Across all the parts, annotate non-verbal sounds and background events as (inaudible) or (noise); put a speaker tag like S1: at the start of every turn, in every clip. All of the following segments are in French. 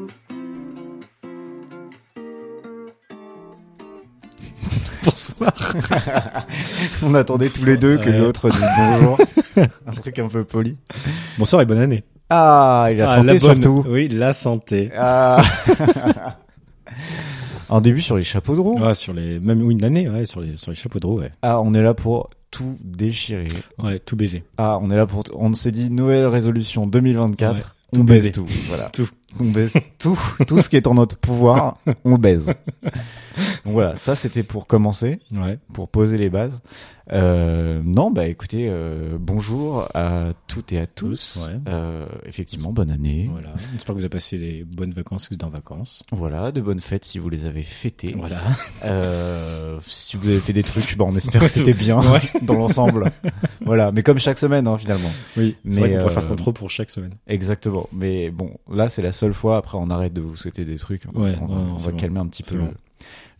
S1: (laughs) bonsoir.
S2: On attendait tous les deux que
S1: Ouais.
S2: l'autre dise
S1: (laughs)
S2: bonjour. un truc un peu poli.
S1: Bonsoir et bonne année.
S2: Ah, et la
S1: Ah,
S2: santé
S1: bonne-
S2: surtout.
S1: Oui, la santé.
S2: Ah. un début sur les chapeaux de roue.
S1: Ouais, sur les même oui, une année, ouais, sur les sur les chapeaux de roue, ouais.
S2: Ah, on est là pour tout déchirer.
S1: Ouais, tout baiser.
S2: Ah, on est là pour. t- On s'est dit nouvelle résolution 2024.
S1: Ouais,
S2: on
S1: tout
S2: baise
S1: baiser.
S2: tout. Voilà.
S1: (laughs) Tout.
S2: On baise tout. Tout ce qui est en notre pouvoir, on le baise.
S1: (laughs)
S2: Donc voilà, ça c'était pour commencer.
S1: Ouais.
S2: pour poser les bases. Euh, non, bah écoutez, euh, bonjour à toutes et à tous.
S1: Ouais.
S2: Euh, effectivement, bonne année.
S1: Voilà. J'espère que vous avez passé des bonnes vacances, que vous êtes en vacances.
S2: Voilà, de bonnes fêtes si vous les avez fêtées.
S1: Voilà.
S2: Euh, si vous avez fait des trucs, bah on espère que (laughs)
S1: Ouais,
S2: c'était bien
S1: ouais.
S2: dans l'ensemble. voilà, mais comme chaque semaine hein, finalement.
S1: Oui.
S2: Mais,
S1: C'est vrai qu'on pourrait faire
S2: euh,
S1: cette intro pour chaque semaine.
S2: Exactement. Mais bon, là c'est la seule fois. Après, on arrête de vous souhaiter des trucs.
S1: Ouais,
S2: on,
S1: non,
S2: on
S1: non,
S2: va
S1: c'est bon.
S2: calmer un petit peu
S1: C'est
S2: le,
S1: bon.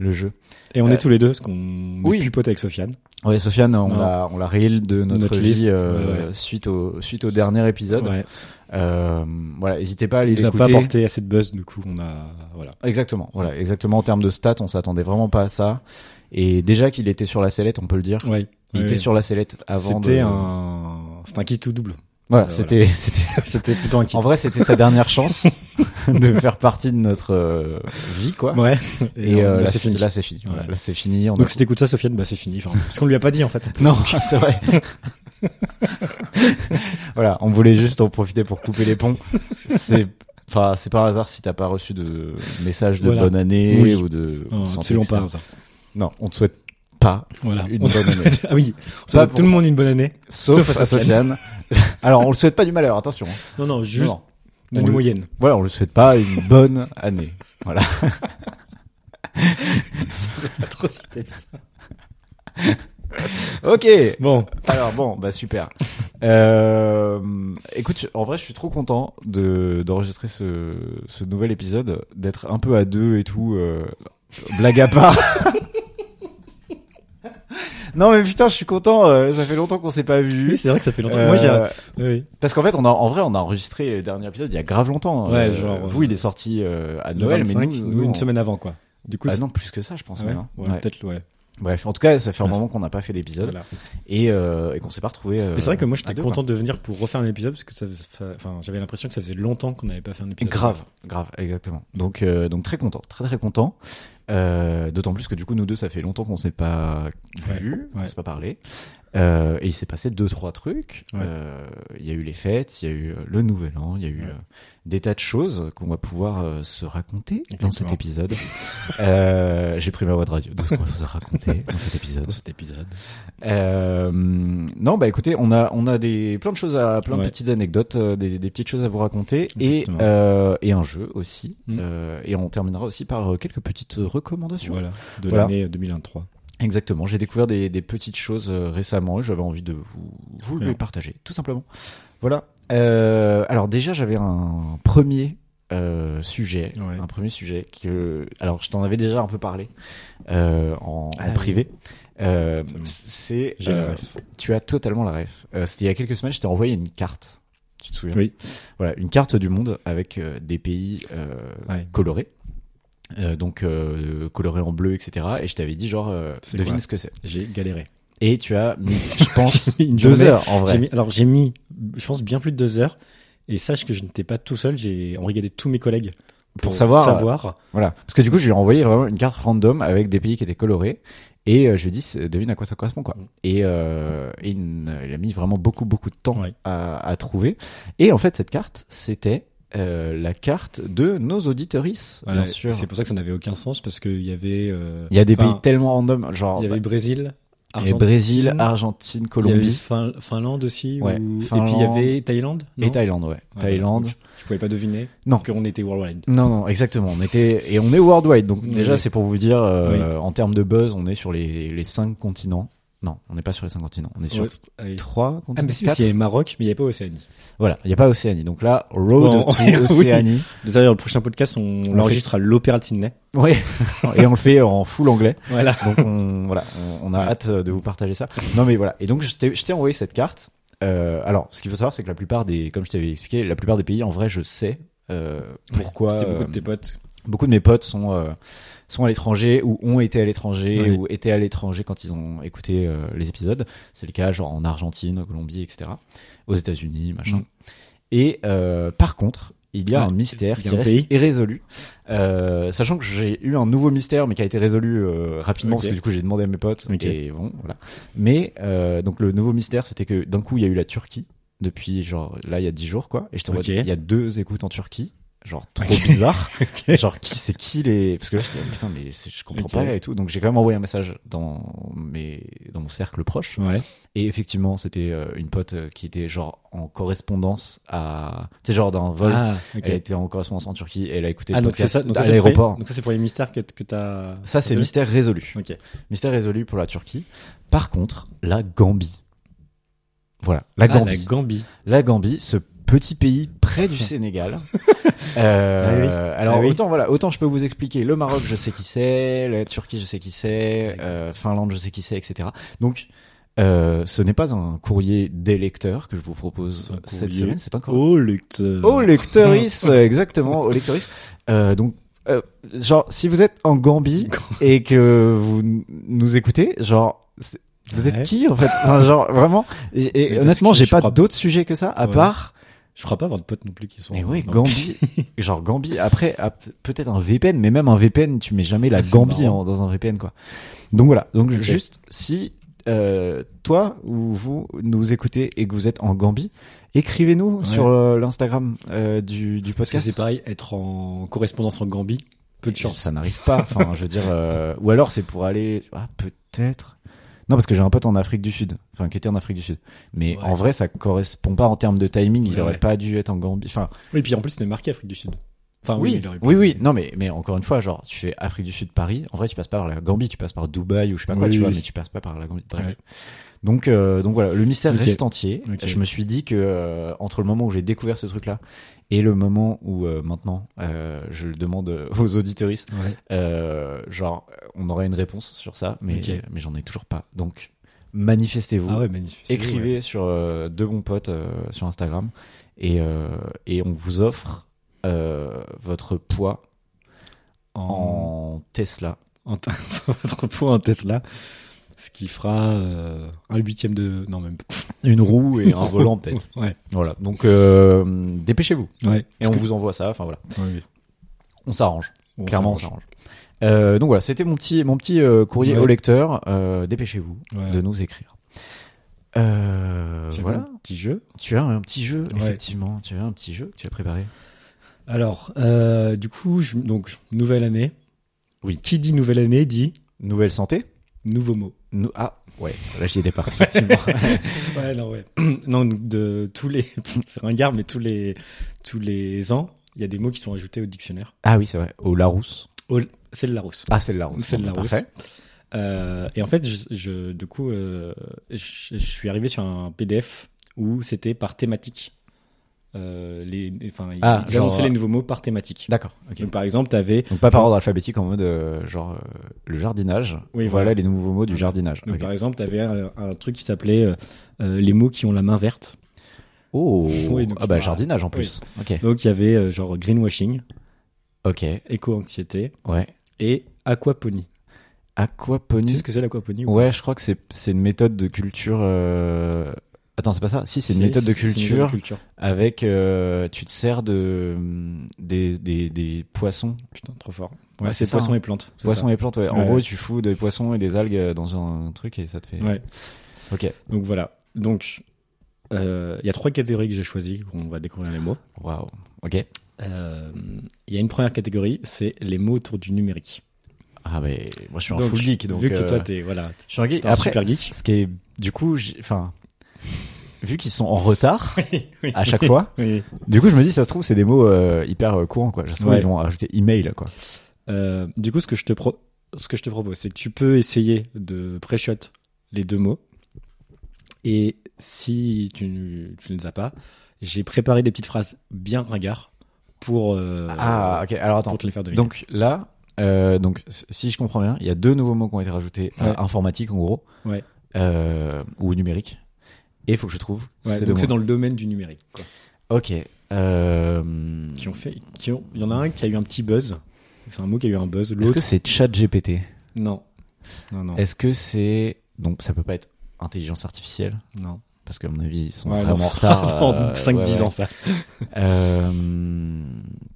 S2: le jeu.
S1: Et on
S2: euh,
S1: est tous les deux, parce qu'on
S2: oui.
S1: est plus potes avec Sofiane.
S2: Ouais, Sofiane, on
S1: Non.
S2: l'a on l'a réel de notre,
S1: Notre
S2: vie
S1: liste,
S2: euh,
S1: ouais, ouais.
S2: suite au suite au dernier épisode.
S1: Ouais.
S2: Euh, voilà, n'hésitez pas à aller
S1: Il nous a
S2: l'écouter.
S1: pas apporté assez de buzz, du coup, on a voilà.
S2: Exactement, voilà, exactement en termes de stats, on s'attendait vraiment pas à ça. Et déjà qu'il était sur la sellette, on peut le dire.
S1: Ouais.
S2: Il était sur la sellette avant.
S1: C'était
S2: de...
S1: un c'était un kit tout double.
S2: Voilà,
S1: Euh,
S2: c'était, c'était.
S1: (laughs) C'était plutôt un kit.
S2: En vrai, c'était sa
S1: (laughs)
S2: dernière chance de faire partie de notre euh, vie, quoi.
S1: Ouais.
S2: Et,
S1: on-
S2: euh,
S1: bah,
S2: là,
S1: c'est fini.
S2: là, c'est fini. Voilà,
S1: Ouais.
S2: Là, c'est fini. On a-
S1: Donc si t'écoutes ça, Sofiane, bah c'est fini. Enfin, parce qu'on lui a pas dit en fait.
S2: Non, (laughs) c'est vrai. voilà, on voulait juste en profiter pour couper les ponts. C'est enfin, c'est par hasard si t'as pas reçu de message de
S1: Voilà.
S2: bonne année
S1: Oui.
S2: ou de
S1: Non,
S2: santé,
S1: absolument
S2: etc.
S1: pas. Ça.
S2: Non, on te souhaite pas,
S1: Voilà.
S2: Une
S1: on se
S2: bonne année.
S1: souhaite- (laughs) Ah oui. On souhaite à
S2: pour-
S1: tout le monde une bonne année.
S2: sauf, à Sofiane. Alors, on le souhaite pas du malheur, attention. hein.
S1: Non, non, juste
S2: Non.
S1: de
S2: On
S1: nous
S2: lui-
S1: moyenne.
S2: Voilà, on le souhaite pas une bonne année. Voilà.
S1: Atrocité.
S2: Ok.
S1: Bon.
S2: Alors bon, bah super. Euh, écoute, en vrai, je suis trop content de d'enregistrer ce, ce nouvel épisode, d'être un peu à deux et tout. euh, blague à part. (laughs) non mais putain, je suis content. euh, ça fait longtemps qu'on s'est pas vu.
S1: Oui, c'est vrai que ça fait longtemps. Moi, j'ai.
S2: Euh,
S1: Oui.
S2: parce qu'en fait, on a, en vrai, on a enregistré le dernier épisode il y a grave longtemps.
S1: Ouais,
S2: Euh,
S1: genre,
S2: vous,
S1: euh,
S2: il est sorti euh, à
S1: Le
S2: Noël,
S1: 25,
S2: mais nous,
S1: nous,
S2: nous, on-
S1: une semaine avant, quoi. Du coup,
S2: Ah
S1: c'est-
S2: non, plus que ça, je pense.
S1: ouais,
S2: même, hein.
S1: ouais,
S2: Ouais.
S1: peut-être, ouais.
S2: Bref, en tout cas, ça fait un
S1: Ouais.
S2: moment qu'on n'a pas fait d'épisode
S1: Voilà.
S2: et, euh, et qu'on s'est pas retrouvé.
S1: Mais c'est vrai que moi, j'étais
S2: à deux,
S1: content de venir pour refaire un épisode parce que ça, faisait- enfin, j'avais l'impression que ça faisait longtemps qu'on n'avait pas fait un épisode.
S2: Grave, grave, exactement. Donc, euh, donc très content, très très content. Euh, D'autant plus que du coup, nous deux, ça fait longtemps qu'on s'est pas
S1: Ouais,
S2: vu, on
S1: ouais.
S2: s'est pas parlé. Euh, et il s'est passé deux trois trucs.
S1: Ouais.
S2: Euh, Il y a eu les fêtes, il y a eu euh, le nouvel an, il y a eu
S1: Ouais.
S2: euh, des tas de choses qu'on va pouvoir euh, se raconter dans
S1: Exactement.
S2: cet épisode. (laughs) euh, J'ai pris ma voix de radio de ce qu'on va se raconter dans cet épisode.
S1: Dans cet épisode.
S2: Euh, non, bah écoutez, on a on a des plein de choses à plein de
S1: Ouais.
S2: petites anecdotes, euh, des, des petites choses à vous raconter et
S1: Exactement.
S2: euh, et un jeu aussi.
S1: Mm.
S2: Euh, et on terminera aussi par euh, quelques petites recommandations.
S1: Voilà. De
S2: Voilà.
S1: l'année 2023.
S2: Exactement. J'ai découvert des, des petites choses euh, récemment et j'avais envie de vous vous
S1: Bien.
S2: les partager, tout simplement. Voilà. Euh, alors déjà, j'avais un premier. euh, sujet,
S1: Ouais.
S2: un premier sujet que alors je t'en avais déjà un peu parlé euh, en, en
S1: Ah oui.
S2: privé. Euh,
S1: C'est bon.
S2: c'est
S1: J'ai
S2: euh,
S1: la ref.
S2: tu as totalement la ref. Euh, C'était il y a quelques semaines, je t'ai envoyé une carte. Tu te souviens
S1: Oui.
S2: Voilà, une carte du monde avec euh, des pays euh,
S1: Ouais.
S2: colorés. Euh, donc euh, colorés en bleu, etc. Et je t'avais dit genre, euh,
S1: C'est
S2: devine
S1: quoi
S2: ce que c'est.
S1: J'ai galéré.
S2: Et tu as mis,
S1: (laughs)
S2: je pense,
S1: J'ai mis une
S2: deux
S1: journée.
S2: heures en vrai.
S1: J'ai mis- alors j'ai mis, je pense, bien plus de deux heures. Et sache que je n'étais pas tout seul, j'ai regardé tous mes collègues
S2: Pour savoir,
S1: savoir.
S2: Voilà. Parce que du coup, je lui ai envoyé vraiment une carte random avec des pays qui étaient colorés. Et euh, je lui ai dit, c'est- devine à quoi ça correspond, quoi.
S1: Mm.
S2: Et, euh, et il, n- il a mis vraiment beaucoup, beaucoup de temps
S1: Ouais.
S2: à, à trouver. Et en fait, cette carte, c'était euh, la carte de nos auditorices,
S1: Voilà.
S2: bien sûr.
S1: C'est pour ça que ça n'avait aucun sens parce qu'il y avait. euh,
S2: Il y a des
S1: enfin,
S2: pays tellement random, genre bah,
S1: Il y avait Brésil,
S2: et
S1: Argentine,
S2: Brésil,
S1: il
S2: Argentine,
S1: y avait
S2: Colombie
S1: Fin- Finlande aussi.
S2: Ouais,
S1: ou-
S2: Finlande.
S1: Et puis il y avait Thaïlande. non
S2: et Thaïlande, ouais.
S1: Ouais,
S2: Thaïlande.
S1: donc Je, je pouvais pas deviner
S2: Non.
S1: qu'on était worldwide.
S2: Non, non, exactement. On était et on est worldwide, donc
S1: Oui.
S2: déjà c'est pour vous dire, euh, en termes de buzz, on est sur les, les cinq continents. Non, on n'est pas sur les cinq continents. On est sur
S1: Ouais, allez.
S2: trois
S1: Ah
S2: continents.
S1: mais si, parce
S2: quatre.
S1: qu'il y avait Maroc, mais il n'y avait pas Océanie.
S2: Voilà, il n'y a pas Océanie. Donc là, road
S1: Bon,
S2: to
S1: (laughs) oui.
S2: Océanie.
S1: D'ailleurs, le prochain podcast, on,
S2: On
S1: l'enregistre à l'Opéra de Sydney. (laughs)
S2: Ouais. et on le fait en full anglais.
S1: Voilà.
S2: Donc on, voilà, on, on a
S1: Ouais.
S2: hâte euh, de vous partager ça. Non mais voilà. Et donc je t'ai je t'ai envoyé cette carte. Euh, alors, ce qu'il faut savoir, c'est que la plupart des, comme je t'avais expliqué, la plupart des pays, en vrai, je sais euh, (laughs) pourquoi.
S1: C'était beaucoup
S2: euh,
S1: de tes potes
S2: beaucoup de mes potes sont euh, sont à l'étranger ou ont été à l'étranger
S1: Oui.
S2: ou étaient à l'étranger quand ils ont écouté euh, les épisodes. C'est le cas genre en Argentine, en Colombie, etc. Aux États-Unis, machin.
S1: Mm.
S2: Et euh, par contre, il y a
S1: Ouais,
S2: un mystère
S1: il y
S2: qui
S1: a un
S2: reste
S1: pays.
S2: irrésolu, Euh, sachant que j'ai eu un nouveau mystère mais qui a été résolu euh, rapidement
S1: Ok.
S2: parce que du coup j'ai demandé à mes potes
S1: Ok.
S2: et bon voilà. Mais euh, donc le nouveau mystère c'était que d'un coup il y a eu la Turquie depuis genre là il y a 10 jours quoi et je te vois
S1: Ok.
S2: il y a deux écoutes en Turquie genre trop
S1: Ok.
S2: bizarre
S1: Ok.
S2: (laughs) genre qui c'est qui les parce que là j'étais ah, putain mais c'est- je comprends
S1: Ok.
S2: pas et tout donc j'ai quand même envoyé un message dans mes dans mon cercle proche
S1: Ouais.
S2: et effectivement c'était euh, une pote euh, qui était genre en correspondance à tu sais genre d'un vol
S1: Ah, ok.
S2: elle était en correspondance en Turquie et elle a écouté
S1: Ah,
S2: le
S1: donc c'est
S2: podcast
S1: ça. Donc ça,
S2: à
S1: c'est le premier-
S2: l'aéroport
S1: Donc ça, c'est pour les mystères que, que t'as.
S2: ça c'est
S1: résolu
S2: mystère résolu
S1: Ok.
S2: mystère résolu pour la Turquie par contre la Gambie voilà la
S1: Ah, la
S2: Gambie
S1: Gambie.
S2: la Gambie, ce petit pays près
S1: (laughs)
S2: du Sénégal. Euh, Alors
S1: Ah oui.
S2: autant voilà, autant je peux vous expliquer le Maroc, je sais qui c'est, la Turquie, je sais qui c'est, euh, Finlande, je sais qui c'est, etc. Donc euh, ce n'est pas un courrier des lecteurs que je vous propose
S1: C'est un
S2: cette
S1: courrier
S2: semaine, c'est un courrier
S1: Oh, lecteur.
S2: au lecteuris, euh, exactement, au lecteuris. Euh, donc euh, genre si vous êtes en Gambie (laughs) et que vous n- nous écoutez, genre c'est- vous êtes
S1: Ouais.
S2: qui en fait Enfin, Genre vraiment. Et,
S1: Mais
S2: et
S1: parce
S2: honnêtement,
S1: que
S2: j'ai
S1: je
S2: pas
S1: crois-
S2: d'autres sujets que ça à
S1: Ouais.
S2: part.
S1: (laughs) Je crois pas avoir de potes non plus qui sont.
S2: Mais ouais,
S1: Non.
S2: Gambie. (laughs) genre Gambie. Après, ah, p- peut-être un VPN, mais même un VPN, tu mets jamais la
S1: Ah, c'est
S2: Gambie
S1: marrant.
S2: en- dans un VPN quoi. Donc voilà. Donc
S1: Ok.
S2: juste si euh, toi ou vous nous écoutez et que vous êtes en Gambie, écrivez-nous
S1: Ouais.
S2: sur euh, l'Instagram euh, du du
S1: Parce que
S2: podcast.
S1: c'est pareil, être en correspondance en Gambie, peu de chance.
S2: Ça n'arrive pas. Enfin, je veux dire, euh, ou alors c'est pour aller, ah, peut-être. Non, parce que j'ai un pote en Afrique du Sud, enfin qui était en Afrique du Sud. Mais
S1: Ouais.
S2: en vrai, ça correspond pas en termes de timing. Il
S1: Ouais,
S2: aurait
S1: ouais.
S2: pas dû être en Gambie. Enfin,
S1: Oui, puis en plus, c'était marqué Afrique du Sud. Enfin, Ah oui,
S2: oui,
S1: il aurait pu-
S2: oui, oui. Non, mais mais encore une fois, genre, tu fais Afrique du Sud, Paris. En vrai, tu passes pas par la Gambie, tu passes par Dubaï ou je sais pas quoi,
S1: Oui,
S2: tu vois,
S1: oui.
S2: mais tu passes pas par la Gambie. Bref.
S1: Ouais.
S2: Donc, euh, donc voilà, le mystère
S1: Ok.
S2: reste entier.
S1: Ok.
S2: Je me suis dit que euh, entre le moment où j'ai découvert ce truc-là et le moment où euh, maintenant euh, je le demande aux auditeuristes,
S1: Ouais.
S2: euh, genre, on aurait une réponse sur ça, mais,
S1: Ok.
S2: mais j'en ai toujours pas. Donc, manifestez-vous.
S1: Ah ouais, magnifique.
S2: écrivez sur euh, deux bons potes euh, sur Instagram et, euh, et on vous offre euh, votre poids
S1: En,
S2: en Tesla.
S1: en... (laughs) t- sur votre poids en Tesla, ce qui fera euh, un huitième de. Non, même pas.
S2: (laughs) Une roue et un volant peut-être.
S1: Ouais.
S2: Voilà. Donc, euh, dépêchez-vous.
S1: Ouais.
S2: Et on vous envoie ça. Enfin voilà. On s'arrange. Clairement, on s'arrange. Euh, donc voilà, c'était mon petit, mon petit euh, courrier
S1: Ouais.
S2: au lecteur. Euh, Dépêchez-vous
S1: Ouais.
S2: de nous écrire. Euh,
S1: J'avais
S2: voilà.
S1: un petit jeu.
S2: Tu as un petit jeu,
S1: Ouais.
S2: effectivement. Tu as un petit jeu que tu as préparé.
S1: Alors, euh, du coup, je- donc, nouvelle année.
S2: Oui.
S1: Qui dit nouvelle année dit
S2: Nouvelle santé
S1: nouveau mot.
S2: Nous- Ah, ouais, là j'y étais pas, effectivement.
S1: Ouais, non, ouais. (clears throat) non, de tous les. (laughs) C'est ringard, mais tous les, tous les ans, il y a des mots qui sont ajoutés au dictionnaire.
S2: ah oui, c'est vrai. Au Larousse.
S1: Au- C'est le Larousse.
S2: Ah, c'est le Larousse.
S1: C'est le
S2: Bon,
S1: Larousse.
S2: parfait.
S1: Euh, et en fait, je, je- du coup, euh, je, je suis arrivé sur un PDF où c'était par thématique. Euh, les, enfin, ils,
S2: Ah,
S1: ils
S2: genre-
S1: annonçaient les nouveaux mots par thématique.
S2: D'accord, ok.
S1: Donc, par exemple, t'avais,
S2: Donc pas par ordre alphabétique en mode euh, genre euh, le jardinage.
S1: Oui,
S2: voilà.
S1: voilà.
S2: les nouveaux mots du
S1: Voilà.
S2: jardinage.
S1: donc,
S2: Ok.
S1: par exemple, t'avais un, un truc qui s'appelait euh, euh, les mots qui ont la main verte.
S2: Oh,
S1: Oui, donc,
S2: ah bah
S1: bah,
S2: jardinage en plus. Ok.
S1: Donc, il y avait euh, genre greenwashing,
S2: Ok,
S1: éco-anxiété
S2: ouais.
S1: et aquaponie. Tu sais
S2: Aquaponie.
S1: ce que c'est l'aquaponie ou
S2: Ouais, je crois que c'est c'est une méthode de culture. euh, Attends, c'est pas ça Si, c'est une méthode de
S1: c'est une méthode
S2: culture
S1: de culture.
S2: avec euh, tu te sers de hum, des des, des poissons
S1: Putain, trop fort.
S2: Ouais,
S1: Ouais,
S2: c'est
S1: Ah, c'est
S2: ça,
S1: poissons
S2: hein.
S1: et plantes. c'est
S2: Poissons et plantes, ouais. En
S1: Ouais.
S2: gros, tu fous des poissons et des algues euh, dans un truc et ça te fait.
S1: ça. Ouais.
S2: Ok.
S1: Donc voilà. Donc, euh, il y a trois catégories que j'ai choisies, qu'on va découvrir les mots.
S2: Waouh. Ok.
S1: Euh, Il y a une première catégorie, c'est les mots autour du numérique.
S2: Ah, mais moi, je suis un
S1: Donc,
S2: full geek. Donc,
S1: Vu que
S2: euh,
S1: toi, t'es. Voilà.
S2: je suis un geek.
S1: t'es un
S2: Après,
S1: super geek.
S2: c- ce qui est. Du coup, j'ai- enfin. Vu qu'ils sont en retard
S1: (laughs) oui,
S2: à chaque fois,
S1: oui.
S2: du coup, je me dis, ça se trouve, c'est des mots euh, hyper euh, courants, quoi. Ça se trouve,
S1: Ouais.
S2: ils vont ajouter email, quoi.
S1: Euh, du coup, ce que je te, pro- ce que je te propose, c'est que tu peux essayer de pré-shot les deux mots. Et si tu, tu ne les as pas, j'ai préparé des petites phrases bien ringards pour, euh,
S2: ah, ok. Alors, attends.
S1: pour te les faire deviner.
S2: Donc, là, euh, donc, s- si je comprends bien, il y a deux nouveaux mots qui ont été rajoutés. euh,
S1: Ouais.
S2: informatique, en gros.
S1: Ouais.
S2: Euh, ou numérique. Et il faut que je trouve.
S1: Ouais,
S2: ces deux
S1: donc c'est
S2: mots.
S1: dans le domaine du numérique. quoi.
S2: Ok. Euh...
S1: Qui ont fait, qui ont, il y en a un qui a eu un petit buzz C'est un mot qui a eu un buzz.
S2: Est-ce que
S1: L'autre,
S2: c'est chat GPT
S1: non. Non, non.
S2: Est-ce que c'est. Donc, ça peut pas être intelligence artificielle
S1: non.
S2: parce qu'à mon avis, ils sont
S1: Ouais, non,
S2: vraiment en
S1: ce (laughs)
S2: retard.
S1: sera dans
S2: euh,
S1: 5-10
S2: ouais, ouais.
S1: ans, ça.
S2: Euh,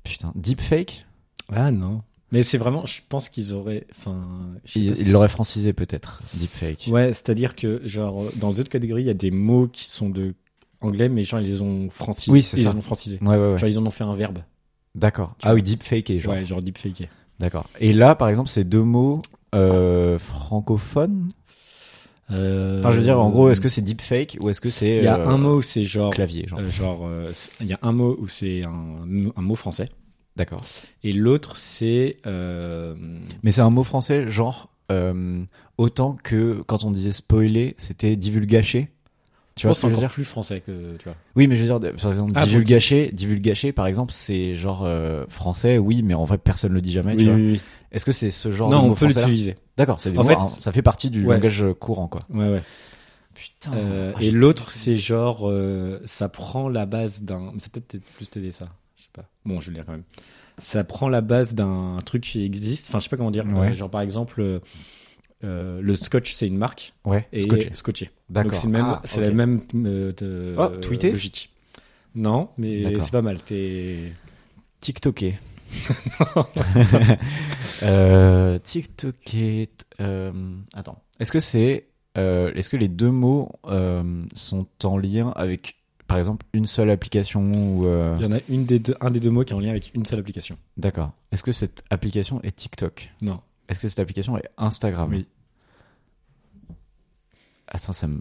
S2: putain, deepfake
S1: Ah, non. Mais c'est vraiment, je pense qu'ils auraient, enfin, je sais pas
S2: Ils
S1: si-
S2: il l'auraient francisé peut-être, deepfake.
S1: Ouais, c'est-à-dire que, genre, euh, dans les autres catégories, il y a des mots qui sont de anglais, mais genre, ils les ont francisés.
S2: Oui, c'est
S1: ils
S2: ça.
S1: les ont francisés.
S2: Ouais, ouais, ouais.
S1: Genre, ils en ont fait un verbe.
S2: D'accord.
S1: Tu
S2: Ah
S1: vois.
S2: oui, deepfake et genre.
S1: Ouais, genre deepfake.
S2: D'accord. Et là, par exemple, ces deux mots euh, francophones.
S1: Euh,
S2: Enfin, je veux dire, en gros, est-ce que c'est deepfake ou est-ce que c'est.
S1: Il y a
S2: euh,
S1: un mot où c'est genre.
S2: Clavier, genre.
S1: euh, genre, euh, c'est- il y a un mot où c'est un, un mot français.
S2: D'accord.
S1: Et l'autre, c'est. euh,
S2: Mais c'est un mot français, genre. euh, autant que quand on disait spoiler, c'était divulgacher. Tu
S1: je
S2: vois
S1: pense
S2: ce que je veux
S1: encore
S2: dire
S1: plus français que. Tu vois.
S2: Oui, mais je veux dire, par exemple,
S1: Ah,
S2: divulgacher, divulgacher, par exemple, c'est genre euh, français, oui, mais en vrai, personne le dit jamais. tu vois. Est-ce que c'est ce genre
S1: Non,
S2: de mot
S1: on peut
S2: français-là
S1: l'utiliser.
S2: D'accord, c'est des
S1: En
S2: mots,
S1: fait,
S2: hein, ça fait partie du
S1: ouais.
S2: langage courant, quoi.
S1: Ouais, ouais.
S2: Putain. Ah,
S1: Euh, et l'autre, c'est genre, euh, ça prend la base d'un. mais Ça peut peut-être plus t'aider ça. Je sais pas. Bon, je l'ai quand même. Ça prend la base d'un truc qui existe. Enfin, je sais pas comment dire.
S2: Ouais.
S1: Euh, genre, par exemple, euh, euh, le scotch, c'est une marque.
S2: Ouais,
S1: Et
S2: scotché.
S1: Scotché.
S2: D'accord.
S1: Donc, c'est le même-
S2: Ah,
S1: c'est
S2: ok.
S1: la même euh, de-
S2: Oh, tweeter
S1: logique. Non, mais
S2: D'accord.
S1: c'est pas mal. T'es.
S2: TikToké. euh, TikToké. t- euh, attends. Est-ce que c'est. euh, Est-ce que les deux mots euh, sont en lien avec, par exemple, une seule application ou. euh,
S1: Il y en a une des deux, un des deux mots qui est en lien avec une seule application.
S2: D'accord. Est-ce que cette application est TikTok
S1: Non.
S2: Est-ce que cette application est Instagram
S1: Oui.
S2: Attends, ça me.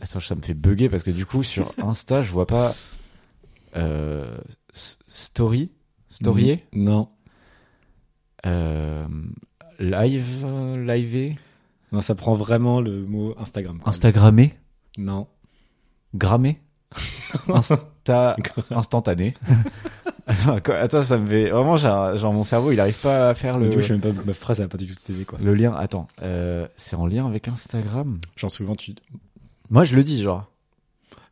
S2: Attends, ça me fait bugger parce que du coup, sur Insta, je vois pas. euh, s- story Storyer
S1: Mm. Non.
S2: Euh, live, euh, live,
S1: Non, ça prend vraiment le mot Instagram. quoi.
S2: Instagrammé,
S1: Non.
S2: grammé, (laughs) (laughs) Insta, instantané. attends, quoi, attends, ça me fait vraiment, j'ai un- genre mon cerveau, il arrive pas à faire
S1: (laughs)
S2: le,
S1: Du coup, je sais même pas, ma phrase, elle a pas du tout t'aider, quoi.
S2: le lien. Attends, euh, c'est en lien avec Instagram.
S1: Genre, souvent, tu.
S2: Moi, je le dis, genre.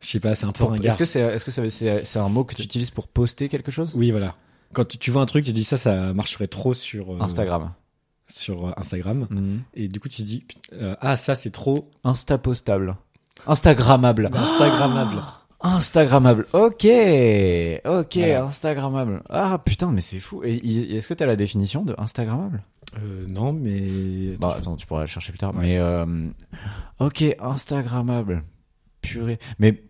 S1: Je sais pas, c'est un peu
S2: Pour-
S1: ringard.
S2: Est-ce que c'est, est-ce que ça- c'est, c'est un mot que tu utilises pour poster quelque chose
S1: Oui, voilà. Quand tu, tu vois un truc, tu dis ça, ça marcherait trop sur euh,
S2: Instagram.
S1: Sur euh, Instagram.
S2: Mhm.
S1: Et du coup, tu te dis put- euh, ah ça c'est trop
S2: Insta postable. Instagrammable.
S1: Instagrammable.
S2: Ah. Instagrammable. Ok, ok,
S1: Voilà.
S2: Instagrammable. Ah putain, mais c'est fou. Et, et- est-ce que t'as la définition de Instagrammable
S1: Euh, non, mais
S2: Bah attends, tu pourras la chercher plus tard.
S1: Ouais.
S2: Mais euh, ok, Instagrammable. Purée. Mais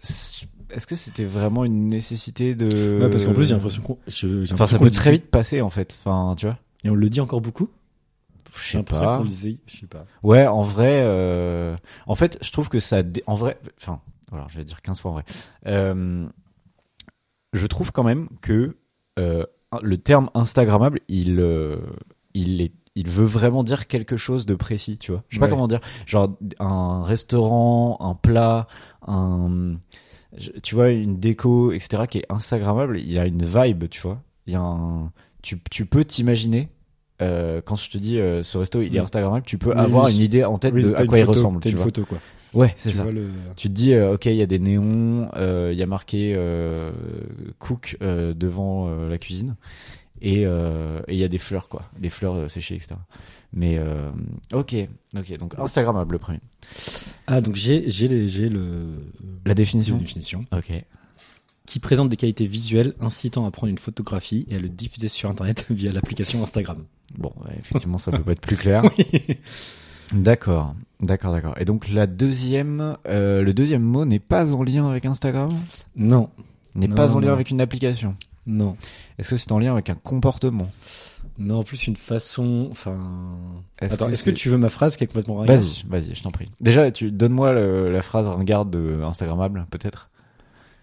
S2: c'est- est-ce que c'était vraiment une nécessité de
S1: Ouais, Bah, parce qu'en plus j'ai l'impression qu'on je- j'ai
S2: Enfin,
S1: l'impression
S2: ça
S1: qu'on
S2: peut
S1: le
S2: très
S1: dit-
S2: vite passer en fait. Enfin, tu vois.
S1: Et on le dit encore beaucoup.
S2: Je
S1: J'ai
S2: sais
S1: l'impression
S2: pas.
S1: qu'on le disait. Je sais pas.
S2: Ouais, en vrai, euh, en fait, je trouve que ça, dé- en vrai, enfin, voilà, je vais dire 15 fois en vrai. Euh, je trouve quand même que euh, le terme Instagrammable, il, euh, il est, il veut vraiment dire quelque chose de précis, tu vois. Je sais pas
S1: Ouais.
S2: comment dire, genre un restaurant, un plat, un, je- tu vois, une déco, etc. qui est Instagrammable. Il a une vibe, tu vois. Il y a un, tu, tu peux t'imaginer. euh, quand je te dis euh, ce resto il est
S1: Mm.
S2: Instagrammable, tu peux
S1: Oui,
S2: avoir
S1: oui.
S2: une idée en tête
S1: Oui,
S2: de
S1: t'as
S2: à
S1: une
S2: quoi il
S1: photo-
S2: ressemble,
S1: T'as
S2: tu
S1: une
S2: vois.
S1: photo quoi.
S2: Ouais, c'est
S1: Tu
S2: ça.
S1: vois le-
S2: Tu te dis, euh, ok, il y a des néons, euh, il y a marqué euh, cook euh, devant euh, la cuisine, et euh, et il y a des fleurs, quoi, des fleurs euh, séchées, etc. Mais euh, ok, ok, donc Instagrammable le premier.
S1: Ah donc j'ai j'ai les- j'ai le
S2: La
S1: la
S2: définition.
S1: définition.
S2: Ok.
S1: qui présente des qualités visuelles incitant à prendre une photographie et à le diffuser sur Internet (laughs) via l'application Instagram.
S2: Bon, ouais, effectivement, ça peut pas être
S1: (laughs)
S2: plus clair. D'accord, d'accord, d'accord. Et donc la deuxième, euh, le deuxième mot n'est pas en lien avec Instagram,
S1: Non,
S2: n'est
S1: Non,
S2: pas en lien
S1: non.
S2: avec une application.
S1: non,
S2: Est-ce que c'est en lien avec un comportement
S1: non. En plus, une façon. Enfin.
S2: Est-ce
S1: Attends,
S2: que
S1: est-ce que
S2: c'est-
S1: tu veux ma phrase qui est complètement ringard
S2: Vas-y, vas-y, je t'en prie. Déjà, tu donne-moi le- la phrase ringarde de Instagrammable, peut-être.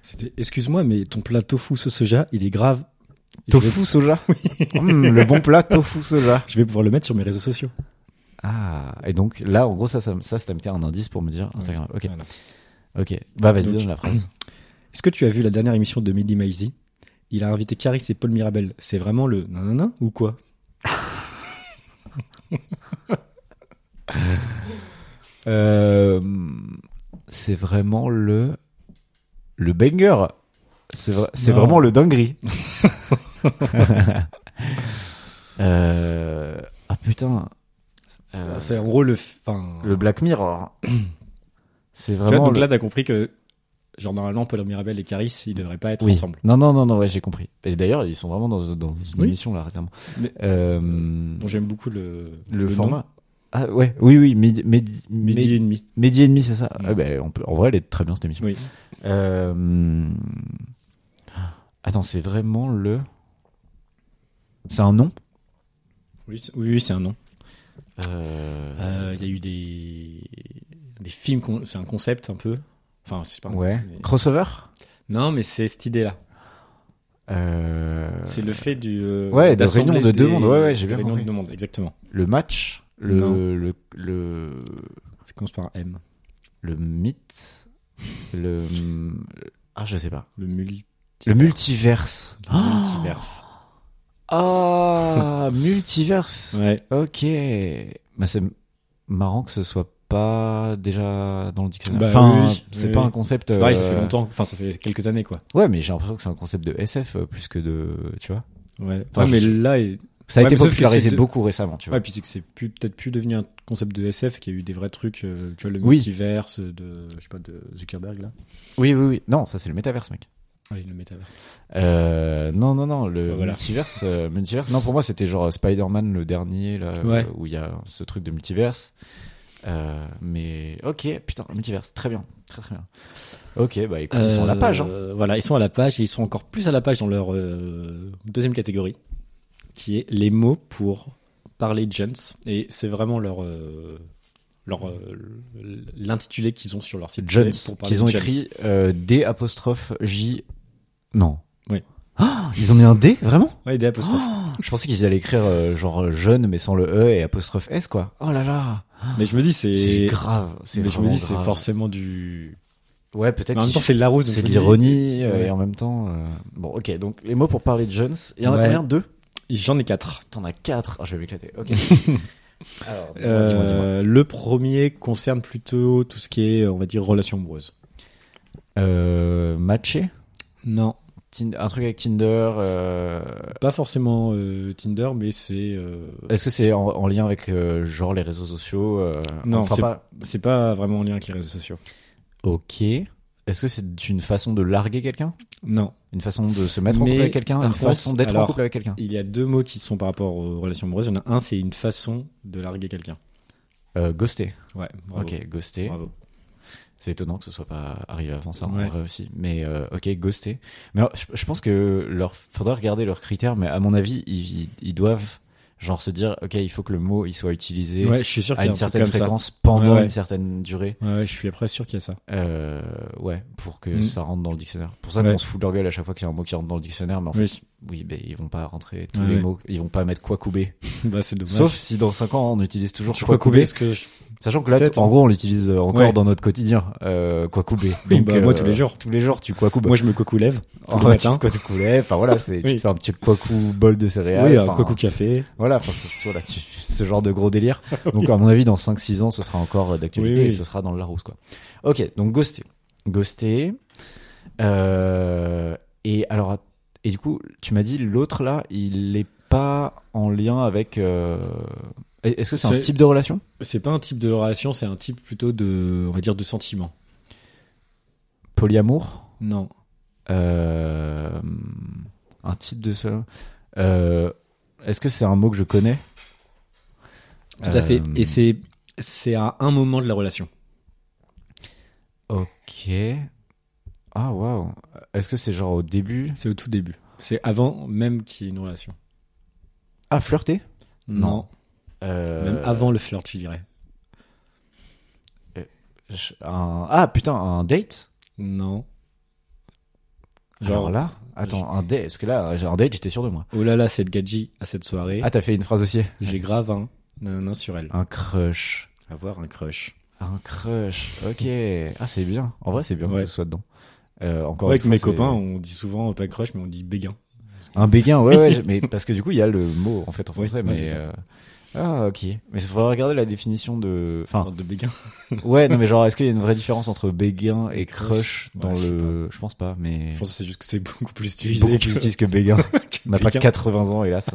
S1: C'était. Excuse-moi, mais ton plat tofu ce soja, il est grave. Et Je vais, (laughs)
S2: Tofu soja. Hum, le bon plat tofu soja.
S1: je vais pouvoir le mettre sur mes réseaux sociaux.
S2: Ah, et donc là, en gros, ça, ça, ça c'était un indice pour me dire Instagram. Ok,
S1: Voilà.
S2: ok. Bah vas-y,
S1: Donc-
S2: donne la
S1: (clears throat)
S2: phrase.
S1: Est-ce que tu as vu la dernière émission de Mehdi Maizi Il a invité Caris et Paul Mirabel. C'est vraiment le nanana ou quoi
S2: Euh, c'est vraiment le le banger. C'est vrai- c'est
S1: (laughs) Non.
S2: vraiment le dinguerie. (laughs) Euh, Ah putain. Euh,
S1: C'est en gros le. Enfin,
S2: le
S1: (coughs)
S2: Black Mirror. C'est
S1: tu vois,
S2: vraiment.
S1: donc
S2: le-
S1: là, t'as compris que, genre, normalement, Paul Mirabel et Caris, ils devraient pas être
S2: Oui.
S1: ensemble.
S2: Non, non, non, non, ouais, j'ai compris. Et d'ailleurs, ils sont vraiment dans, dans une
S1: Oui.
S2: émission là récemment.
S1: Mais-
S2: Euh,
S1: Donc j'aime beaucoup le,
S2: le,
S1: nom.
S2: format. Ah ouais, oui, oui, Midi, Midi,
S1: Midi
S2: Midi,
S1: et demi.
S2: Midi et demi, c'est ça.
S1: Mm.
S2: Ah ben, on peut, en vrai, elle est très bien cette émission.
S1: Oui.
S2: Euh, Attends, c'est vraiment le. C'est un nom
S1: Oui, c'est- oui, oui, c'est un nom.
S2: Euh,
S1: Euh, Il y a eu des, des films, con- c'est un concept un peu. Enfin, c'est pas un
S2: Ouais.
S1: concept, mais-
S2: Crossover
S1: Non, mais c'est cette idée-là.
S2: Euh,
S1: C'est le fait du. euh,
S2: ouais, de
S1: d'assembler
S2: réunion de
S1: des-
S2: deux mondes. Ouais, ouais, j'ai
S1: de
S2: bien
S1: réunion
S2: compris.
S1: de deux mondes, exactement.
S2: Le match
S1: Non.
S2: le, le, le,
S1: Ça commence par M.
S2: le mythe Le. Ah, je sais pas.
S1: Le, multi-
S2: Le multiverse.
S1: le
S2: Ah
S1: multiverse. (laughs)
S2: Ah, multiverse.
S1: Ouais.
S2: Ok. Bah, c'est marrant que ce soit pas déjà dans le dictionnaire.
S1: Bah
S2: enfin,
S1: oui,
S2: c'est
S1: oui,
S2: pas
S1: oui.
S2: un concept.
S1: C'est pareil, ça
S2: euh,
S1: fait longtemps. Enfin, ça fait quelques années, quoi.
S2: Ouais, mais j'ai l'impression que c'est un concept de SF euh, plus que de. Tu vois
S1: Ouais.
S2: Enfin,
S1: Ouais, mais
S2: je-
S1: là, et-
S2: Ça a
S1: Ouais,
S2: été
S1: mais sauf que
S2: popularisé
S1: c'est de-
S2: beaucoup récemment, tu vois.
S1: ouais, puis c'est que c'est plus- peut-être plus devenu un concept de SF qu'il y a eu des vrais trucs, euh, tu vois, le
S2: Oui.
S1: multiverse de, je sais pas, de Zuckerberg, là.
S2: Oui, oui, oui. Non, ça c'est le métaverse, mec.
S1: Ah, il le métaverse.
S2: Euh, non, non, non, le
S1: Voilà.
S2: multiverse, euh, multiverse. Non, pour moi, c'était genre euh, Spider-Man le dernier, là,
S1: Ouais.
S2: euh, où il y a ce truc de multiverse. Euh, mais ok, putain, multiverse, très bien, très très bien. Ok, bah écoute, ils sont à la page. Hein.
S1: Euh, Voilà, ils sont à la page et ils sont encore plus à la page dans leur euh, deuxième catégorie, qui est les mots pour parler de jeunes. Et c'est vraiment leur. euh, leur euh, l'intitulé qu'ils ont sur leur site
S2: Jones,
S1: pour parler
S2: qu'ils ont
S1: de jeunes.
S2: écrit euh, D apostrophe J. Non.
S1: Oui.
S2: Ah, ils ont mis un D, vraiment Ah,
S1: ouais des apostrophes
S2: Je pensais qu'ils allaient écrire euh, genre euh, jeune, mais sans le E et apostrophe S, quoi. Oh là là,
S1: mais je me dis
S2: c'est
S1: c'est
S2: grave. C'est
S1: mais je me
S2: vraiment
S1: dis c'est
S2: grave.
S1: forcément du
S2: Ouais, peut-être.
S1: Mais en même
S2: qu'ils
S1: temps c'est Larousse donc
S2: C'est
S1: je
S2: de
S1: me dis-
S2: l'ironie euh,
S1: Ouais.
S2: et en même temps. euh, Bon, ok, donc les mots pour parler de Jones. Il y en a
S1: Ouais.
S2: combien Deux
S1: J'en ai quatre.
S2: T'en as quatre. Oh, je vais m'éclater. (laughs) Ok. Alors, dis-moi,
S1: Euh,
S2: dis-moi, dis-moi.
S1: le premier concerne plutôt tout ce qui est, on va dire, relation amoureuse.
S2: Euh, matché
S1: Non.
S2: Tin- Un truc avec Tinder. euh,
S1: Pas forcément euh, Tinder, mais c'est. euh,
S2: Est-ce que c'est en, en lien avec euh, genre les réseaux sociaux euh,
S1: Non,
S2: on fera
S1: c'est-
S2: pas.
S1: c'est pas vraiment en lien avec les réseaux sociaux.
S2: Ok. Est-ce que c'est une façon de larguer quelqu'un
S1: Non.
S2: Une façon de se mettre en
S1: Mais,
S2: couple avec quelqu'un
S1: par
S2: Une
S1: contre,
S2: façon d'être en
S1: alors-
S2: couple avec quelqu'un
S1: Il y a deux mots qui sont par rapport aux relations amoureuses. Il y en a un, c'est une façon de larguer quelqu'un.
S2: Euh, Ghoster.
S1: Ouais, bravo.
S2: Ok, ghoster.
S1: Bravo.
S2: C'est étonnant que ce soit pas arrivé avant ça,
S1: Ouais.
S2: en vrai aussi. Mais euh, ok, ghosté. Mais alors, je, je pense que leur faudrait regarder leurs critères, mais à mon avis, ils, ils- ils doivent genre se dire, ok, il faut que le mot il soit utilisé
S1: Ouais, je suis sûr
S2: à
S1: qu'il y a
S2: une
S1: un truc
S2: certaine
S1: comme
S2: fréquence
S1: Ouais,
S2: pendant
S1: ouais.
S2: une certaine durée,
S1: ça. Ouais, ouais, je suis après sûr qu'il y a ça.
S2: Euh, ouais, pour que
S1: Mm.
S2: ça rentre dans le dictionnaire. Pour ça
S1: Ouais.
S2: qu'on se fout de leur gueule à chaque fois qu'il y a un mot qui rentre dans le dictionnaire, mais en fait,
S1: Oui. (laughs)
S2: oui, ben ils vont pas rentrer tous
S1: Ouais,
S2: les
S1: ouais.
S2: mots, ils vont pas mettre quoi couper.
S1: bah, c'est dommage.
S2: Sauf si dans 5 ans on utilise toujours
S1: sur
S2: quoi couper,
S1: Parce que je-
S2: sachant que là,
S1: Peut-être,
S2: en
S1: hein.
S2: gros, on l'utilise encore
S1: Ouais.
S2: dans notre quotidien, euh, quoi couper.
S1: (laughs) Oui, bah, moi, tous les jours.
S2: euh, Tous les jours, tu quoi couper.
S1: moi, je me cocoulève.
S2: En
S1: le
S2: vrai,
S1: matin.
S2: tu te quoi tu coulais, enfin voilà, c'est, tu
S1: Oui.
S2: te fais un petit cocu bol de céréales.
S1: oui, un
S2: enfin,
S1: coco café.
S2: Voilà, enfin, c'est, voilà, tu- (laughs) ce genre de
S1: (laughs)
S2: gros délire. Donc à mon avis, dans 5-6 ans, ce sera encore euh, d'actualité
S1: Oui, oui.
S2: et ce sera dans le Larousse, quoi. Ok, donc ghosté. Ghosté. Euh, et alors, att- et du coup, tu m'as dit, l'autre là, il est pas en lien avec... euh, Est-ce que c'est, un
S1: C'est-
S2: type de relation
S1: C'est pas un type de relation, c'est un type plutôt de, on va dire, de sentiment.
S2: Polyamour
S1: Non.
S2: Euh, Un type de... seul- Euh, est-ce que c'est un mot que je connais
S1: Tout à fait.
S2: Euh,
S1: Et c'est, c'est à un moment de la relation.
S2: Ok. Ah waouh. Est-ce que c'est genre au début
S1: C'est au tout début. C'est avant même qu'il y ait une relation.
S2: Ah flirter Euh, Non.
S1: Non. Même avant le flirt, je dirais.
S2: je- un- Ah putain un date
S1: Non.
S2: Genre
S1: Genre,
S2: là Attends un date parce que là j'ai un date j'étais sûr de moi.
S1: oh là là, cette gadji à cette soirée,
S2: Ah t'as fait une phrase aussi.
S1: j'ai grave un nanana sur elle.
S2: Un crush.
S1: Avoir un crush.
S2: Un crush. Ok. Ah c'est bien. En vrai c'est bien
S1: Ouais.
S2: que ce soit dedans. Euh, encore
S1: Ouais, avec
S2: une fois,
S1: mes
S2: c'est-
S1: copains, on dit souvent euh, pas crush, mais on dit béguin. (laughs)
S2: Un béguin ouais ouais je- mais parce que du coup il y a le mot en fait en
S1: Oui,
S2: français
S1: ouais,
S2: mais
S1: c'est ça.
S2: euh, Ah, ok. Mais il faudrait regarder la définition de. Enfin,
S1: de béguin.
S2: ouais, non, mais genre, est-ce qu'il y a une vraie différence entre béguin et
S1: Et
S2: crush
S1: crush
S2: dans
S1: Ouais, je sais
S2: le. Je pense pas, mais.
S1: Je pense que c'est juste que c'est beaucoup plus Bah,
S2: Beaucoup
S1: utilisé.
S2: plus
S1: que-
S2: utilise
S1: (laughs)
S2: que béguin. On n'a pas
S1: Béguin.
S2: 80 ans, hélas.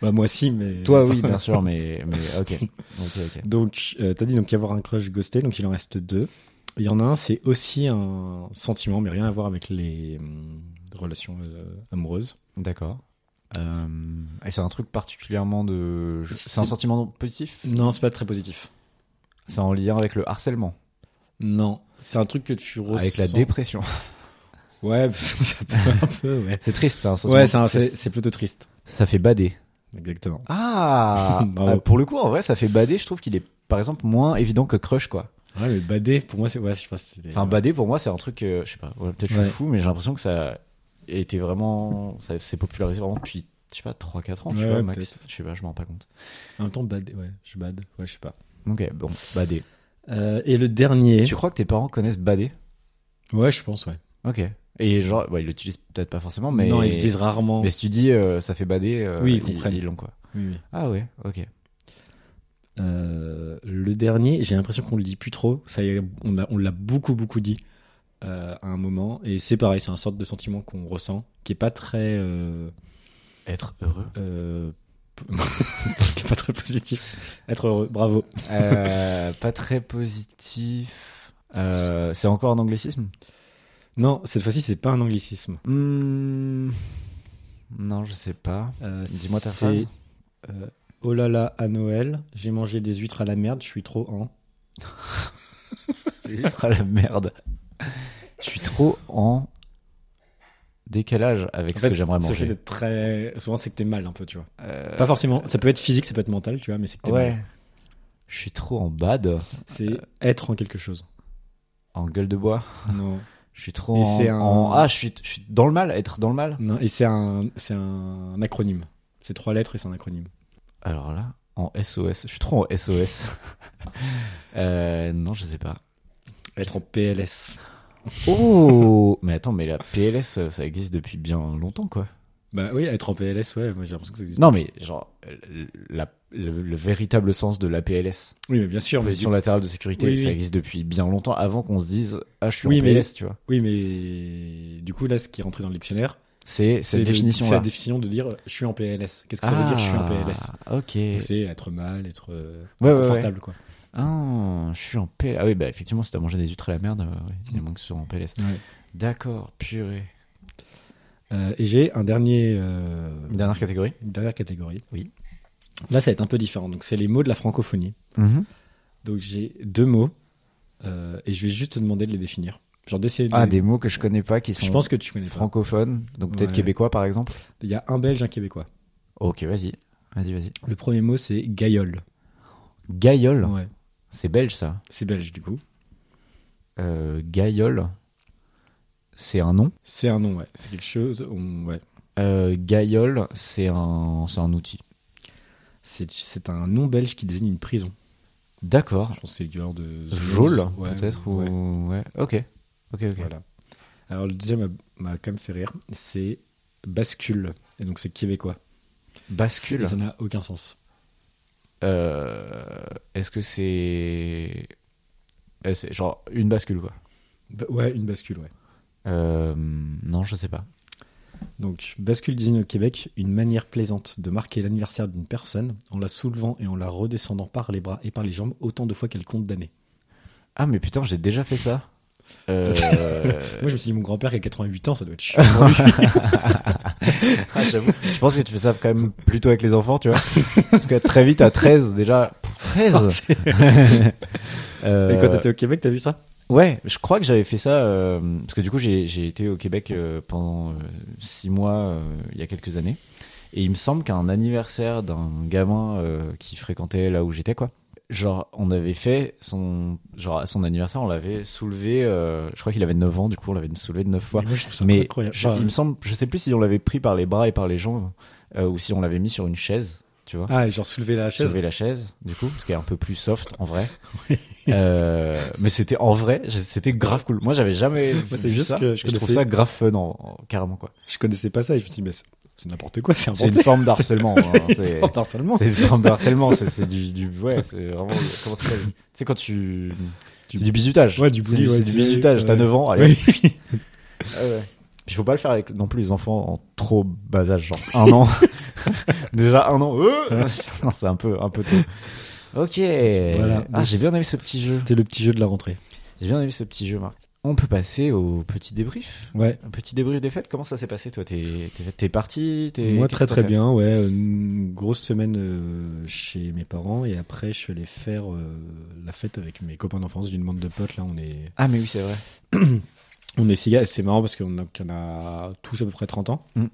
S1: Bah, moi, si, mais.
S2: Toi, oui, bien sûr, mais. mais ok. Ok, ok.
S1: Donc, euh, t'as dit donc y avoir un crush ghosté, donc il en reste deux. Il y en a un, c'est aussi un sentiment, mais rien à voir avec les hum, relations euh, amoureuses.
S2: D'accord. Euh, et c'est un truc particulièrement de. je- C'est un
S1: C'est-
S2: sentiment positif
S1: Non, c'est pas très positif.
S2: C'est en lien avec le harcèlement,
S1: Non, c'est un truc que tu ressens.
S2: avec la dépression. (laughs)
S1: Ouais, (laughs) ça peut un peu, ouais.
S2: C'est triste, c'est un sentiment.
S1: Ouais, c'est un-
S2: triste.
S1: c'est c'est plutôt triste.
S2: Ça fait bader.
S1: Exactement.
S2: Ah
S1: (laughs) Bravo.
S2: Euh, Pour le coup, en vrai, ça fait bader. Je trouve qu'il est, par exemple, moins évident que crush, quoi.
S1: Ouais, mais bader, pour moi, c'est. Ouais, je sais pas. si c'est-
S2: Enfin, bader, pour moi, c'est un truc, euh, je sais pas, ouais, peut-être je suis
S1: Ouais.
S2: fou, mais j'ai l'impression que ça a été vraiment. Ça s'est popularisé vraiment depuis, je sais pas, 3-4 ans, tu
S1: Ouais,
S2: vois,
S1: ouais,
S2: max.
S1: peut-être.
S2: Je sais pas, je m'en rends pas compte.
S1: En même temps, bader, ouais, je bade, ouais, je sais pas.
S2: Ok, bon, bader.
S1: Euh, et le dernier.
S2: Tu crois que tes parents connaissent bader
S1: Ouais, je pense, ouais.
S2: Ok. Et genre, ouais, ils l'utilisent peut-être pas forcément, mais.
S1: Non, ils disent rarement.
S2: Mais si tu dis euh, ça fait bader, euh,
S1: Oui, ils
S2: ils
S1: comprennent.
S2: ils l'ont, quoi.
S1: Oui, oui.
S2: Ah ouais, ok.
S1: Euh, le dernier, j'ai l'impression qu'on le dit plus trop. Ça, y est, on a- on l'a beaucoup beaucoup dit euh, à un moment, et c'est pareil, c'est un sorte de sentiment qu'on ressent, qui est pas très, euh,
S2: Être heureux.
S1: euh, (laughs) qui est pas très positif. Être heureux, bravo.
S2: Euh, pas très positif. Euh, c'est encore un anglicisme
S1: Non, cette fois-ci, c'est pas un anglicisme.
S2: Hmm, Non, je sais pas. (laughs)
S1: Euh,
S2: Dis-moi ta
S1: c'est,
S2: phrase.
S1: euh, oh là là, à Noël, j'ai mangé des huîtres à la merde, je suis trop en.
S2: Ah la merde. Je suis trop en décalage avec
S1: En
S2: ce
S1: fait,
S2: que j'aimerais
S1: ce fait
S2: manger.
S1: d'être très, souvent, c'est que t'es mal un peu, tu vois.
S2: Euh,
S1: Pas forcément. Ça peut être physique, ça peut être mental, tu vois, mais c'est que t'es
S2: ouais.
S1: mal.
S2: Je suis trop en bad,
S1: C'est être en quelque
S2: (laughs)
S1: chose.
S2: en gueule de bois.
S1: Non.
S2: Je suis trop
S1: Et
S2: en,
S1: c'est un-
S2: en- Ah, je suis, je suis dans le mal, être dans le mal.
S1: Non, et c'est un, c'est un acronyme. C'est trois lettres et c'est un acronyme.
S2: Alors là, en SOS. Je suis trop en SOS. (laughs) Euh, non, je sais pas.
S1: Être en PLS.
S2: Oh Mais attends, mais la PLS, euh, ça existe depuis bien longtemps, quoi.
S1: Bah oui, être en PLS, ouais, moi j'ai l'impression que ça existe.
S2: Non, mais genre, euh, la- le, le véritable sens de la PLS,
S1: Oui, mais bien sûr. Ah, Mais du-
S2: position latérale de sécurité,
S1: Oui,
S2: ça
S1: oui.
S2: existe depuis bien longtemps avant qu'on se dise Ah, je suis
S1: Oui,
S2: en
S1: mais-
S2: PLS, tu vois.
S1: Oui, mais du coup, là, ce qui est rentré dans le dictionnaire,
S2: C'est
S1: c'est
S2: cette
S1: le- c'est
S2: définition-là.
S1: la définition de dire euh, je suis en PLS. Qu'est-ce que ça veut dire je suis en PLS
S2: Ah, Ok.
S1: Donc, C'est être mal, être euh,
S2: Ouais, ouais,
S1: confortable, quoi.
S2: Ah, je suis en PLS. Ah oui, bah effectivement, si t'as mangé des huîtres à la merde, euh, ouais, il y a moins que ce soit en PLS.
S1: Ouais.
S2: D'accord, purée.
S1: Euh, et j'ai un dernier. euh,
S2: Une dernière catégorie
S1: une dernière catégorie.
S2: Oui.
S1: Là, ça va être un peu différent. Donc, c'est les mots de la francophonie.
S2: Mhm.
S1: Donc j'ai deux mots euh, et je vais juste te demander de les définir. Genre d'essayer de
S2: Ah,
S1: les-
S2: des mots que je connais pas qui sont
S1: Je pense que tu connais pas.
S2: francophones, donc peut-être
S1: Ouais.
S2: québécois par exemple.
S1: Il y a un Belge, un Québécois.
S2: Ok, vas-y. Vas-y, vas-y.
S1: Le premier mot c'est gaillol.
S2: Gaillol.
S1: Ouais.
S2: C'est belge ça.
S1: C'est belge du coup.
S2: Euh, Gaillol, c'est un nom.
S1: C'est un nom, ouais. C'est quelque chose. on- Ouais.
S2: Euh, Gaillol, c'est un, c'est un outil.
S1: C'est c'est un nom belge qui désigne une prison.
S2: D'accord.
S1: Je pense que c'est l'équivalent de
S2: Jaule,
S1: Ouais,
S2: peut-être
S1: ouais.
S2: ou ouais. Ok. Ok, ok.
S1: Voilà. Alors le deuxième m'a- m'a quand même fait rire. C'est bascule. Et donc c'est québécois.
S2: Bascule.
S1: Et Ça n'a aucun sens.
S2: Euh, Est-ce que c'est, euh, c'est genre une bascule quoi
S1: Ba- ouais, une bascule, ouais.
S2: Euh, Non, je sais pas.
S1: Donc, bascule désigne au Québec une manière plaisante de marquer l'anniversaire d'une personne en la soulevant et en la redescendant par les bras et par les jambes autant de fois qu'elle compte d'années.
S2: Ah mais putain, j'ai déjà fait ça.
S1: (laughs)
S2: Euh,
S1: Moi, je me suis dit, mon grand-père qui a 88 ans, ça
S2: (laughs)
S1: doit être chiant. pour lui.
S2: Ah, j'avoue. Je pense que tu fais ça quand même plutôt avec les enfants, tu vois. Parce que très vite, à 13, déjà. pff, 13
S1: C'est- (laughs)
S2: Euh,
S1: Et quand t'étais au Québec, t'as vu ça
S2: Ouais, je crois que j'avais fait ça. euh, parce que du coup, j'ai j'ai été au Québec euh, pendant 6 mois, euh, il y a quelques années. Et il me semble qu'un anniversaire d'un gamin euh, qui fréquentait là où j'étais, quoi. Genre, on avait fait son. Genre, à son anniversaire, on l'avait soulevé. euh, je crois qu'il avait 9 ans, du coup, on l'avait soulevé de 9 fois.
S1: Mais Moi, je trouve ça
S2: Mais
S1: incroyable.
S2: je-
S1: Enfin,
S2: il me semble, je sais plus si on l'avait pris par les bras et par les jambes, euh, ou si on l'avait mis sur une chaise, tu vois.
S1: Ah, et genre soulever la chaise.
S2: Soulever la chaise, du coup, ce qui est un peu plus soft
S1: (laughs)
S2: en vrai. Euh, mais c'était en vrai, je- c'était grave cool. Moi, j'avais jamais vu
S1: c'est juste
S2: ça.
S1: que
S2: je
S1: je
S2: trouve
S1: connaissais-
S2: ça grave fun, en- en- carrément quoi.
S1: Je connaissais pas ça et je me suis dit, mais c'est- C'est n'importe quoi, (laughs) c'est
S2: C'est
S1: inventé.
S2: une forme d'harcèlement. hein,
S1: C'est
S2: c'est-
S1: une forme d'harcèlement. (laughs)
S2: C'est une forme de harcèlement, c'est- c'est du, du. Ouais, c'est vraiment. Comment ça s'appelle Tu sais, quand tu.
S1: Du-
S2: C'est du bizutage.
S1: Ouais, du
S2: C'est
S1: bully, ouais,
S2: C'est du
S1: c'est-
S2: bizutage, t'as
S1: ouais.
S2: 9 ans, allez.
S1: Oui.
S2: Ah ouais. Puis faut pas le faire avec non plus les enfants en trop bas âge, genre un an. (laughs) Déjà un an. euh (laughs) non, c'est un peu, un peu tôt. Ok.
S1: Voilà.
S2: Ah, j'ai bien aimé ce petit jeu.
S1: C'était le petit jeu de la rentrée.
S2: J'ai bien aimé ce petit jeu, Marc. On peut passer au petit débrief.
S1: Ouais.
S2: Un petit débrief des fêtes. Comment ça s'est passé, toi T'es t'es- t'es parti t'es-
S1: Moi,
S2: qu'est-ce
S1: très
S2: que t'as
S1: très
S2: fait
S1: bien, ouais. Une grosse semaine euh, chez mes parents et après, je suis allé faire euh, la fête avec mes copains d'enfance. J'ai une bande de potes, là, on est
S2: Ah, mais oui, c'est vrai.
S1: On est six gars, et c'est marrant parce qu'on a, qu'on a tous à peu près 30 ans.
S2: Mm.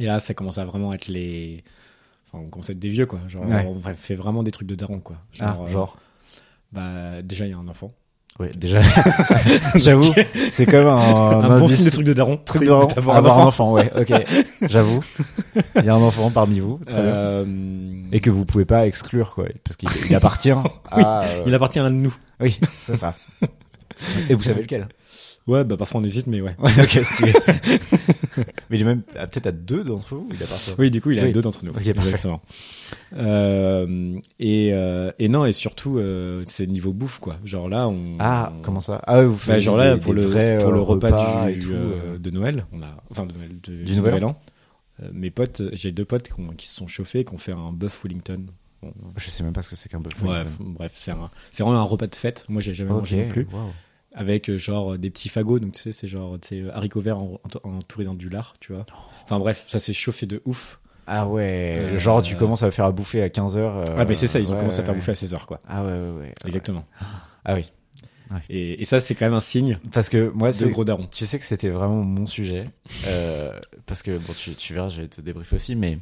S1: Et là, ça commence à vraiment être les. Enfin, on commence à être des vieux, quoi. Genre,
S2: Ouais.
S1: on va- fait vraiment des trucs de daron, quoi.
S2: Genre.
S1: euh,
S2: Ah, genre.
S1: bah, déjà, il y a un
S2: (laughs)
S1: enfant.
S2: Ouais, déjà.
S1: (laughs)
S2: J'avoue, Ah, c'est comme un.
S1: Un, bon
S2: indice-
S1: signe de truc de daron.
S2: truc
S1: c'est
S2: de-
S1: d'avoir un enfant.
S2: ouais,
S1: (laughs)
S2: ok. J'avoue. Il y a un enfant parmi vous. très bien.
S1: Euh,
S2: Et que vous pouvez pas exclure, quoi, parce qu'il
S1: (laughs)
S2: il appartient à. euh,
S1: Il appartient à l'un de nous.
S2: Oui, c'est ça. Et vous savez lequel
S1: Ouais, bah, parfois on hésite, mais ouais.
S2: (laughs) Ouais, ok,
S1: (laughs)
S2: stylé. Mais il est même à- peut-être à deux d'entre vous, il appartient.
S1: Oui, du coup, il y a
S2: Oui.
S1: deux d'entre nous.
S2: Ok, parfait.
S1: exactement. Euh, et, euh, et non, et surtout, euh, c'est niveau bouffe, quoi. Genre là, on.
S2: Ah,
S1: on-
S2: comment ça Ah, ouais, vous
S1: Bah,
S2: faites
S1: genre là,
S2: des-
S1: pour,
S2: des
S1: le,
S2: vrais,
S1: pour
S2: euh,
S1: le repas, du,
S2: et tout.
S1: euh,
S2: euh,
S1: de Noël, on a, enfin de Noël, de- du
S2: Nouvel
S1: Nouvel An, euh, mes potes, j'ai deux potes qui, ont- qui se sont chauffés et qui ont fait un bœuf Wellington. Bon,
S2: euh, Je sais même pas ce que c'est qu'un buffet.
S1: bref, bref, c'est un- c'est vraiment un repas de fête. Moi, j'ai jamais
S2: Ok,
S1: mangé non plus.
S2: waouh.
S1: Avec euh, genre des petits fagots, donc tu sais, c'est genre tu sais, euh, haricots verts en- en- entourés d'un du lard, tu vois. Enfin bref, ça s'est chauffé de ouf.
S2: Ah ouais,
S1: Euh,
S2: genre tu commences à faire à bouffer à 15h.
S1: ah, mais c'est ça, ils ont commencé à faire bouffer à 16h, quoi.
S2: Ah ouais, ouais, ouais.
S1: Exactement.
S2: Ah oui,
S1: Et, et ça, c'est quand même un signe
S2: parce que moi,
S1: de
S2: c'est
S1: gros (laughs) daron.
S2: Tu sais que c'était vraiment mon sujet. euh, (laughs) parce que, bon, tu, tu verras, je vais te débriefer aussi, mais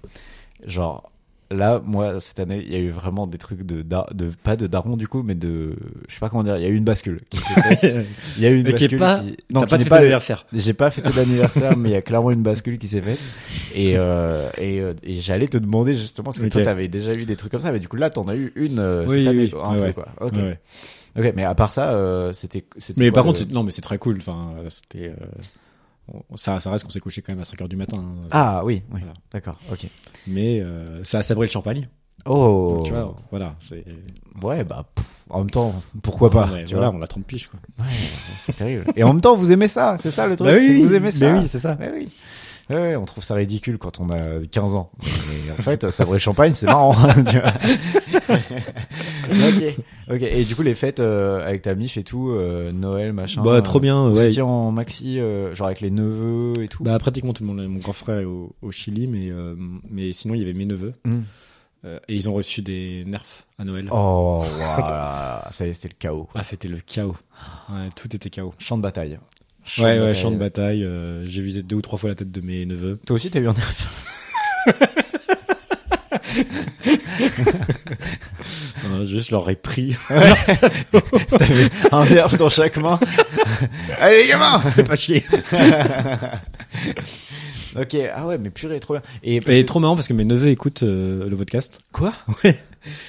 S2: genre, là, moi, cette année, il y a eu vraiment des trucs de, da- de. Pas de daron, du coup, mais de. Je sais pas comment dire, il y a eu une bascule. qui s'est faite.
S1: T'as
S2: Il y a eu une
S1: (laughs) Mais qui est
S2: bascule.
S1: pas-
S2: qui- Non, qui
S1: pas de
S2: n'est
S1: fête d'anniversaire.
S2: j'ai pas fêté d'anniversaire, mais il y a clairement une bascule qui s'est faite. Et, euh, et, euh, et j'allais te demander justement, parce que
S1: Ok.
S2: toi, t'avais déjà eu des trucs comme ça, mais du coup, là, t'en as eu une euh,
S1: Oui, oui,
S2: cette année,
S1: oui.
S2: un
S1: Ouais,
S2: peu,
S1: ouais.
S2: quoi. Ok.
S1: Ouais, ouais.
S2: Ok, mais à part ça, euh, c'était. c'était
S1: Mais
S2: quoi
S1: par contre,
S2: le-
S1: c'est- non, mais c'est très cool. Enfin, euh, c'était. euh, on- Ça, ça reste qu'on s'est couché quand même à 5 heures du matin. hein.
S2: Ah oui, oui.
S1: Voilà.
S2: D'accord, ok.
S1: Mais euh, ça a sabré le champagne.
S2: Oh
S1: Donc, tu vois, voilà. C'est...
S2: Ouais, bah, pff, en même temps, pourquoi pas
S1: Ouais,
S2: tu
S1: voilà,
S2: vois.
S1: on la trompe piche, quoi.
S2: Ouais, c'est terrible. Et en même temps, vous aimez ça, c'est ça le truc,
S1: Bah
S2: c'est que vous aimez ça.
S1: Mais oui, c'est ça.
S2: Ouais, oui. Ouais, ouais, on trouve ça ridicule quand on a 15 ans. Mais en fait, ça vrai champagne, c'est marrant. (laughs) tu vois. ok, ok. Et du coup, les fêtes euh, avec ta mif et tout, euh, Noël, machin. euh,
S1: Bah, trop bien,
S2: Vous
S1: ouais.
S2: étiez en maxi, euh, genre avec les neveux et tout.
S1: Bah, pratiquement tout le monde. Mon grand frère est au, au Chili, mais, euh, mais sinon, il y avait mes neveux.
S2: Mm.
S1: euh, et ils ont reçu des nerfs à Noël.
S2: Oh, waouh, ça y est, c'était le chaos. quoi.
S1: Ah, c'était le chaos. Ouais, tout était chaos.
S2: Champ de bataille. Champ
S1: Ouais, ouais, champ de bataille. euh, j'ai visé deux ou trois fois la tête de mes (laughs) neveux.
S2: Toi aussi, t'as eu un
S1: Euh, juste, je leur ai pris. (laughs)
S2: (laughs) T'avais un verre dans
S1: (laughs)
S2: chaque main. Allez, les gamins
S1: Fais pas chier.
S2: Ok, ah ouais, mais purée, trop bien. Et, parce
S1: Et
S2: que-
S1: trop marrant parce que mes neveux écoutent euh, le podcast.
S2: Quoi
S1: Ouais.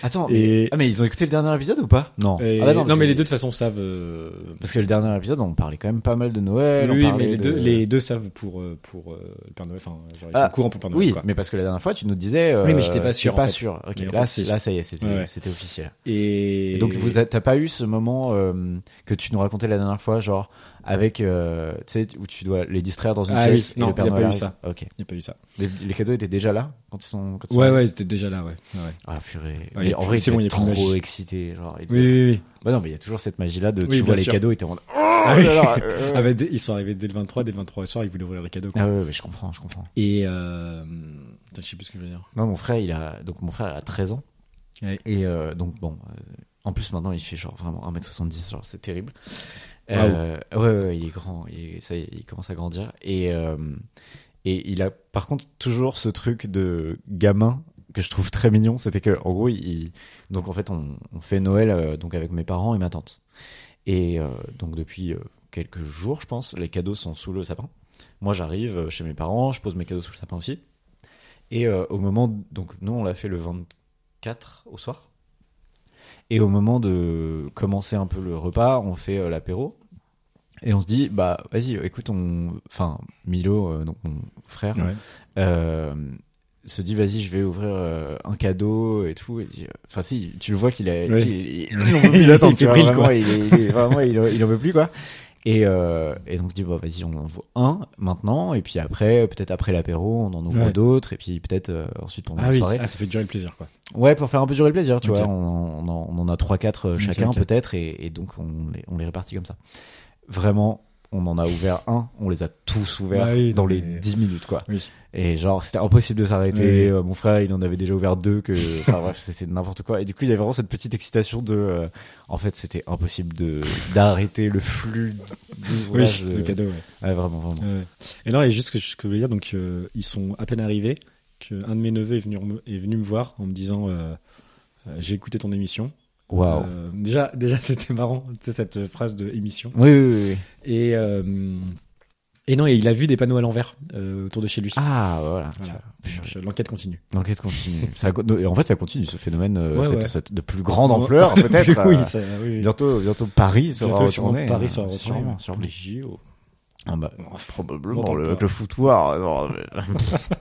S2: Attends,
S1: Et-
S2: mais... Ah, mais ils ont écouté le dernier épisode ou pas Non.
S1: Et-
S2: Ah bah
S1: non,
S2: parce
S1: mais
S2: que-
S1: les deux de toute façon savent. euh,
S2: Parce que le dernier épisode, on parlait quand même pas mal de Noël. on
S1: oui, mais
S2: parlait
S1: les
S2: de-
S1: deux, les deux savent pour euh, pour euh, le Père Noël. Enfin, genre, ils
S2: Ah,
S1: sont au courant pour le Père Noël.
S2: Oui,
S1: quoi.
S2: mais parce que la dernière fois, tu nous disais. euh,
S1: Oui, mais j'étais pas sûr,
S2: Pas
S1: en fait.
S2: sûr. Ok,
S1: Mais en
S2: là,
S1: fait,
S2: c'est-
S1: c'est-
S2: là, ça y est, c'était
S1: Ouais.
S2: c'était officiel.
S1: Et...
S2: Et donc, vous a- t'as pas eu ce moment euh, que tu nous racontais la dernière fois, genre avec, euh, tu sais, où tu dois les distraire dans une
S1: Ah
S2: pièce.
S1: oui,
S2: et
S1: non,
S2: le Père
S1: y a pas eu
S2: Noël arrive.
S1: ça.
S2: Ok.
S1: Il n'y a pas eu ça.
S2: Les, les cadeaux étaient déjà là quand ils sont. Quand ils
S1: Ouais,
S2: sont...
S1: ouais, ils étaient déjà là, ouais. ouais, ouais.
S2: Ah purée.
S1: Ouais,
S2: Mais
S1: y a
S2: en
S1: plus-
S2: vrai,
S1: c'est
S2: c'est
S1: bon,
S2: bon,
S1: y a
S2: il est
S1: plus de
S2: trop
S1: magie.
S2: excité, genre. il
S1: Oui,
S2: était-
S1: oui, oui.
S2: Bah non, mais il y a toujours cette magie-là de
S1: Oui,
S2: tu vois
S1: bien
S2: les
S1: sûr.
S2: cadeaux et t'es en mode.
S1: Ah oui.
S2: Oh là là, euh.
S1: (laughs) Ah bah, dès- ils sont arrivés dès le 23, dès le 23 soir, ils voulaient ouvrir les cadeaux. quoi.
S2: Ah ouais, ouais, je comprends, je comprends.
S1: Et euh... putain, je sais plus ce que je veux dire.
S2: Moi, mon frère, il a donc mon frère il a 13 ans.
S1: Ouais.
S2: Et euh, donc bon, euh, en plus maintenant il fait genre vraiment 1m70, genre c'est terrible. Euh, ouais, ouais, ouais, il est grand, il, ça y est, il commence à grandir et euh, et il a par contre toujours ce truc de gamin que je trouve très mignon, c'était que en gros il donc en fait on, on fait Noël euh, donc avec mes parents et ma tante. Et euh, donc depuis euh, quelques jours, je pense, les cadeaux sont sous le sapin. Moi, j'arrive euh, chez mes parents, je pose mes cadeaux sous le sapin aussi. Et euh, au moment, donc nous, on l'a fait le 24 au soir. Et au moment de commencer un peu le repas, on fait euh, l'apéro. Et on se dit, bah, vas-y, écoute, on, enfin, Milo, euh, donc mon frère,
S1: Ouais.
S2: euh, se dit vas-y je vais ouvrir euh, un cadeau et tout et il dit, euh, enfin si tu le vois qu'il a
S1: Ouais.
S2: tu sais, il, il, il en veut plus
S1: (laughs)
S2: d'attendre,
S1: Il
S2: tu vois,
S1: fébrile,
S2: vraiment,
S1: quoi.
S2: il est- il est vraiment il, il en veut plus quoi et, euh, et donc il dit bon vas-y on en ouvre un maintenant et puis après peut-être après l'apéro on en ouvre
S1: Ouais.
S2: d'autres et puis peut-être euh, ensuite pendant
S1: Ah
S2: la
S1: oui,
S2: soirée
S1: ah, ça fait durer le plaisir, quoi.
S2: ouais pour faire un peu durer le plaisir tu
S1: Ok.
S2: vois on, on en, on en a trois quatre euh,
S1: Ok,
S2: chacun
S1: ok.
S2: peut-être et, et donc on les, on les répartit comme ça vraiment on en a ouvert un on les a tous ouverts
S1: Ah oui,
S2: dans
S1: non,
S2: les
S1: mais-
S2: 10 minutes quoi
S1: Oui.
S2: et genre, c'était impossible de s'arrêter.
S1: Oui.
S2: Euh, mon frère, il en avait déjà ouvert deux que, enfin bref, c'est- c'est n'importe quoi. Et du coup, il y avait vraiment cette petite excitation de, euh, en fait, c'était impossible de, d'arrêter le flux
S1: Oui,
S2: d'ouvrage. euh,
S1: le cadeau, ouais.
S2: Ouais, vraiment, vraiment.
S1: Ouais. Et non, et juste ce que je ce que je voulais dire, donc euh, ils sont à peine arrivés qu'un de mes neveux est venu, me- est venu me voir en me disant euh, euh, j'ai écouté ton émission.
S2: Waouh.
S1: Euh, déjà, déjà (laughs) c'était marrant, tu sais, cette euh, phrase de émission.
S2: Oui, oui, oui, oui.
S1: Et, euh, et non, et il a vu des panneaux à l'envers euh, autour de chez lui.
S2: Ah, bah, voilà. tu
S1: Voilà.
S2: vois. Purée.
S1: Je- L'enquête continue.
S2: L'enquête continue. ça, co- et en fait, ça continue ce phénomène euh,
S1: Ouais,
S2: cette-
S1: ouais.
S2: cette- de plus
S1: (laughs)
S2: grande ampleur,
S1: Oui,
S2: peut-être.
S1: oui,
S2: euh,
S1: ça- oui, oui.
S2: bientôt, bientôt Paris sera
S1: Bientôt, sûrement,
S2: retourné.
S1: Paris
S2: euh,
S1: sera retourné.
S2: Sûrement,
S1: Pour
S2: sûrement.
S1: les JO.
S2: Ah bah,
S1: on
S2: probablement
S1: parle
S2: le,
S1: pas.
S2: avec le foutoir. euh, non,
S1: (laughs)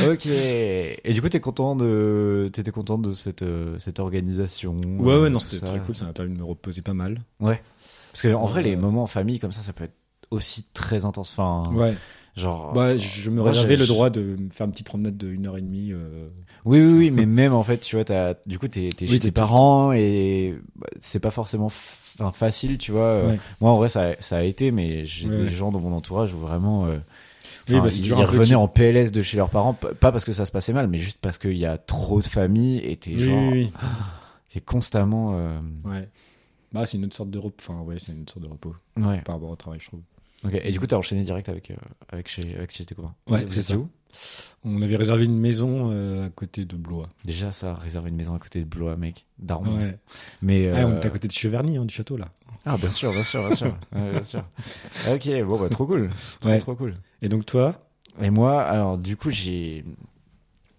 S2: mais- ok. Et du coup, t'es content de, t'étais content de cette euh, cette organisation.
S1: Ouais,
S2: euh,
S1: ouais, non,
S2: tout
S1: c'était
S2: ça.
S1: très cool, ça m'a permis de me reposer pas mal.
S2: Parce que en vrai, les
S1: Euh,
S2: moments en famille comme ça, ça peut être aussi très intense. Enfin,
S1: Ouais,
S2: genre. euh,
S1: bah, je me
S2: Ah. Moi,
S1: réservais
S2: j'ai-
S1: le droit de me faire une petite promenade de une heure et demie. euh,
S2: Oui, oui,
S1: (laughs)
S2: oui, mais même en fait, tu vois, t'as, du coup, t'es, t'es
S1: Oui,
S2: chez
S1: t'es
S2: tes
S1: tout-
S2: parents et bah, c'est pas forcément f- enfin, facile, tu vois. Euh,
S1: Ouais.
S2: Moi, en vrai, ça, a- ça a été, mais j'ai
S1: Ouais,
S2: des
S1: ouais.
S2: gens dans mon entourage où vraiment, euh,
S1: Oui,
S2: enfin,
S1: bah, c'est
S2: ils,
S1: toujours
S2: ils
S1: un peu
S2: revenaient
S1: qui-
S2: en PLS de chez leurs parents, p- pas parce que ça se passait mal, mais juste parce qu'il y a trop de familles et t'es
S1: Oui,
S2: genre, ah.
S1: oui, oui.
S2: t'es constamment, euh,
S1: Ouais. Bah, c'est une autre sorte de repos. Enfin, ouais, c'est une autre sorte de repos
S2: ouais.
S1: par rapport au travail, je trouve.
S2: Ok. Et du coup, t'as enchaîné direct avec, euh, avec chez, avec chez tes copains.
S1: Ouais,
S2: Vous
S1: c'est ça.
S2: étiez où
S1: On avait réservé une maison euh, à côté de Blois.
S2: Déjà, ça, réserver une maison à côté de Blois, mec. Daron.
S1: Ouais.
S2: Mais,
S1: Ah, on
S2: euh,
S1: était à côté de Cheverny, hein, du château, là.
S2: Ah, bien sûr, bien sûr, bien (laughs) sûr. Ouais, bien sûr. Ok, bon, bah, trop cool. Trop,
S1: Ouais.
S2: trop cool.
S1: Et donc, toi
S2: Et moi, alors, du coup, j'ai.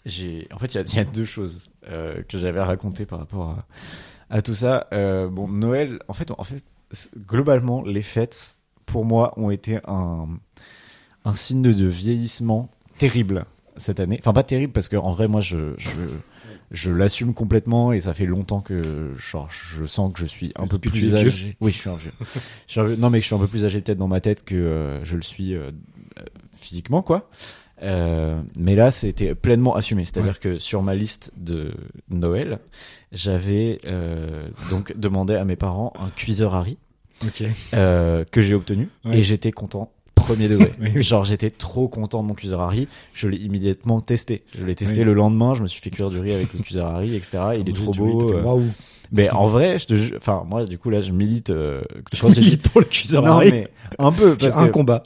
S2: j'ai En fait, il y a- il y, a deux choses euh, que j'avais à raconter par rapport à, à tout ça. Euh, bon, Noël, en fait, en fait c'est- globalement, les fêtes, pour moi, ont été un, un signe de vieillissement terrible cette année. Enfin, pas terrible, parce que en vrai, moi, je. je... je l'assume complètement et ça fait longtemps que genre, je sens que je suis un peu
S1: Que tu
S2: plus
S1: es vieux.
S2: âgé. Oui, je suis
S1: (laughs)
S2: un vieux. Je suis un vieux. Non, mais je suis un peu plus âgé peut-être dans ma tête que euh, je le suis euh, euh, physiquement, quoi. Euh, mais là, c'était pleinement assumé. C'est-à-dire que sur ma liste de Noël, j'avais euh, donc demandé à mes parents un cuiseur à riz
S1: Ok.
S2: euh, que j'ai obtenu
S1: Ouais.
S2: et j'étais content. Premier degré.
S1: (laughs) Oui, oui.
S2: Genre j'étais trop content de mon cuiseur à riz. Je l'ai immédiatement testé. Je l'ai testé
S1: Oui.
S2: le lendemain. Je me suis fait cuire du riz avec le cuiseur à riz, etc. Il est trop beau. euh,
S1: Waouh.
S2: Mais en vrai, je te ju- enfin moi du coup là je milite. euh,
S1: Je (laughs)
S2: quand j'ai dit-
S1: milite pour le cuiseur
S2: non
S1: Harry.
S2: mais un peu
S1: J'ai
S2: parce
S1: un
S2: que
S1: combat.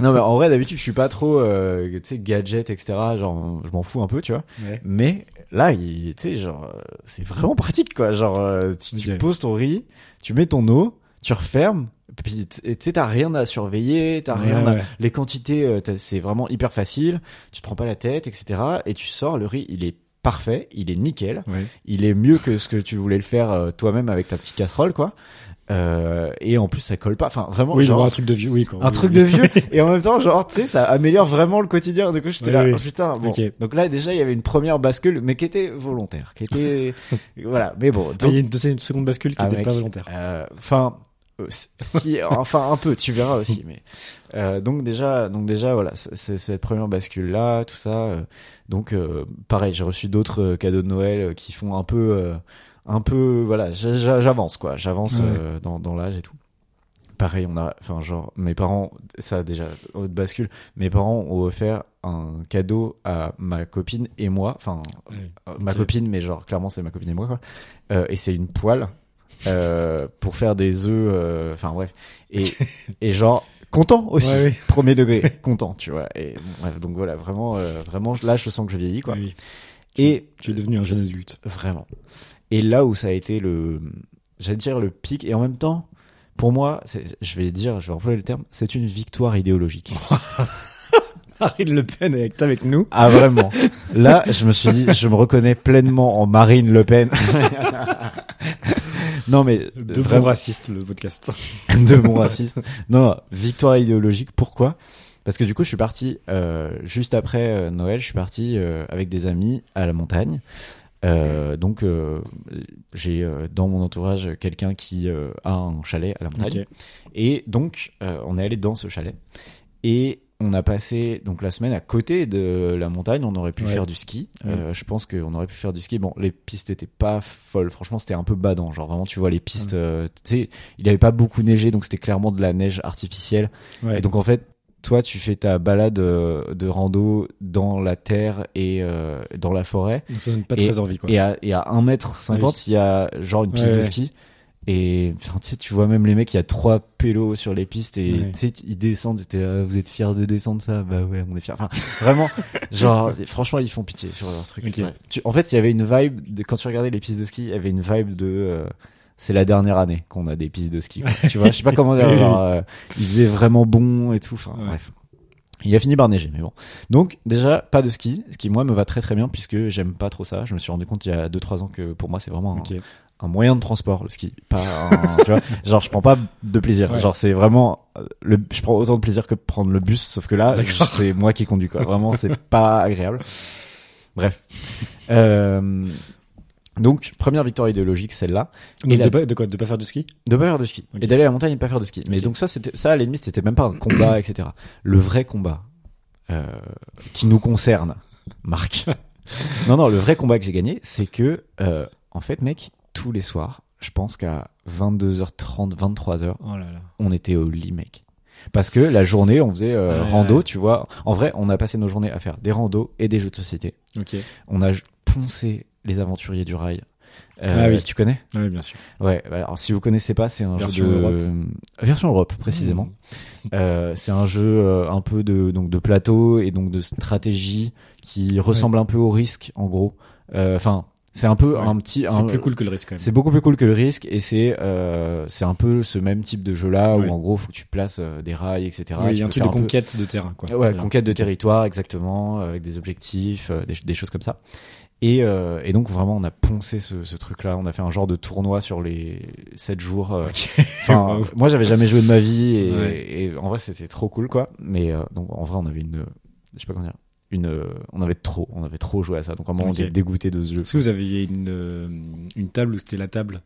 S2: non mais en vrai d'habitude je suis pas trop euh, tu sais gadget etc. Genre je m'en fous un peu tu vois.
S1: Ouais.
S2: Mais là, il- tu sais, genre, euh, c'est vraiment pratique, quoi. Genre, euh, tu, tu
S1: Ok.
S2: poses ton riz, tu mets ton eau, tu refermes, puis t- et tu sais, t'as rien à surveiller, t'as rien à-
S1: Ouais, ouais.
S2: Les quantités, euh, t'as- c'est vraiment hyper facile, tu te prends pas la tête, etc. Et tu sors, le riz, il est parfait, il est nickel,
S1: Ouais.
S2: il est mieux que ce que tu voulais le faire euh, toi-même avec ta petite casserole, quoi. Euh, et en plus, ça colle pas. Enfin, vraiment,
S1: Oui,
S2: genre,
S1: genre un truc de vieux. Oui, quoi.
S2: un
S1: Oui,
S2: truc
S1: oui. Ah,
S2: de
S1: (laughs)
S2: vieux et en même temps genre tu sais ça améliore vraiment le quotidien du coup j'étais
S1: Oui,
S2: là
S1: oui.
S2: oh, putain bon.
S1: Ok.
S2: donc là déjà il y avait une première bascule mais qui était volontaire
S1: (laughs)
S2: qui était voilà mais bon
S1: Ah, Il y
S2: donc
S1: a une deuxième- une seconde bascule qui
S2: Ah,
S1: n'était
S2: mec,
S1: pas volontaire.
S2: euh, enfin euh, si enfin un peu tu verras aussi mais euh, donc déjà donc déjà voilà c'est c'est cette première bascule là tout ça euh, donc euh, pareil j'ai reçu d'autres euh, cadeaux de Noël euh, qui font un peu euh, un peu voilà j'a- j'a- j'avance quoi j'avance
S1: Ouais.
S2: euh, dans dans l'âge et tout pareil on a enfin genre mes parents ça déjà autre bascule mes parents ont offert un cadeau à ma copine et moi enfin
S1: Ouais.
S2: euh, ma
S1: Ok.
S2: copine, mais genre clairement c'est ma copine et moi quoi. Euh, et c'est une poêle euh, pour faire des œufs. euh, Enfin bref.
S1: (laughs)
S2: Et, et genre content aussi,
S1: Ouais, ouais.
S2: premier degré, content, tu vois. Et bon, bref, donc voilà, vraiment, euh, vraiment là je sens que je vieillis quoi.
S1: Oui, oui.
S2: Et
S1: Tu es devenu un jeune adulte.
S2: (laughs) vraiment. Et là où ça a été le, j'allais dire le pic et en même temps. Pour moi, c'est- je vais dire, je vais employer le terme, c'est une victoire idéologique.
S1: Marine Le Pen est avec nous.
S2: Ah vraiment. Là, je me suis dit, je me reconnais pleinement en Marine Le Pen. (laughs) Non, mais
S1: De
S2: vraiment-
S1: bons racistes, le podcast.
S2: de mon racisme. Non, non, victoire idéologique. Pourquoi Parce que du coup, je suis parti euh, juste après euh, Noël. Je suis parti euh, avec des amis à la montagne. Euh, donc, euh, j'ai euh, dans mon entourage quelqu'un qui euh, a un chalet à la montagne.
S1: Ok.
S2: Et donc, euh, on est allé dans ce chalet. Et on a passé donc la semaine à côté de la montagne. On aurait pu
S1: Ouais.
S2: faire du ski. Euh, je pense qu'on aurait pu faire du ski. Bon, les pistes n'étaient pas folles. Franchement, c'était un peu badant. Genre, vraiment, tu vois, les pistes. euh, tu sais, il n'avait pas beaucoup neigé. Donc, c'était clairement de la neige artificielle.
S1: Ouais.
S2: Et donc, en fait. Toi, tu fais ta balade euh, de rando dans la terre et euh, dans la forêt.
S1: Donc ça donne pas très envie, quoi.
S2: Et à, et à 1m50,
S1: Ah
S2: il y a genre une piste
S1: Ouais,
S2: de
S1: ouais.
S2: ski. Et enfin, tu sais, tu vois même les mecs, il y a trois pélos sur les pistes et
S1: Ouais.
S2: tu sais, ils descendent. et t'es là, vous êtes fiers de descendre ça Bah ouais, on est fiers. Enfin,
S1: (laughs)
S2: vraiment, genre, franchement, ils font pitié sur leur truc.
S1: Ok.
S2: Ouais. Tu- en fait, il y avait une vibe, de- quand tu regardais les pistes de ski, il y avait une vibe de. euh, c'est la dernière année qu'on a des pistes de ski.
S1: (laughs)
S2: quoi. tu vois, je sais pas comment dire.
S1: Oui, oui.
S2: genre, euh, il faisait vraiment bon et tout. Enfin,
S1: Ouais.
S2: bref. Il a fini par neiger, mais bon. Donc, déjà, pas de ski, ce qui, moi, me va très très bien puisque j'aime pas trop ça. Je me suis rendu compte il y a 2-3 ans que pour moi, c'est vraiment un,
S1: Ok.
S2: un moyen de transport, le ski. Pas un- (laughs) tu vois, genre, je prends pas de plaisir.
S1: Ouais.
S2: Genre, c'est vraiment. euh, Le, je prends autant de plaisir que de prendre le bus, sauf que là,
S1: D'accord.
S2: c'est moi qui conduis, quoi. Vraiment, c'est pas agréable. Bref. Euh, donc, première victoire idéologique, celle-là.
S1: Donc
S2: Et
S1: de,
S2: la-
S1: pas, de quoi De pas faire du ski
S2: De pas faire de ski.
S1: Ok.
S2: Et d'aller à la montagne et de pas faire de ski. Mais
S1: Ok.
S2: donc ça, c'était, ça, à la limite, c'était même pas un combat, etc. Le vrai combat euh, qui nous concerne,
S1: (laughs)
S2: Marc. non, non, le vrai combat que j'ai gagné, c'est que, euh, en fait, mec, tous les soirs, je pense qu'à 22h30, 23h,
S1: Oh là là.
S2: on était au lit, mec. Parce que la journée, on faisait euh,
S1: Ouais,
S2: rando,
S1: ouais.
S2: tu vois. En vrai, on a passé nos journées à faire des randos et des jeux de société.
S1: Ok.
S2: On a poncé les aventuriers du rail. Euh,
S1: Ah oui.
S2: Tu connais
S1: Ouais, bien sûr.
S2: Ouais, bah alors si vous connaissez pas, c'est un
S1: Version
S2: jeu de...
S1: Europe. Mmh.
S2: version Europe précisément.
S1: Hmm.
S2: Euh, c'est un jeu euh, un peu de donc de plateau et donc de stratégie qui ressemble un peu au risque en gros. Euh, Enfin, c'est un peu
S1: Ouais.
S2: un petit.
S1: C'est
S2: un-
S1: plus cool que le risque, quand même.
S2: C'est beaucoup plus cool que le risque et c'est euh, c'est un peu ce même type de jeu là
S1: Ouais.
S2: où en gros faut que tu places euh, des rails etc.
S1: Oui, il y
S2: Tu
S1: a un truc
S2: peux
S1: de
S2: faire peu-
S1: conquête de terrain, quoi.
S2: Ouais,
S1: C'est bien.
S2: conquête de territoire, exactement, euh, avec des objectifs, euh, des, des choses comme ça. Et, euh, et donc vraiment, on a poncé ce, ce truc-là. On a fait un genre de tournoi sur les 7 jours. euh,
S1: Ok.
S2: (laughs) Enfin,
S1: Wow.
S2: moi, j'avais jamais joué de ma vie et,
S1: Ouais.
S2: et en vrai, c'était trop cool, quoi. Mais euh, donc, en vrai, on avait une, euh, je sais pas comment dire, une, euh, on avait trop, on avait trop joué à ça. Donc, vraiment,
S1: Ok.
S2: on était dégoûté de ce jeu.
S1: Est-ce que vous aviez une, euh, une table où c'était la table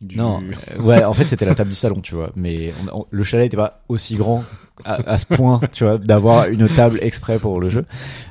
S1: du...
S2: Non, euh, ouais, en fait, c'était la table du salon, tu vois. Mais on- on- le chalet n'était pas aussi grand à, à ce point, tu vois, d'avoir une table exprès pour le jeu.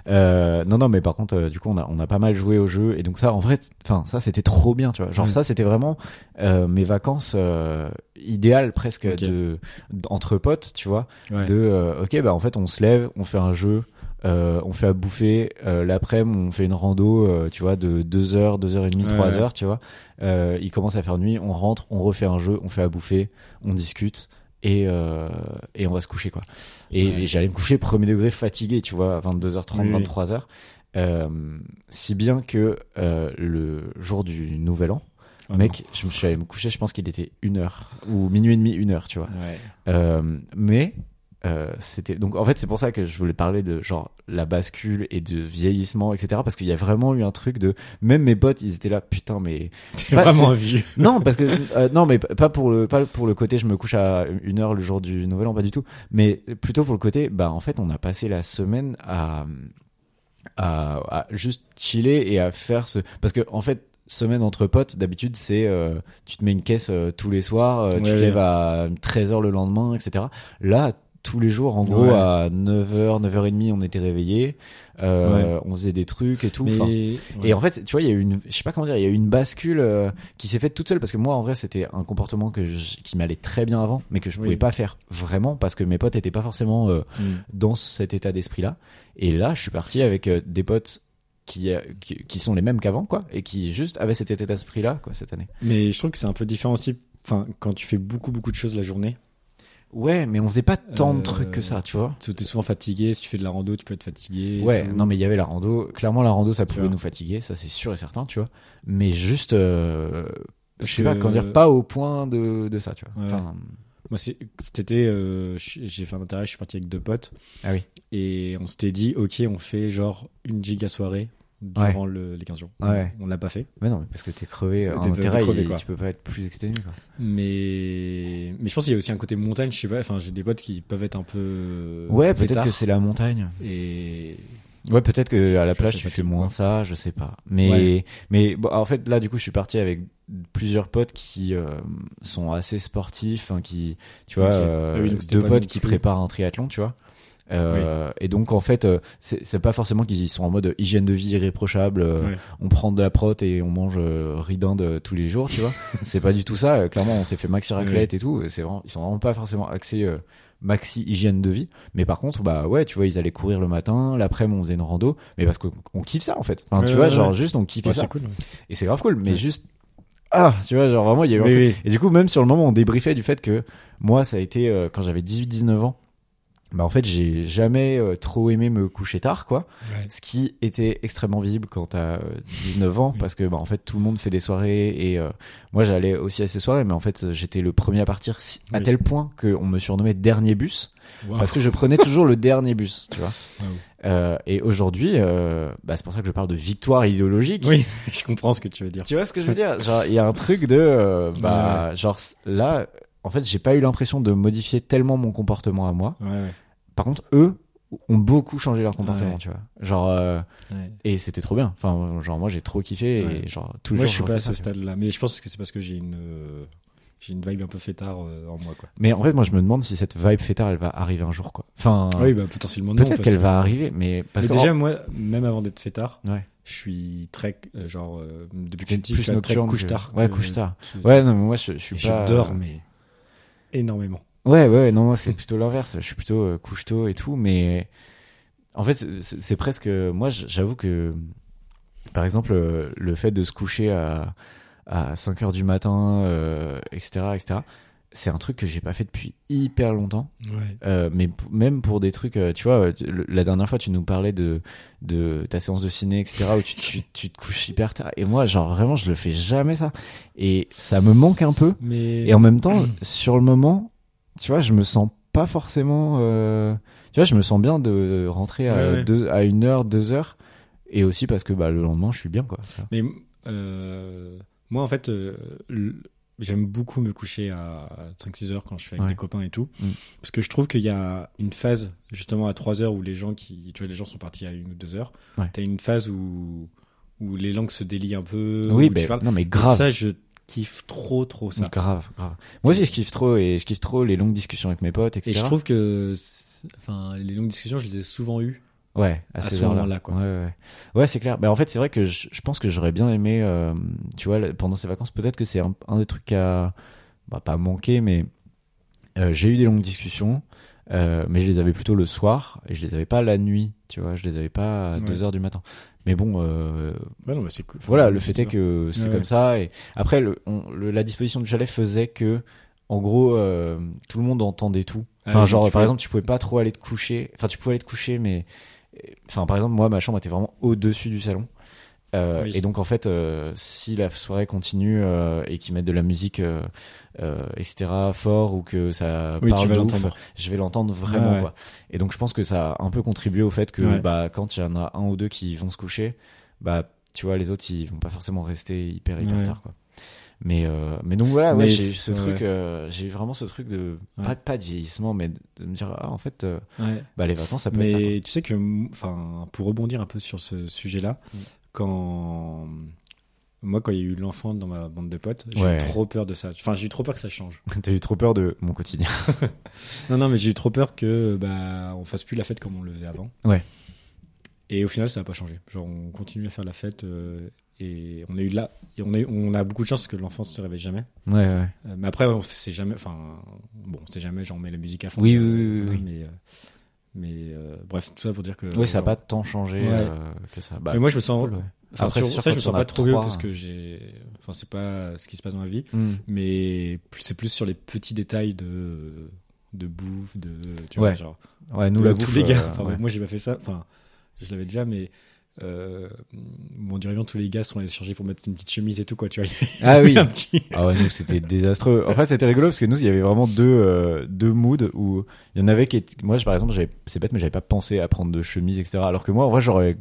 S2: Euh, non, non, mais par contre, euh, du coup, on a, on a pas mal joué au jeu. Et donc, ça, en vrai, t- enfin, ça, c'était trop bien, tu vois. Genre,
S1: Ouais.
S2: ça, c'était vraiment euh, mes vacances euh, idéales presque
S1: Ok.
S2: de, d- entre potes, tu vois.
S1: (laughs) Ouais.
S2: De, euh, ok, bah, en fait, on se lève, on fait un jeu. euh, on fait à bouffer euh, l'après-midi on fait une rando euh, tu vois de 2 heures 2 heures et demie
S1: Ouais,
S2: 3
S1: ouais.
S2: heures tu vois euh, il commence à faire nuit, on rentre, on refait un jeu, on fait à bouffer, on discute et, euh, et on va se coucher quoi. Et,
S1: Ouais.
S2: et j'allais me coucher premier degré fatigué, tu vois, à 22h30,
S1: Oui, oui.
S2: 23h. Euh, si bien que euh, le jour du nouvel an,
S1: Ah,
S2: mec, je me suis allé me coucher, je pense qu'il était une heure ou minuit et demi, une heure, tu vois.
S1: non. Ouais.
S2: Euh, mais euh, c'était donc en fait c'est pour ça que je voulais parler de genre la bascule et de vieillissement etc parce qu'il y a vraiment eu un truc de même mes potes ils étaient là putain mais
S1: (laughs) C'est
S2: pas-
S1: vraiment
S2: c'est-
S1: un vieux.
S2: (laughs) non, parce que euh, non, mais p- pas pour le pas pour le côté je me couche à une heure le jour du nouvel an, pas du tout. Mais plutôt pour le côté, bah en fait on a passé la semaine à à, à juste chiller et à faire ce parce que en fait semaine entre potes d'habitude c'est euh, tu te mets une caisse euh, tous les soirs, euh, tu
S1: Ouais,
S2: te
S1: ouais.
S2: lèves à 13h le lendemain, etc. Là tous les jours, en gros,
S1: Ouais.
S2: à 9h, 9h30, on était réveillés, euh, on faisait des trucs et tout.
S1: Mais...
S2: enfin,
S1: ouais.
S2: hein. et en fait, tu vois, il y a eu une, je sais pas comment dire, il y a eu une bascule euh, qui s'est faite toute seule parce que moi, en vrai, c'était un comportement que je- qui m'allait très bien avant, mais que je
S1: Oui.
S2: pouvais pas faire vraiment parce que mes potes étaient pas forcément euh,
S1: Mm.
S2: dans cet état d'esprit-là. Et là, je suis parti avec euh, des potes qui, euh, qui qui sont les mêmes qu'avant, quoi, et qui juste avaient cet état d'esprit-là, quoi, cette année.
S1: Mais je trouve que c'est un peu différent aussi. Enfin, quand tu fais beaucoup, beaucoup de choses la journée,
S2: Ouais, mais on faisait pas tant de
S1: Euh,
S2: trucs que ça, tu vois.
S1: tu es souvent fatigué. Si tu fais de la rando, tu peux être fatigué. et
S2: Ouais,
S1: tout.
S2: non, mais il y avait la rando. Clairement, la rando, ça
S1: Tu
S2: pouvait
S1: vois.
S2: nous fatiguer, ça c'est sûr et certain, tu vois. Mais juste, euh,
S1: Parce
S2: je sais pas
S1: que-
S2: comment dire, pas au point de, de ça, tu vois.
S1: Ouais.
S2: Enfin,
S1: Moi, c'est- cet été, euh, j'ai j'ai fait un intérêt, je suis parti avec deux potes.
S2: Ah oui.
S1: Et on s'était dit, ok, on fait genre une giga soirée durant le- les 15 jours.
S2: Ouais.
S1: On l'a pas fait.
S2: Mais non, mais parce que t'es crevé.
S1: T'es-
S2: En
S1: t'es
S2: intérêt,
S1: crevé,
S2: il-
S1: quoi. Euh,
S2: tu peux pas être plus exténué. quoi.
S1: Mais, mais je pense qu'il y a aussi un côté montagne, je sais pas. Enfin, j'ai des potes qui peuvent être un peu.
S2: Ouais, peut-être
S1: pétards
S2: que c'est la montagne.
S1: Et.
S2: Ouais, peut-être que à la
S1: Je
S2: plage
S1: sais
S2: tu
S1: pas
S2: fais
S1: trop,
S2: moins
S1: quoi.
S2: ça, je sais pas. Mais
S1: Ouais.
S2: mais bon, en fait là du coup je suis parti avec plusieurs potes qui euh, sont assez sportifs, hein, qui tu vois
S1: Ok.
S2: euh,
S1: Ah oui, donc c'était
S2: deux
S1: pas
S2: potes
S1: non
S2: qui
S1: plus-
S2: préparent un triathlon, tu vois. Euh, Et donc en fait euh, c'est c'est pas forcément qu'ils sont en mode euh, hygiène de vie irréprochable. euh,
S1: Ouais.
S2: On prend de la prot et on mange euh, riz d'Inde euh, tous les jours, tu
S1: (laughs)
S2: vois. c'est pas du tout ça. euh, Clairement on s'est fait maxi raclette et tout. et C'est vraiment ils sont vraiment pas forcément axés euh, maxi hygiène de vie. Mais par contre, bah ouais, tu vois, ils allaient courir le matin, l'après-midi, on faisait une rando, mais parce qu'on on kiffe ça en fait. Enfin, tu
S1: Ouais,
S2: vois,
S1: ouais,
S2: genre
S1: ouais.
S2: juste on kiffe
S1: Ouais,
S2: ça.
S1: c'est cool. ouais.
S2: Et c'est grave cool, mais
S1: Ouais.
S2: juste. Ah, tu vois, genre vraiment, il y a eu un
S1: Oui,
S2: truc.
S1: oui.
S2: Et du coup, même sur le moment, on débriefait du fait que moi, ça a été euh, quand j'avais 18-19 ans. Bah en fait, j'ai jamais euh, trop aimé me coucher tard, quoi.
S1: Ouais.
S2: Ce qui était extrêmement visible quand t'as euh, 19 ans, parce que bah en fait tout le monde fait des soirées et euh, moi j'allais aussi à ces soirées, mais en fait j'étais le premier à partir si- à
S1: Oui.
S2: tel point qu'on me surnommait dernier bus
S1: Waouh.
S2: parce que je prenais toujours le dernier bus, tu vois.
S1: Wow.
S2: Euh, et aujourd'hui, euh, bah, c'est pour ça que je parle de victoire idéologique.
S1: Oui, (laughs) je comprends ce que tu veux dire.
S2: Tu vois ce que je veux dire Genre, il y a un truc de, euh, bah, genre c- là, en fait, j'ai pas eu l'impression de modifier tellement mon comportement à moi.
S1: Ouais, ouais.
S2: Par contre, eux ont beaucoup changé leur comportement,
S1: Ouais.
S2: tu vois. Genre, euh,
S1: ouais.
S2: et c'était trop bien. Enfin, genre moi, j'ai trop kiffé et
S1: Ouais.
S2: genre tout le
S1: Moi,
S2: jour,
S1: je suis pas
S2: refais
S1: à
S2: ça,
S1: ce
S2: tu vois.
S1: stade-là, mais je pense que c'est parce que j'ai une euh, j'ai une vibe un peu fêtard euh, en moi, quoi.
S2: Mais en fait, moi, je me demande si cette vibe fêtard, elle va arriver un jour, quoi. Enfin,
S1: Oui, bah potentiellement non.
S2: peut-être
S1: parce
S2: qu'elle
S1: que-
S2: va arriver, mais parce
S1: Mais
S2: que
S1: déjà, moi, même avant d'être fêtard,
S2: Ouais.
S1: je suis très euh, genre euh, depuis que je
S2: J'ai
S1: suis petit, je suis très
S2: nocturne que-
S1: couche tard.
S2: Ouais, couche tard. Ouais, non, mais moi, je, je suis
S1: Et
S2: pas.
S1: je dors mais énormément.
S2: Ouais, ouais, non, moi, c'est plutôt l'inverse. Je suis plutôt euh, couche tôt et tout, mais en fait, c'est c'est presque. Moi, j- j'avoue que, par exemple, euh, le fait de se coucher à, à 5 heures du matin, euh, etc., etc., c'est un truc que j'ai pas fait depuis hyper longtemps.
S1: Ouais.
S2: Euh, mais p- même pour des trucs, euh, tu vois, euh, tu- le- la dernière fois, tu nous parlais de, de ta séance de ciné, etc., où tu, tu, tu te couches hyper tard. Et moi, genre, vraiment, je le fais jamais ça. Et ça me manque un peu.
S1: Mais
S2: Et en même temps, sur le moment, tu vois, je me sens pas forcément. euh, Tu vois, je me sens bien de rentrer à,
S1: Ouais, ouais.
S2: deux- à une heure, deux heures. Et aussi parce que bah, le lendemain, je suis bien, quoi. tu vois.
S1: mais euh, moi en fait euh, l- j'aime beaucoup me coucher à 5 6 heures quand je suis avec
S2: Ouais.
S1: des copains et tout
S2: Mm.
S1: parce que je trouve qu'il y a une phase justement à 3 heures où les gens qui tu vois les gens sont partis à une ou deux heures.
S2: Ouais.
S1: T'as une phase où où les langues se délient un peu
S2: oui,
S1: où
S2: mais,
S1: Euh, tu parles.
S2: non, mais
S1: Et
S2: grave.
S1: Ça je kiffe trop trop ça.
S2: Grave, grave. Moi aussi, je kiffe trop et je kiffe trop les longues discussions avec mes potes, etc.
S1: Et je trouve que c'est- enfin les longues discussions, je les ai souvent eues
S2: Ouais, à,
S1: à
S2: ces
S1: ce
S2: heures-là.
S1: moment-là, quoi.
S2: Ouais, ouais, ouais. Ouais, c'est clair. Mais en fait, c'est vrai que je, je pense que j'aurais bien aimé, euh, tu vois, là, pendant ces vacances, peut-être que c'est un, un des trucs qui a, bah, pas manqué, mais euh, j'ai eu des longues discussions, euh, mais je les avais plutôt le soir et je les avais pas la nuit, tu vois, je les avais pas à
S1: Ouais.
S2: 2 heures du matin. Mais bon, euh,
S1: Ouais, non, mais c'est cool. Enfin,
S2: voilà, le fait
S1: c'est
S2: est que c'est
S1: Ouais,
S2: comme
S1: ouais.
S2: ça. Et après, le, on- le- la disposition du chalet faisait que, en gros, euh, tout le monde entendait tout.
S1: Ah
S2: Enfin,
S1: oui,
S2: genre,
S1: tu
S2: par
S1: pouvais-
S2: exemple, tu pouvais pas trop aller te coucher. Enfin, tu pouvais aller te coucher, mais, euh, enfin, par exemple, moi, ma chambre était vraiment au-dessus du salon. Euh,
S1: Oui.
S2: Et donc, en fait, euh, si la soirée continue euh, et qu'ils mettent de la musique, euh, euh, etc., fort ou que ça
S1: Oui,
S2: parle
S1: tu vas
S2: de ouf,
S1: l'entendre.
S2: je vais l'entendre vraiment
S1: Ouais, ouais.
S2: quoi. Et donc je pense que ça a un peu contribué au fait que
S1: Ouais.
S2: bah quand il y en a un ou deux qui vont se coucher, bah tu vois les autres ils vont pas forcément rester hyper hyper
S1: Ouais.
S2: tard quoi. Mais euh, mais donc voilà, ouais,
S1: Mais
S2: j'ai eu ce
S1: c'est-
S2: truc
S1: ouais.
S2: euh, j'ai eu vraiment ce truc de
S1: Ouais.
S2: pas, pas de vieillissement mais de, de me dire ah en fait euh,
S1: Ouais.
S2: bah les vacances ça peut être ça. quoi.
S1: Mais tu sais que, enfin, pour rebondir un peu sur ce sujet-là,
S2: Mm.
S1: quand moi, quand il y a eu l'enfant dans ma bande de potes, j'ai
S2: Ouais.
S1: eu trop peur de ça. Enfin, j'ai eu trop peur que ça change.
S2: (laughs) T'as eu trop peur de mon quotidien.
S1: Non, non, mais j'ai eu trop peur que, bah, on fasse plus la fête comme on le faisait avant.
S2: Ouais.
S1: Et au final, ça n'a pas changé. Genre, on continue à faire la fête euh, et on a eu là, et on a, eu- on a beaucoup de chance que l'enfant se réveille jamais.
S2: Ouais ouais.
S1: Euh, mais après, on sait jamais. Enfin, bon, on sait jamais. Genre, on met la musique à fond.
S2: Oui,
S1: euh,
S2: oui, oui,
S1: voilà,
S2: oui.
S1: Mais, euh, mais euh, bref, tout ça pour dire que.
S2: Ouais, ça a
S1: genre,
S2: pas tant changé
S1: Ouais.
S2: euh, que ça. Bah,
S1: mais moi, je me sens.
S2: cool, ouais.
S1: Enfin,
S2: Après,
S1: sur-
S2: c'est sûr,
S1: ça, je
S2: quand
S1: me
S2: on
S1: sens
S2: a
S1: pas trop vieux
S2: trois-
S1: parce que j'ai. Enfin, c'est pas ce qui se passe dans ma vie,
S2: Hmm.
S1: mais plus- c'est plus sur les petits détails de de bouffe, de tu
S2: Ouais.
S1: vois, genre
S2: Ouais, nous
S1: de
S2: la
S1: tous
S2: bouffe,
S1: les gars.
S2: euh,
S1: Enfin,
S2: ouais.
S1: moi, j'ai pas fait ça. Enfin, je l'avais déjà, mais euh, bon, du rêvant, tous les gars sont allés se changer pour mettre une petite chemise et tout quoi, tu vois. (laughs)
S2: Ah oui.
S1: un petit.
S2: Ah ouais, nous c'était désastreux. En fait, c'était rigolo parce que nous, il y avait vraiment deux, euh, deux moods où il y en avait qui étaient... Moi, je- par exemple, j'avais- c'est bête, mais j'avais pas pensé à prendre de chemise, etc. Alors que moi, en vrai, j'aurais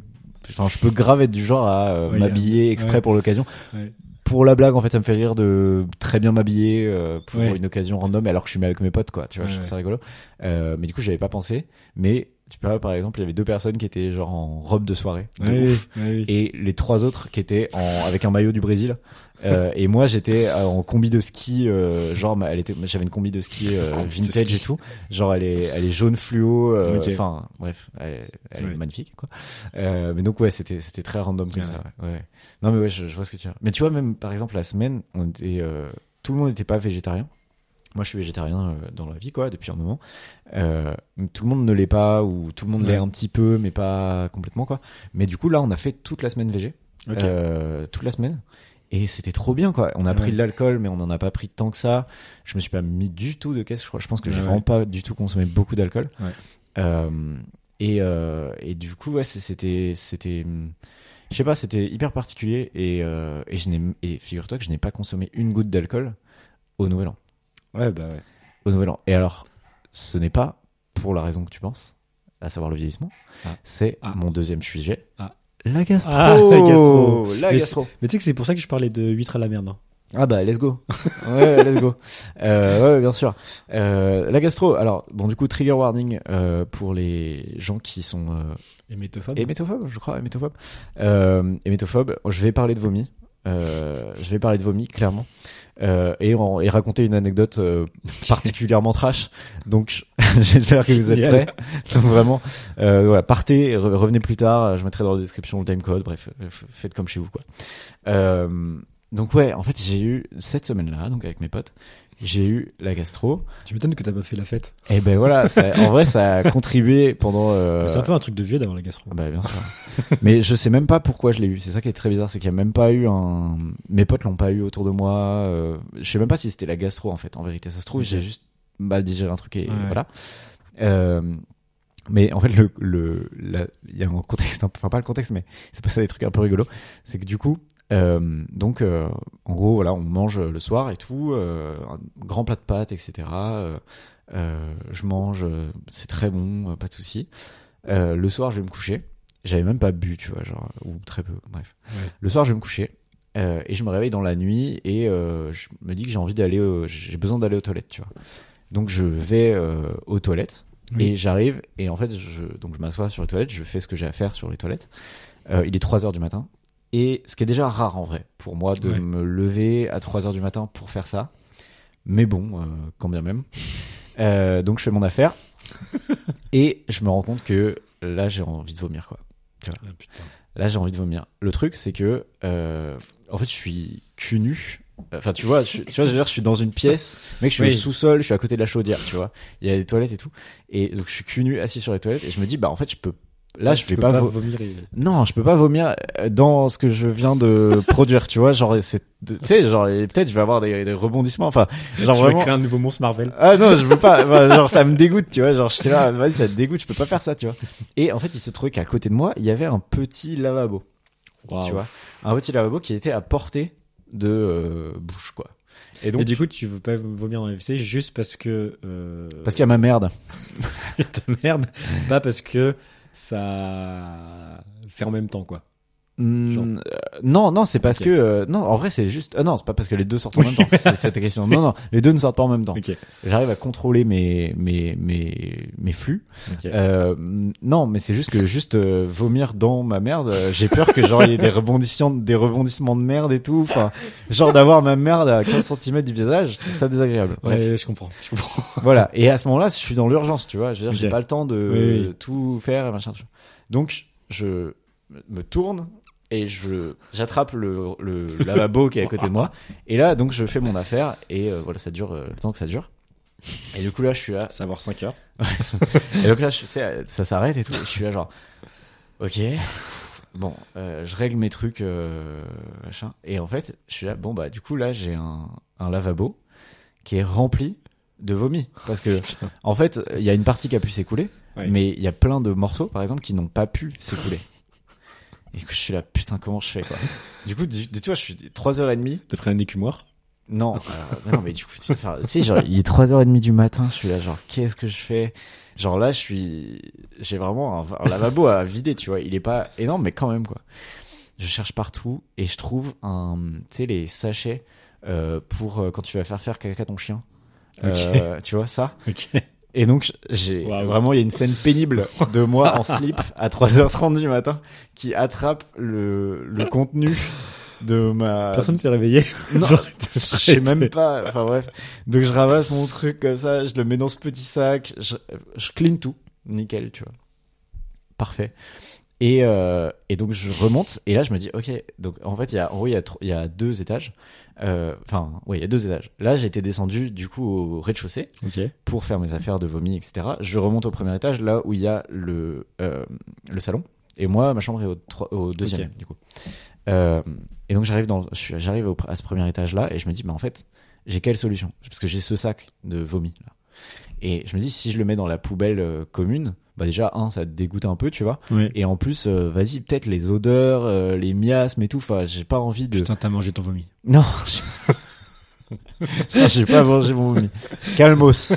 S2: Enfin, je peux grave être du genre à euh,
S1: Ouais,
S2: m'habiller exprès
S1: ouais.
S2: pour l'occasion.
S1: Ouais.
S2: Pour la blague, en fait, ça me fait rire de très bien m'habiller euh, pour
S1: Ouais.
S2: une occasion random, alors que je suis avec mes potes, quoi. Tu vois, je
S1: Ouais,
S2: trouve
S1: ouais.
S2: ça rigolo. Euh, mais du coup, j'avais pas pensé. Mais tu vois, par exemple, il y avait deux personnes qui étaient genre en robe de soirée, de
S1: Ouais,
S2: ouf,
S1: ouais, oui.
S2: et les trois autres qui étaient en, avec un maillot du Brésil. Euh, et moi, j'étais euh, en combi de ski, euh, genre, ma- elle était, j'avais une combi de ski euh,
S1: Combi de
S2: vintage
S1: ski.
S2: et tout. Genre, elle est, elle est jaune fluo. euh,
S1: Ok.
S2: Enfin, bref, elle, elle
S1: Ouais.
S2: est magnifique, quoi. Euh, mais donc ouais, c'était, c'était très random comme
S1: Ah Ouais.
S2: ça. ouais. Ouais. Non, mais ouais, je, je vois ce que tu veux. dire. Mais tu vois, même par exemple, la semaine, on était, euh, tout le monde n'était pas végétarien. Moi, je suis végétarien euh, dans la vie, quoi, depuis un moment. Euh, tout le monde ne l'est pas, ou tout le monde l'est
S1: Ouais.
S2: un petit peu, mais pas complètement, quoi. Mais du coup, là, on a fait toute la semaine végé,
S1: Ok.
S2: euh, toute la semaine. Et c'était trop bien, quoi. On a
S1: Ouais.
S2: pris de l'alcool, mais on n'en a pas pris tant que ça. Je me suis pas mis du tout de caisse, je crois. Je pense que j'ai
S1: Ouais,
S2: vraiment
S1: ouais.
S2: pas du tout consommé beaucoup d'alcool.
S1: Ouais.
S2: Euh, et, euh, et du coup, ouais, c'est- c'était, c'était, hum, je sais pas, c'était hyper particulier. Et, euh, et je n'ai, et figure-toi que je n'ai pas consommé une goutte d'alcool au Nouvel An
S1: Ouais, bah ouais.
S2: au Nouvel An. Et alors, ce n'est pas pour la raison que tu penses, à savoir le vieillissement.
S1: Ah.
S2: C'est
S1: Ah.
S2: mon deuxième sujet.
S1: Ah.
S2: La gastro.
S1: Ah, la gastro.
S2: La
S1: Mais
S2: gastro.
S1: Mais tu sais que c'est pour ça que je parlais de huîtres à la merde. hein.
S2: Ah bah let's go. (laughs) Ouais, let's go. Euh, ouais, bien sûr. Euh, la gastro. Alors bon, du coup, trigger warning euh, pour les gens qui sont euh,
S1: Et métophobe.
S2: Hémétophobe, je crois, hémétophobe. Euh, hémétophobe, je vais parler de vomi. Euh, je vais parler de vomi, clairement. Euh, et, en- et raconter une anecdote euh, particulièrement trash. Donc, (laughs) je- j'espère que vous êtes
S1: Génial.
S2: prêts. Donc, vraiment, euh, voilà, partez, re- revenez plus tard. Je mettrai dans la description le timecode. Bref, euh, f- faites comme chez vous, quoi. Euh, donc, ouais, en fait, j'ai eu cette semaine-là, donc avec mes potes, j'ai eu la gastro.
S1: Tu m'étonnes que t'as pas fait la fête.
S2: Et ben voilà, ça- en vrai, ça a contribué pendant. euh,
S1: C'est un peu un truc de vieux d'avoir la gastro.
S2: bah bien sûr. (laughs) Mais je sais même pas pourquoi je l'ai eu. C'est ça qui est très bizarre, c'est qu'il y a même pas eu un. Mes potes l'ont pas eu autour de moi. euh, Je sais même pas si c'était la gastro en fait. En vérité, ça se trouve
S1: Ok.
S2: j'ai juste mal digéré un truc et
S1: Ouais.
S2: voilà. Euh, Mais en fait, le le la- il y a un contexte, un peu- enfin pas le contexte, mais c'est passé des trucs un peu rigolos. C'est que du coup, euh, donc euh, en gros, voilà, on mange le soir et tout, euh, un grand plat de pâtes, etc. euh, euh, je mange, euh, c'est très bon, euh, pas de souci. Euh, le soir, je vais me coucher. J'avais même pas bu, tu vois, genre, ou très peu, bref.
S1: Ouais.
S2: Le soir, je vais me coucher. euh, et je me réveille dans la nuit et euh, je me dis que j'ai envie d'aller, au- j'ai besoin d'aller aux toilettes, tu vois. Donc je vais euh, aux toilettes
S1: Oui.
S2: et j'arrive et en fait je, donc je m'assois sur les toilettes, je fais ce que j'ai à faire sur les toilettes. Euh, il est 3 heures du matin et ce qui est déjà rare en vrai pour moi de
S1: Ouais.
S2: me lever à 3 heures du matin pour faire ça. Mais bon, euh, quand
S1: (laughs)
S2: bien même. Euh, donc je fais mon affaire et je me rends compte que là j'ai envie de vomir quoi.
S1: Ah, putain.
S2: Là, j'ai envie de vomir. Le truc, c'est que, euh, en fait, je suis cul nu. Enfin, tu vois, je, tu vois, je veux dire, je suis dans une pièce, mec, je suis
S1: Oui.
S2: au sous-sol, je suis à côté de la chaudière, tu vois. Il y a des toilettes et tout. Et donc, je suis cul nu, assis sur les toilettes, et je me dis, bah, en fait, je peux. Là, je
S1: Tu
S2: vais
S1: peux
S2: pas. vo-
S1: vomir. et-
S2: Non, je peux pas vomir euh, dans ce que je viens de (laughs) produire, tu vois. Genre, c'est. Tu sais, genre, et peut-être, je vais avoir des, des rebondissements. Enfin, genre,
S1: Tu vas
S2: vraiment.
S1: créer un nouveau monstre Marvel.
S2: Ah non, je veux pas. Enfin, genre, ça me dégoûte, tu vois. Genre, j'étais là, vas-y, ça te dégoûte, je peux pas faire ça, tu vois. Et en fait, il se trouvait qu'à côté de moi, il y avait un petit lavabo tu vois un petit lavabo qui était à portée de euh, bouche quoi et donc
S1: Et du coup, tu veux pas vomir dans les WC juste parce que. euh,
S2: parce qu'il y a ma merde
S1: y a (laughs) ta merde. Pas parce que ça. C'est en même temps, quoi.
S2: Hmm,
S1: Genre.
S2: euh, non non c'est parce
S1: Ok.
S2: que euh, non en vrai c'est juste ah non c'est pas parce que les deux sortent en même temps c'est c'est ta question non non les deux ne sortent pas en même temps
S1: Ok.
S2: j'arrive à contrôler mes mes mes mes flux
S1: Ok.
S2: Euh, non mais c'est juste que juste euh, vomir dans ma merde euh, j'ai peur que genre il y ait des rebondissements des rebondissements de merde et tout enfin genre d'avoir ma merde à 15 cm du visage je trouve ça désagréable Bref.
S1: ouais, je comprends. Je
S2: (laughs)
S1: comprends.
S2: voilà. Et à ce moment-là, je suis dans l'urgence, tu vois. Je veux dire, j'ai
S1: Ok.
S2: pas le temps de
S1: Oui, oui.
S2: tout faire et machin. tu vois. Donc, je me tourne et je j'attrape le,
S1: (laughs)
S2: le lavabo qui est à côté de moi. Et là, donc, je fais mon affaire et euh, voilà, ça dure euh, le temps que ça dure. Et du coup, là, je suis là.
S1: Savoir 5 heures.
S2: Et donc là, je- tu sais, ça s'arrête et tout. Je suis là, genre, ok. Bon, euh, je règle mes trucs, euh, machin. Et en fait, je suis là, bon, bah, du coup, là, j'ai un, un lavabo qui est rempli de vomi. Parce que, en fait, il y a une partie qui a pu s'écouler,
S1: Ouais.
S2: mais il y a plein de morceaux, par exemple, qui n'ont pas pu s'écouler. Et du coup, je suis là, putain, comment je fais, quoi. Du coup, du- tu vois, je suis 3h30,
S1: T'as pris un écumoire.
S2: Non, alors, non, mais du coup, tu enfin, tu sais, genre, il est 3h30 du matin, je suis là, genre, qu'est-ce que je fais Genre là, je suis. J'ai vraiment un, un lavabo à vider, tu vois. Il est pas énorme, mais quand même, quoi. Je cherche partout et je trouve un. Tu sais, les sachets euh, pour euh, quand tu vas faire faire caca à ton chien. Euh, tu vois, ça.
S1: Ok.
S2: Et donc, j'ai
S1: Waouh.
S2: vraiment, il y a une scène pénible de moi en slip à 3h30 du matin qui attrape le, le contenu de ma.
S1: Personne s'est (laughs) réveillé.
S2: Non,
S1: Ça aurait
S2: je sais même pas. Enfin bref. Donc je ramasse mon truc comme ça, je le mets dans ce petit sac, je, je clean tout. Nickel, tu vois. Parfait. Et, euh, et donc je remonte et là je me dis ok donc en fait il y a en haut il y a tro- il y a deux étages Euh, enfin oui il y a deux étages là j'étais descendu du coup au rez-de-chaussée
S1: Ok.
S2: pour faire mes affaires de vomi, etc. Je remonte au premier étage, là où il y a le, euh, le salon. Et moi, ma chambre est au, tro- au deuxième,
S1: Ok.
S2: du coup. Euh, et donc, j'arrive dans, je suis- j'arrive au pr- à ce premier étage-là et je me dis, bah, en fait, j'ai quelle solution Parce que j'ai ce sac de vomi, là. Et je me dis, si je le mets dans la poubelle euh, commune, bah, déjà, un, ça te dégoûte un peu, tu vois.
S1: Ouais.
S2: Et en plus, euh, vas-y, peut-être les odeurs, euh, les miasmes et tout. Enfin, j'ai pas envie de.
S1: Putain, t'as mangé ton vomi.
S2: Non, j'ai- (laughs) Non, j'ai pas mangé mon vomi. Calmos.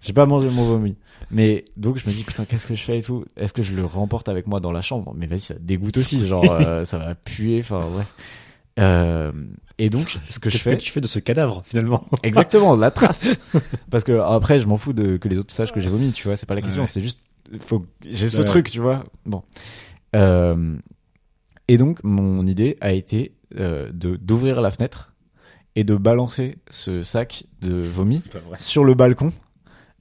S2: J'ai pas mangé mon vomi. Mais donc je me dis putain qu'est-ce que je fais et tout. Est-ce que je le remporte avec moi dans la chambre Mais vas-y ça dégoûte aussi genre euh, ça va puer enfin ouais. Euh, et donc ce que je
S1: Qu'est-ce
S2: fais
S1: que tu fais de ce cadavre finalement
S2: exactement
S1: (laughs)
S2: la trace parce que après je m'en fous de que les autres sachent que j'ai vomi tu vois c'est pas la question
S1: Ouais.
S2: c'est juste faut que- j'ai ce
S1: Ouais.
S2: truc tu vois bon. Euh, et donc mon idée a été euh, de d'ouvrir la fenêtre et de balancer ce sac de vomi
S1: C'est pas vrai.
S2: sur le balcon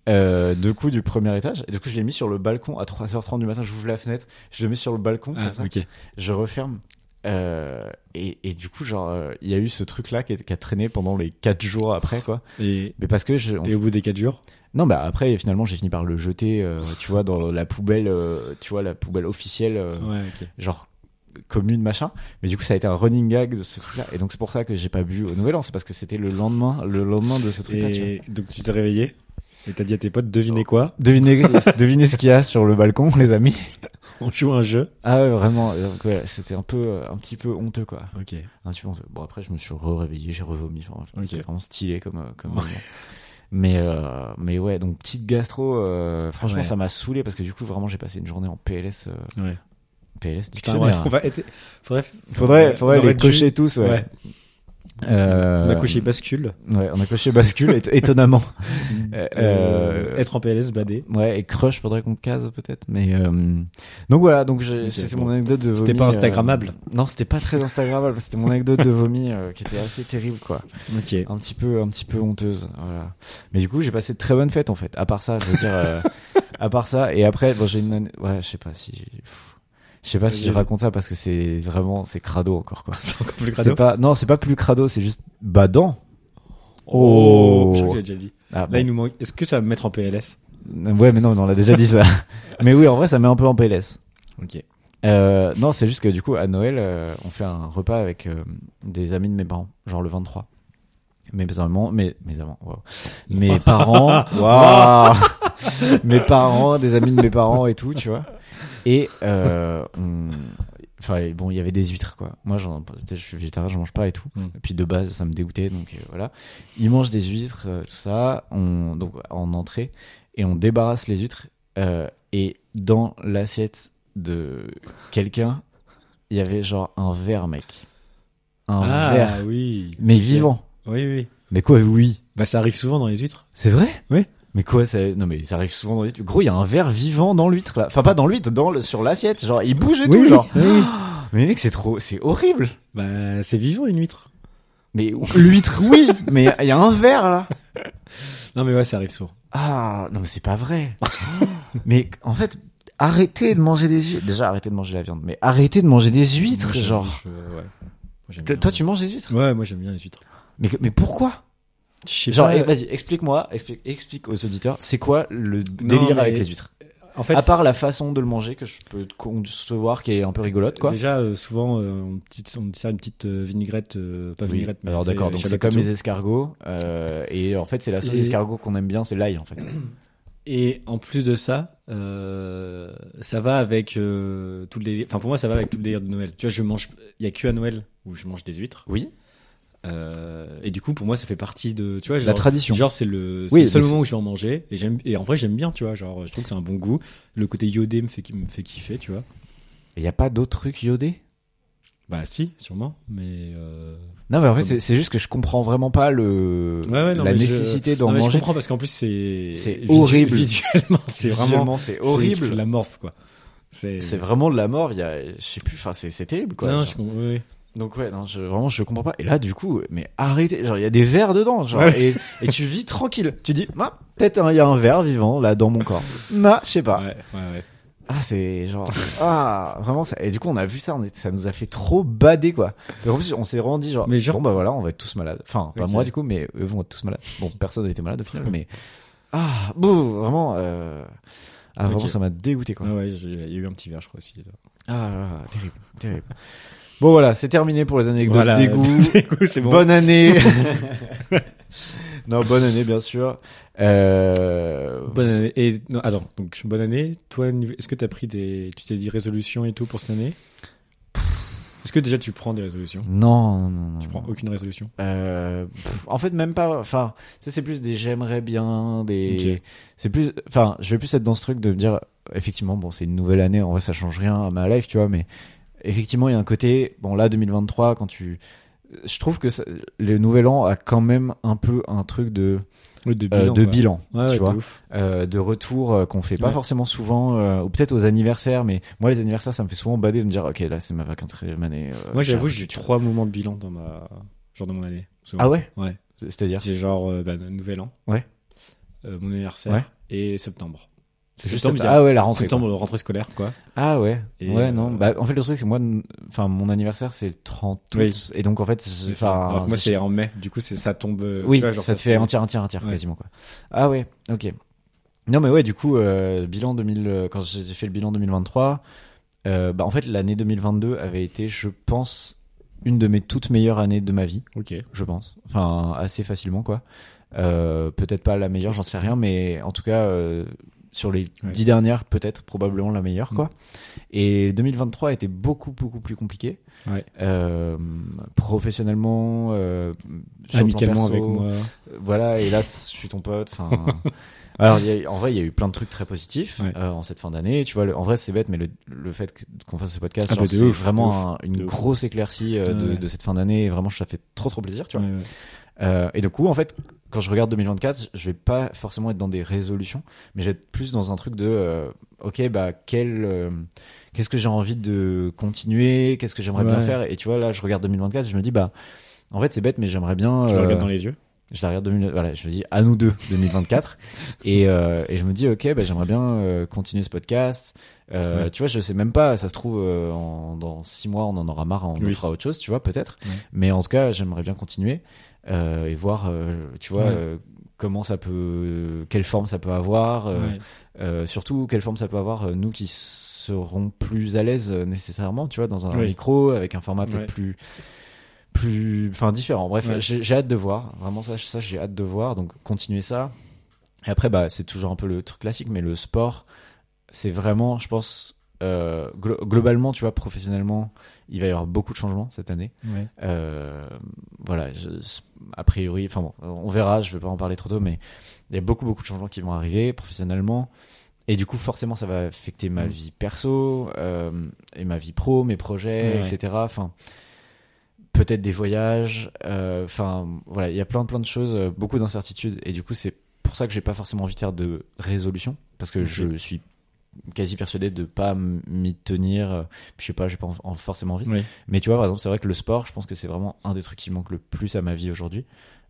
S2: euh, du coup du premier étage et du coup je l'ai mis sur le balcon à 3h30 du matin j'ouvre la fenêtre je le mets sur le balcon comme
S1: Ah,
S2: ça,
S1: ok.
S2: je referme Euh, et, et du coup genre euh, il y a eu ce truc là qui, est- qui a traîné pendant les 4 jours après quoi
S1: Et,
S2: mais parce que je, on-
S1: et au bout des 4 jours
S2: non bah après finalement j'ai fini par le jeter euh, tu vois dans la poubelle euh, tu vois la poubelle officielle euh,
S1: Ouais, ok.
S2: genre commune machin mais du coup ça a été un running gag de ce truc là et donc c'est pour ça que j'ai pas bu au nouvel an c'est parce que c'était le lendemain le lendemain de ce truc là
S1: Et donc tu t'es réveillé et t'as dit à tes potes, devinez quoi
S2: Devinez, (laughs) devinez ce qu'il y a sur le balcon, les amis.
S1: (laughs) On joue à un jeu.
S2: Ah ouais, vraiment. Donc, ouais, c'était un peu, euh, un petit peu honteux, quoi.
S1: Ok.
S2: Un petit peu honteux. Bon, après, je me suis réveillé, j'ai revomi. Enfin,
S1: Ok.
S2: C'était vraiment stylé comme, euh, comme
S1: Ouais.
S2: moment. Mais, euh, mais ouais, donc petite gastro. euh, franchement,
S1: Ouais.
S2: ça m'a saoulé parce que du coup, vraiment, j'ai passé une journée en PLS. euh,
S1: Ouais.
S2: PLS
S1: Putain,
S2: dictionnaire.
S1: ouais, on va- et t'sais, faudrait,
S2: Faudrait, faudrait
S1: on aurait
S2: les
S1: dû-
S2: cocher tous, ouais.
S1: Ouais.
S2: Euh,
S1: On a coché bascule.
S2: Ouais, on a coché bascule,
S1: (laughs)
S2: éton- étonnamment. Euh,
S1: Mm. Euh, être en PLS, badé.
S2: Ouais, et Crush, faudrait qu'on case peut-être. Mais euh, donc voilà, donc j'ai-
S1: Ok,
S2: c'était
S1: bon.
S2: mon anecdote de vomi.
S1: C'était pas
S2: euh,
S1: Instagrammable.
S2: Non, c'était pas très Instagrammable. c'était mon anecdote de vomi euh, qui était assez terrible, quoi.
S1: Ok.
S2: Un petit peu, un petit peu honteuse. Voilà. Mais du coup, j'ai passé de très bonnes fêtes en fait. À part ça, je veux dire,
S1: (laughs)
S2: euh, à part ça, et après, bon, j'ai une, ane- ouais, je sais pas si, pff, je sais pas si
S1: Vas-y,
S2: je
S1: vas-y.
S2: raconte ça parce que c'est vraiment, c'est crado encore quoi.
S1: (laughs) C'est encore plus crado.
S2: C'est pas, non, c'est pas plus crado, c'est juste badant. Oh.
S1: Je crois que j'ai déjà dit.
S2: Ah,
S1: Là,
S2: bon.
S1: il nous manque. Est-ce que ça va me mettre en PLS
S2: Ouais, mais non, mais on l'a déjà dit
S1: (laughs)
S2: ça. mais oui, en vrai, ça met un peu en PLS.
S1: Ok.
S2: Euh, non, c'est juste que du coup, à Noël, euh, on fait un repas avec euh, des amis de mes parents, genre le 23. Mes parents, mes, mes amants,
S1: (laughs)
S2: waouh. Mes parents, waouh. (laughs) mes parents, des amis de mes parents et tout, tu vois. Et, euh, on- enfin, bon, il y avait des huîtres, quoi. Moi, j'en, tu sais, je suis végétarien, je mange pas et tout.
S1: Mm.
S2: Et puis de base, ça me dégoûtait, donc euh, voilà. Ils mangent des huîtres, euh, tout ça, on, donc en entrée, et on débarrasse les huîtres. euh, et dans l'assiette de quelqu'un, il y avait genre un verre, mec. Un
S1: ah
S2: verre.
S1: oui.
S2: Mais vivant.
S1: Oui, oui.
S2: Mais quoi, oui.
S1: Bah, ça arrive souvent dans les huîtres.
S2: C'est vrai
S1: Oui.
S2: Mais quoi, ça... non mais ça arrive souvent dans l'huître. Gros, il y a un verre vivant dans l'huître là. Enfin pas dans l'huître, dans le... sur l'assiette, genre il bouge et tout genre.
S1: oui.
S2: (gasps) Mais mec, c'est trop c'est horrible.
S1: Bah, c'est vivant une huître.
S2: Mais l'huître oui, mais il y a un verre là.
S1: Non, mais ouais, ça arrive souvent.
S2: Ah, non mais c'est
S1: (laughs)
S2: pas vrai. mais en fait, arrêtez de manger des huîtres. Déjà arrêtez de manger la viande, mais arrêtez de manger des huîtres
S1: Moi,
S2: genre.
S1: je- euh, ouais. Moi, j'aime
S2: T-
S1: bien.
S2: Toi tu manges des huîtres
S1: Ouais, moi j'aime bien les huîtres.
S2: Mais mais pourquoi
S1: Je sais
S2: Genre
S1: pas.
S2: eh, vas-y, explique-moi, explique, explique aux auditeurs, c'est quoi le
S1: Non,
S2: délire
S1: mais-
S2: avec les huîtres
S1: en fait,
S2: À part la façon de le manger que je peux concevoir qui est un peu rigolote quoi.
S1: Déjà, euh, souvent, euh, on, petite, on dit ça, une petite euh, vinaigrette, euh, pas
S2: Oui.
S1: vinaigrette, mais
S2: Alors
S1: tu sais,
S2: d'accord, donc c'est
S1: échalote
S2: comme
S1: et tout.
S2: les escargots. euh, et en fait, c'est la sauce
S1: Et-
S2: escargot qu'on aime bien, c'est l'ail
S1: (coughs)
S2: en fait.
S1: Et en plus de ça, euh, ça va avec euh, tout le délire. Enfin, pour moi, ça va avec tout le délire de Noël. Tu vois, je mange. Il y a que à Noël où je mange des huîtres.
S2: Oui.
S1: Euh, et du coup, pour moi, ça fait partie de, tu vois, genre,
S2: La tradition.
S1: Genre, c'est le, c'est
S2: Oui,
S1: le seul
S2: mais
S1: moment où je vais en manger. Et j'aime, et en vrai, j'aime bien, tu vois. Genre, je trouve que c'est un bon goût. Le côté iodé me fait, me fait kiffer, tu vois.
S2: Il n'y a pas d'autres trucs iodés
S1: Bah, si, sûrement. Mais, euh...
S2: Non, mais en fait,
S1: Comme-
S2: c'est- c'est juste que je comprends vraiment pas le
S1: Ouais, ouais, non,
S2: la
S1: mais je-
S2: nécessité d'en
S1: non, mais je
S2: manger.
S1: comprends parce qu'en plus, c'est,
S2: C'est
S1: visu-
S2: horrible.
S1: Visuellement, c'est vraiment,
S2: Visuellement, c'est
S1: c'est-
S2: horrible.
S1: C'est de la morphe, quoi. C'est,
S2: C'est vraiment de la mort. Il y a, je sais plus. Enfin, c'est c'est terrible, quoi.
S1: non,
S2: Genre.
S1: je comprends, ouais, ouais.
S2: Donc ouais, non, je, vraiment, je comprends pas. Et là, du coup, mais arrêtez. Genre, il y a des vers dedans. Genre,
S1: Ouais.
S2: et, et tu vis tranquille. Tu dis, ah, peut-être hein, il y a un ver vivant là dans mon corps. Bah, je sais pas.
S1: Ouais, ouais, ouais.
S2: Ah, c'est genre ah vraiment ça. Et du coup, on a vu ça. On est, ça nous a fait trop bader quoi. Mais en plus, on s'est rendu genre.
S1: Mais genre-
S2: bon bah voilà, on va être tous malades. Enfin, pas
S1: Ok.
S2: moi du coup, mais eux vont être tous malades. Bon, personne n'a été malade au final, mais ah bouh, vraiment. euh, Ah vraiment,
S1: Ok.
S2: ça m'a dégoûté quoi.
S1: Ah ouais, j'ai- il y a eu un petit verre, je crois aussi.
S2: Ah là là, terrible, terrible. Bon voilà, c'est terminé pour les anecdotes
S1: Voilà, (laughs)
S2: dégoût.
S1: dégoût, c'est bon. (laughs)
S2: Bonne année. non, bonne année, bien sûr. Euh...
S1: Bonne année. Et non, attends, donc bonne année. Toi, niveau- est-ce que t'as pris des, tu t'es dit résolutions et tout pour cette année Est-ce que déjà tu prends des résolutions
S2: Non, non, non.
S1: Tu
S2: non.
S1: prends aucune résolution
S2: Euh, pff, en fait, même pas. Enfin, ça c'est plus des j'aimerais bien, des. C'est plus. Enfin, je vais plus être dans ce truc de me dire, effectivement, bon, c'est une nouvelle année. En vrai, ça change rien à ma life, tu vois. Mais effectivement, il y a un côté. Bon, là, 2023, quand tu. Je trouve que ça- le nouvel an a quand même un peu un truc de
S1: Oui, de
S2: euh,
S1: bilan.
S2: de
S1: quoi.
S2: bilan,
S1: Ouais, ouais,
S2: tu
S1: de
S2: vois.
S1: ouf.
S2: euh, de retour euh, qu'on fait pas
S1: Ouais.
S2: forcément souvent, euh, ou peut-être aux anniversaires, mais moi les anniversaires ça me fait souvent bader de me dire ok là c'est ma 24e année. euh,
S1: Moi, j'avoue,
S2: j'ai-
S1: j'ai trois moments de bilan dans ma, genre dans mon année. souvent.
S2: Ah ouais
S1: Ouais.
S2: C'est- C'est-à-dire
S1: J'ai genre euh, bah, Nouvel An.
S2: Ouais.
S1: Euh, mon anniversaire
S2: Ouais.
S1: et septembre.
S2: c'est
S1: septembre,
S2: juste-
S1: il y a-
S2: Ah ouais la rentrée.
S1: septembre, rentrée scolaire, quoi.
S2: quoi. Ah ouais.
S1: Et,
S2: ouais non.
S1: euh,
S2: Bah, en fait le truc c'est que moi, n- enfin mon anniversaire c'est le 30 août
S1: Oui.
S2: et donc en fait,
S1: C'est
S2: j'ai-
S1: ça.
S2: enfin
S1: Alors que moi,
S2: j'ai-
S1: c'est en mai. Du coup, c'est ça tombe. euh,
S2: oui
S1: tu vois, genre,
S2: ça te fait un tiers un tiers un tiers
S1: Ouais.
S2: quasiment quoi. Ah ouais ok. Non mais ouais du coup euh, bilan 2000 euh, quand j'ai fait le bilan 2023, euh, bah en fait l'année 2022 avait été je pense une de mes toutes meilleures années de ma vie.
S1: Ok.
S2: je pense. Enfin, assez facilement, quoi. Euh, peut-être pas la meilleure, j'en sais rien, mais en tout cas, euh, sur les
S1: Ouais. Mm.
S2: dix dernières, peut-être probablement la meilleure, quoi. Et 2023 a été beaucoup, beaucoup plus compliqué.
S1: Ouais.
S2: Euh, professionnellement, euh, sur le plan
S1: Amicalement
S2: perso,
S1: avec moi.
S2: Voilà, et là, je suis ton pote. Enfin. (laughs) Alors, il y a eu- en vrai, il y a eu plein de trucs très positifs
S1: Ouais.
S2: euh, en cette fin d'année. Tu vois, le- en vrai, c'est bête, mais le, le fait que- qu'on fasse ce podcast,
S1: Ah
S2: genre,
S1: bah, de
S2: c'est
S1: ouf, de
S2: vraiment
S1: ouf,
S2: un- une
S1: de ouf.
S2: grosse éclaircie euh, de,
S1: Ouais.
S2: de cette fin d'année. Et Vraiment, ça fait trop, trop plaisir, tu vois.
S1: Ouais, ouais.
S2: Euh, et du coup, en fait, quand je regarde 2024, je vais pas forcément être dans des résolutions, mais je vais être plus dans un truc de, euh, ok, bah quel, euh, qu'est-ce que j'ai envie de continuer, qu'est-ce que j'aimerais bien
S1: Ouais.
S2: faire. Et tu vois, là, je regarde 2024, je me dis, bah, en fait, c'est bête, mais j'aimerais bien.
S1: Je le
S2: euh,
S1: regarde dans les yeux.
S2: je la regarde 2000 voilà, je me dis à nous deux
S1: (laughs)
S2: 2024 et, euh, et je me dis ok bah, j'aimerais bien euh, continuer ce podcast Euh,
S1: Ouais.
S2: tu vois je sais même pas ça se trouve euh, en- dans six mois on en aura marre on
S1: Oui.
S2: fera autre chose tu vois peut-être
S1: Ouais.
S2: mais en tout cas j'aimerais bien continuer euh, et voir euh, tu vois
S1: Ouais.
S2: euh, comment ça peut quelle forme ça peut avoir euh,
S1: Ouais.
S2: euh, surtout quelle forme ça peut avoir euh, nous qui serons plus à l'aise euh, nécessairement tu vois dans un
S1: Oui.
S2: micro avec un format peut-être
S1: Ouais.
S2: plus plus enfin différent bref
S1: Ouais.
S2: j'ai j'ai hâte de voir vraiment ça ça j'ai hâte de voir donc continuer ça et après bah c'est toujours un peu le truc classique mais le sport c'est vraiment je pense euh, glo- globalement tu vois professionnellement il va y avoir beaucoup de changements cette année
S1: Ouais.
S2: euh, voilà, je- a priori, enfin bon, euh, on verra, je vais pas en parler trop tôt, mais il y a beaucoup, beaucoup de changements qui vont arriver professionnellement. Et du coup, forcément, ça va affecter ma
S1: Mm.
S2: vie perso, euh, et ma vie pro, mes projets,
S1: Ouais, ouais.
S2: etc. Enfin, peut-être des voyages, euh, enfin, voilà, il y a plein, plein de choses, euh, beaucoup d'incertitudes. Et du coup, c'est pour ça que j'ai pas forcément envie de faire de résolution, parce que
S1: Ok.
S2: je suis quasi persuadé de pas m- m'y tenir. euh, Je sais pas, j'ai pas en- en- forcément envie.
S1: Ouais.
S2: Mais tu vois, par exemple, c'est vrai que le sport, je pense que c'est vraiment un des trucs qui manque le plus à ma vie aujourd'hui.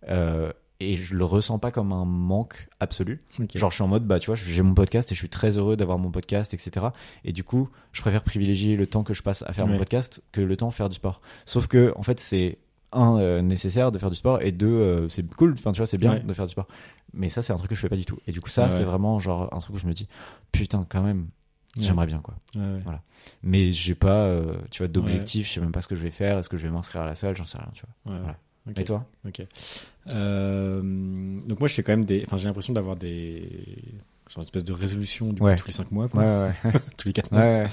S2: Euh, et je le ressens pas comme un manque absolu.
S1: Ok.
S2: Genre, je suis en mode, bah, tu vois, j'ai mon podcast et je suis très heureux d'avoir mon podcast, etc. Et du coup, je préfère privilégier le temps que je passe à faire mon
S1: Ouais.
S2: podcast que le temps à faire du sport. Sauf que, en fait, c'est un, euh, nécessaire de faire du sport et deux, euh, c'est cool, enfin, tu vois, c'est bien
S1: Ouais.
S2: de faire du sport. Mais ça, c'est un truc que je fais pas du tout. Et du coup, ça,
S1: Ah ouais.
S2: c'est vraiment genre un truc où je me dis, putain, quand même,
S1: Ouais.
S2: j'aimerais bien, quoi
S1: Ouais, ouais.
S2: mais j'ai pas euh, tu vois d'objectif je sais même pas ce que je vais faire est-ce que je vais m'inscrire à la salle j'en sais rien tu vois
S1: Ouais, ouais.
S2: Voilà.
S1: Ok.
S2: et toi
S1: Ok. Euh, donc moi, je fais quand même des. Enfin, j'ai l'impression d'avoir des. Genre une espèce de résolution du coup,
S2: Ouais.
S1: tous les 5 mois, quoi.
S2: ouais
S1: (laughs) tous les 4 mois.
S2: ouais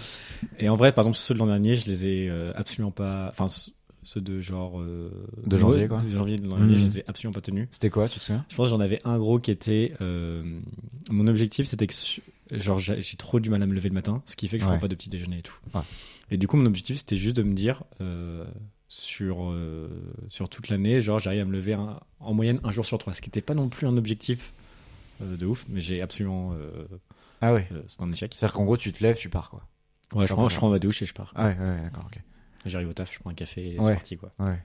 S1: Et en vrai, par exemple, ceux de l'an dernier, je les ai euh, absolument pas. Enfin, c- Ceux de genre. euh,
S2: De janvier, quoi.
S1: De janvier de l'an dernier,
S2: Mhm.
S1: je les ai absolument pas tenus.
S2: C'était quoi, tu te souviens
S1: Je pense que j'en avais un gros qui était. euh, mon objectif, c'était que. su- Genre, j'ai j'ai trop du mal à me lever le matin, ce qui fait que je
S2: Ouais.
S1: prends pas de petit déjeuner et tout.
S2: Ouais.
S1: Et du coup, mon objectif, c'était juste de me dire. euh, sur, euh, sur toute l'année, genre, j'arrive à me lever un- en moyenne un jour sur trois, ce qui n'était pas non plus un objectif euh, de ouf, mais j'ai absolument. euh,
S2: Ah ouais.
S1: euh, c'est un échec.
S2: C'est-à-dire qu'en gros, tu te lèves, tu pars, quoi.
S1: Ouais, je prends, je prends ma douche et je pars.
S2: Ah ouais, ouais, ouais, d'accord, ok.
S1: J'arrive au taf, je prends un café et
S2: Ouais.
S1: c'est parti, quoi.
S2: Ouais.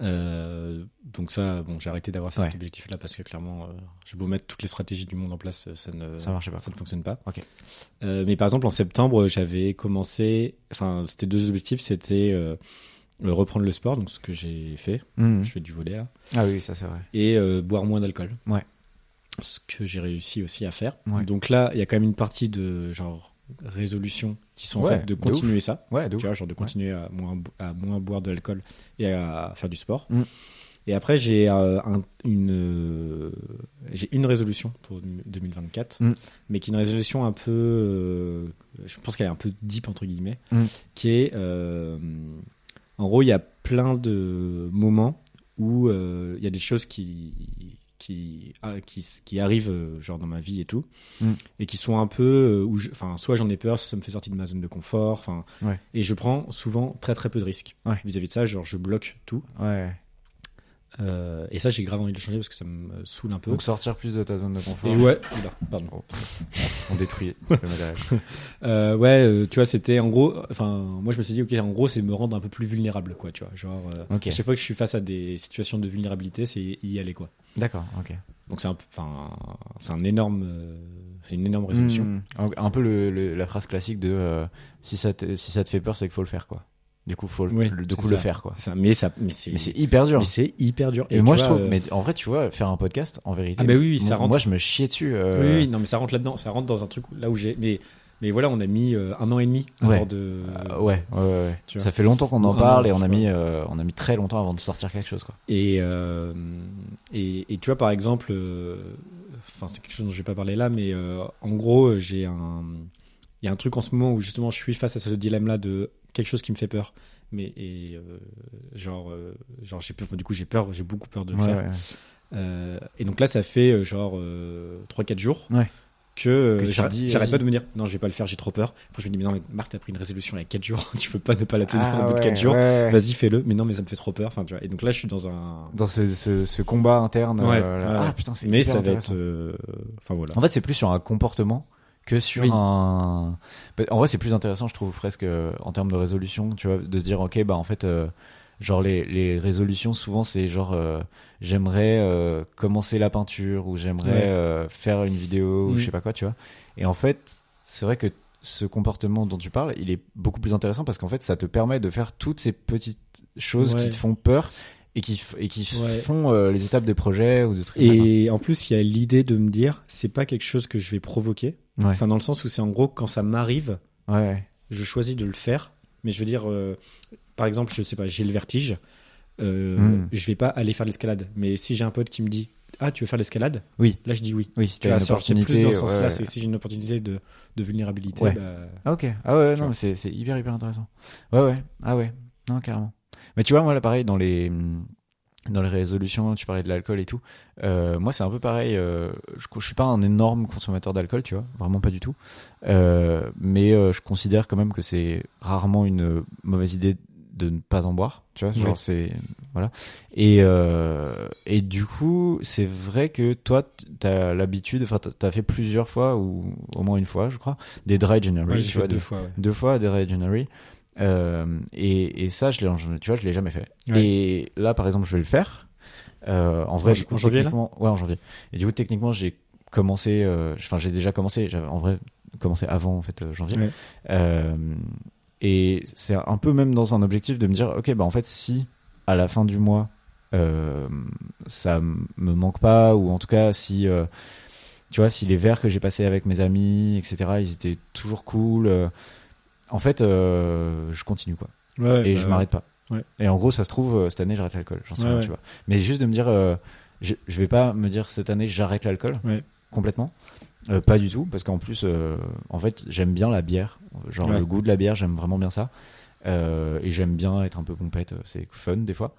S1: Euh, donc ça, bon, j'ai arrêté d'avoir cet
S2: Ouais.
S1: objectif-là parce que clairement, euh, j'ai beau mettre toutes les stratégies du monde en place, euh, ça ne,
S2: Ça marchait pas.
S1: ça ne fonctionne pas.
S2: Ok.
S1: Euh, mais par exemple, en septembre, j'avais commencé. Enfin, c'était deux objectifs. C'était euh, euh, reprendre le sport, donc ce que j'ai fait.
S2: Mhm.
S1: Je fais du volet là,
S2: Ah oui, ça c'est vrai.
S1: et euh, boire moins d'alcool.
S2: Ouais.
S1: Ce que j'ai réussi aussi à faire.
S2: Ouais.
S1: Donc là, il y a quand même une partie de genre résolution qui sont en
S2: Ouais,
S1: fait de
S2: de
S1: continuer ça.
S2: Ouais, de ouf.
S1: Tu vois, genre de continuer à, moins, bo- à moins boire de l'alcool et à faire du sport.
S2: Mm.
S1: Et après, j'ai euh, un- une, euh, j'ai une résolution pour 2024,
S2: Mm.
S1: mais qui est une résolution un peu. euh, je pense qu'elle est un peu deep, entre guillemets,
S2: Mm.
S1: qui est. euh, en gros, il y a plein de moments où euh, il y a des choses qui. Qui, ah, qui, qui arrivent euh, genre dans ma vie et tout
S2: Mm.
S1: et qui sont un peu euh, où je- enfin soit j'en ai peur soit ça me fait sortir de ma zone de confort enfin et je prends souvent très très peu de risques
S2: Ouais.
S1: vis-à-vis de ça. Genre, je bloque tout.
S2: Ouais.
S1: Euh, et ça, j'ai grave envie de le changer parce que ça me saoule un peu.
S2: Donc sortir plus de ta zone de confort.
S1: et ouais, oula, pardon.
S2: On (laughs) détruit le matériel.
S1: Euh, ouais, euh, tu vois, c'était en gros. Enfin, moi, je me suis dit, ok, en gros, c'est me rendre un peu plus vulnérable, quoi. Tu vois, genre, euh,
S2: Ok.
S1: à chaque fois que je suis face à des situations de vulnérabilité, c'est y aller, quoi.
S2: D'accord, ok.
S1: Donc, c'est un, peu- enfin, c'est un énorme, euh, c'est une énorme résolution.
S2: Mhm. Un, un peu le- le- la phrase classique de euh, si, ça te, si ça te fait peur, c'est qu'il faut le faire, quoi. Du coup, faut le-
S1: Ouais,
S2: le, du
S1: c'est
S2: coup, le
S1: ça.
S2: faire, quoi.
S1: Ça, mais ça, mais c'est,
S2: Mais c'est hyper dur.
S1: mais c'est hyper dur.
S2: Et,
S1: tu
S2: moi, je
S1: vois,
S2: trouve.
S1: euh,
S2: Mais en vrai, tu vois, faire un podcast, en vérité.
S1: Ah bah oui, oui, ça
S2: moi-
S1: rentre.
S2: Moi, je me chiais dessus. euh,
S1: Oui, oui, non, mais ça rentre là-dedans. Ça rentre dans un truc où- là où j'ai. Mais, mais voilà, on a mis euh, un an et demi avant
S2: Ouais.
S1: de.
S2: euh, ouais, ouais, ouais.
S1: Tu vois.
S2: Ça fait longtemps qu'on en
S1: Un
S2: parle
S1: an,
S2: et on
S1: je
S2: a
S1: sais
S2: mis, euh, on a mis très longtemps avant de sortir quelque chose, quoi.
S1: Et, euh, et, et tu vois, par exemple, euh, enfin, c'est quelque chose dont je vais pas parler là, mais euh, en gros, euh, j'ai un. Il y a un truc en ce moment où justement je suis face à ce dilemme-là de quelque chose qui me fait peur, mais et, euh, genre, euh, genre j'ai peur, enfin, du coup j'ai peur, j'ai beaucoup peur de le
S2: Ouais,
S1: faire.
S2: ouais, ouais.
S1: Euh, et donc là, ça fait euh, genre euh, 3-4 jours
S2: Ouais.
S1: que, euh,
S2: Que tu te
S1: j'arrête
S2: dis,
S1: j'arrête
S2: vas-y.
S1: pas de me dire non, je vais pas le faire, j'ai trop peur. Après, je me dis, mais non, mais Marc, t'as pris une résolution il y a 4 jours, (laughs) tu peux pas ne pas la tenir au
S2: Ah
S1: bout de
S2: ouais,
S1: 4 jours.
S2: ouais.
S1: Vas-y, fais-le, mais non, mais ça me fait trop peur. Enfin, tu vois. Et donc là, je suis dans un.
S2: Dans ce, ce, ce combat interne.
S1: Ouais,
S2: euh, là.
S1: ouais, ouais.
S2: Ah putain, c'est
S1: Mais ça
S2: hyper
S1: va être.
S2: intéressant.
S1: euh, Enfin, voilà.
S2: En fait, c'est plus sur un comportement que sur
S1: Oui.
S2: un. Bah, En vrai, c'est plus intéressant, je trouve, presque euh, en termes de résolution, tu vois, de se dire, ok, bah en fait, euh, genre les, les résolutions, souvent, c'est genre, euh, j'aimerais euh, commencer la peinture ou j'aimerais
S1: Ouais.
S2: euh, faire une vidéo ou
S1: Mm.
S2: je sais pas quoi, tu vois. Et en fait, c'est vrai que ce comportement dont tu parles, il est beaucoup plus intéressant parce qu'en fait, ça te permet de faire toutes ces petites choses
S1: Ouais.
S2: qui te font peur et qui, f- et qui
S1: Ouais.
S2: font euh, les étapes des projets ou de trucs.
S1: Et en plus, il y a l'idée de me dire, c'est pas quelque chose que je vais provoquer.
S2: Ouais.
S1: Enfin, dans le sens où c'est en gros, quand ça m'arrive,
S2: Ouais, ouais.
S1: je choisis de le faire. Mais je veux dire, euh, par exemple, je sais pas, j'ai le vertige. Euh,
S2: Mm.
S1: Je vais pas aller faire de l'escalade. Mais si j'ai un pote qui me dit, ah, tu veux faire l'escalade
S2: Oui.
S1: Là, je dis oui.
S2: Oui, si
S1: Tu
S2: t'as
S1: vois,
S2: une
S1: ça, c'est plus
S2: opportunité.
S1: dans ce sens-là.
S2: ouais.
S1: c'est Si j'ai une opportunité de, de vulnérabilité,
S2: Ouais.
S1: bah,
S2: Ah, ok. Ah ouais,
S1: Tu
S2: non,
S1: vois.
S2: mais c'est c'est hyper, hyper intéressant. Ouais, ouais. Ah ouais. Non, carrément. Mais tu vois, moi, là, pareil, dans les, mm, dans les résolutions, tu parlais de l'alcool et tout. Euh, moi, c'est un peu pareil. euh, je, je suis pas un énorme consommateur d'alcool, tu vois. Vraiment pas du tout. Euh, mais euh, je considère quand même que c'est rarement une mauvaise idée de ne pas en boire, tu vois. Genre,
S1: Oui.
S2: c'est. Voilà. Et, euh, et du coup, c'est vrai que toi, t- t'as l'habitude, enfin, t'as- t'as fait plusieurs fois, ou au moins une fois, je crois, des dry January.
S1: ouais,
S2: bah tu
S1: j'ai
S2: vois,
S1: fait deux
S2: des-
S1: fois. ouais.
S2: deux fois à des Regenary. Euh, et, et ça, je l'ai, en- tu vois, je l'ai jamais fait.
S1: Ouais.
S2: Et là, par exemple, je vais le faire. Euh, en vrai,
S1: En-
S2: du coup,
S1: en janvier, là
S2: techniquement- ouais, en janvier. Et du coup, techniquement, j'ai commencé, euh, enfin, j'ai déjà commencé, j'avais en vrai commencé avant, en fait, euh, janvier.
S1: Ouais.
S2: Euh, et c'est un peu même dans un objectif de me dire, ok, bah, en fait, si à la fin du mois, euh, ça m- me manque pas, ou en tout cas, si, euh, tu vois, si les verres que j'ai passés avec mes amis, etc., ils étaient toujours cool, euh, en fait, euh, je continue, quoi
S1: Ouais,
S2: et
S1: bah,
S2: je m'arrête pas.
S1: ouais.
S2: Et en gros, ça se trouve, euh, cette année, j'arrête l'alcool. J'en sais
S1: Ouais,
S2: rien,
S1: ouais.
S2: tu vois. Mais juste de me dire, euh, je, je vais pas me dire cette année, j'arrête l'alcool
S1: Ouais.
S2: complètement. Euh, pas du tout, parce qu'en plus, euh, en fait, j'aime bien la bière. Genre
S1: Ouais.
S2: le goût de la bière, j'aime vraiment bien ça. Euh, et j'aime bien être un peu pompette, euh, c'est fun des fois.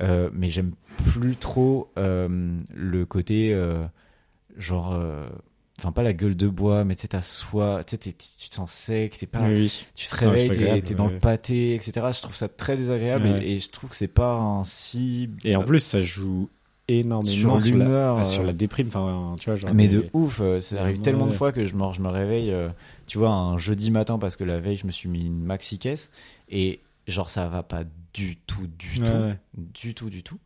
S2: Euh, mais j'aime plus trop euh, le côté euh, genre. euh, Enfin, pas la gueule de bois, mais tu sais, t'as soif, tu sais, t'es- tu te sens sec, t'es pas
S1: Oui.
S2: tu te
S1: Non, c'est
S2: réveilles,
S1: pas
S2: t'es
S1: agréable,
S2: t'es dans
S1: ouais.
S2: le pâté, etc. Je trouve ça très désagréable
S1: Ouais.
S2: et, et je trouve que c'est pas un si
S1: Et en plus, ça joue énormément
S2: sur
S1: sur la,
S2: l'humeur.
S1: ah, sur
S2: euh,
S1: la déprime. Enfin, tu vois, genre.
S2: Mais
S1: des-
S2: de ouf, euh, ça arrive
S1: Ouais.
S2: tellement de fois que je me, je me réveille, euh, tu vois, un jeudi matin parce que la veille je me suis mis une maxi caisse et genre ça va pas du tout, du
S1: Ouais,
S2: tout,
S1: ouais.
S2: du tout, du tout.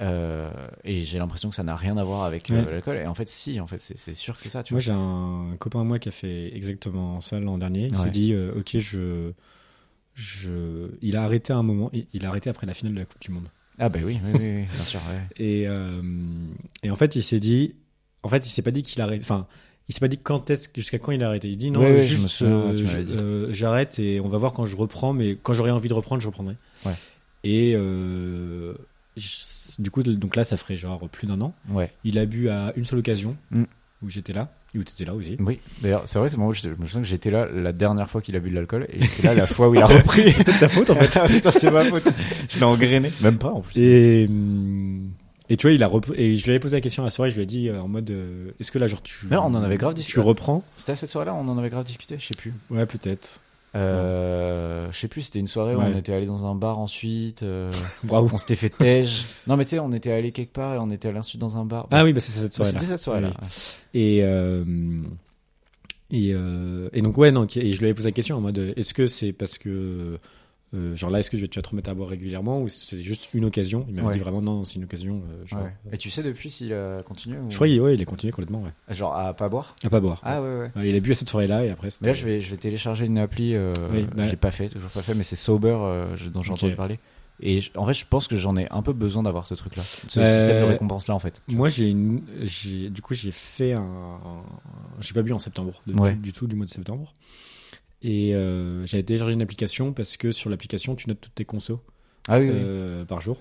S2: Euh, et j'ai l'impression que ça n'a rien à voir avec euh,
S1: Ouais.
S2: l'alcool. Et en fait, si, en fait, c'est c'est sûr que c'est ça, tu
S1: Moi,
S2: vois.
S1: j'ai un copain à moi qui a fait exactement ça l'an dernier. Il s'est
S2: Ouais.
S1: dit, euh, ok, je, je, il a arrêté à un moment. Il, il a arrêté après la finale de la Coupe du Monde.
S2: Ah, bah oui, oui, oui, oui, bien sûr, ouais.
S1: (laughs) Et, euh, et en fait, il s'est dit, en fait, il s'est pas dit qu'il arrête. Enfin, il s'est pas dit quand est-ce, jusqu'à quand il a arrêté. Il dit non,
S2: Ouais, ouais, je me
S1: juste,
S2: souviens,
S1: euh,
S2: tu
S1: je-
S2: m'avais dit.
S1: euh, j'arrête et on va voir quand je reprends. Mais quand j'aurai envie de reprendre, je reprendrai.
S2: Ouais.
S1: Et euh, je- du coup, donc là, ça ferait genre plus d'un an.
S2: Ouais.
S1: Il a bu à une seule occasion
S2: Mm.
S1: où j'étais là et où t'étais là
S2: (laughs)
S1: aussi.
S2: Oui, d'ailleurs, c'est vrai que moi, je, je me souviens que j'étais là la dernière fois qu'il a bu de l'alcool et j'étais là la fois où il a repris. (laughs)
S1: C'était de ta faute en fait.
S2: Ah, putain, c'est ma faute. Je l'ai engrainé. Même pas, en
S1: (laughs)
S2: plus.
S1: Et, hum, et tu vois, il a rep- et je lui avais posé la question à la soirée, je lui ai dit euh, en mode euh, est-ce que là, genre, tu.
S2: Non, on en avait grave
S1: Tu
S2: discuté.
S1: reprends
S2: C'était à cette soirée-là, on en avait grave discuté, je sais plus.
S1: Ouais, peut-être.
S2: Euh, je sais plus, c'était une soirée où
S1: Ouais.
S2: on était allé dans un bar ensuite. euh,
S1: (laughs) Bravo.
S2: on s'était fait (laughs) tège. Non, mais tu sais, on était allé quelque part et on était allé ensuite dans un bar.
S1: Ah oui, bah c'est cette soirée-là.
S2: C'était cette soirée-là.
S1: Et, euh, et, euh, et donc, ouais, non, et je lui avais posé la question en mode euh, est-ce que c'est parce que. euh, genre là, est-ce que je vais- tu vas te remettre à boire régulièrement ou c'est juste une occasion Il m'avait
S2: Ouais.
S1: dit vraiment non, c'est une occasion. euh, genre,
S2: Ouais. Et tu sais depuis s'il a continué ou...
S1: Je crois qu'il ouais, il a continué complètement, ouais.
S2: Genre à pas boire
S1: À pas boire.
S2: Ah ouais, ouais.
S1: Ouais, il a bu à cette soirée-là et après.
S2: Mais là, je vais, je vais télécharger une appli. Euh,
S1: Oui, bah-
S2: je l'ai pas fait, toujours pas fait, mais c'est Sober euh, je- dont j'ai
S1: Ok.
S2: entendu parler. Et je- en fait, je pense que j'en ai un peu besoin d'avoir ce truc-là, ce
S1: Euh,
S2: système de récompense-là, en fait.
S1: Moi, j'ai une- j'ai, du coup, j'ai fait un, un- j'ai pas bu en septembre, de-
S2: Ouais.
S1: du, du tout du mois de septembre. Et euh, j'avais téléchargé une application parce que sur l'application, tu notes toutes tes consos
S2: Ah oui, oui.
S1: euh, par jour.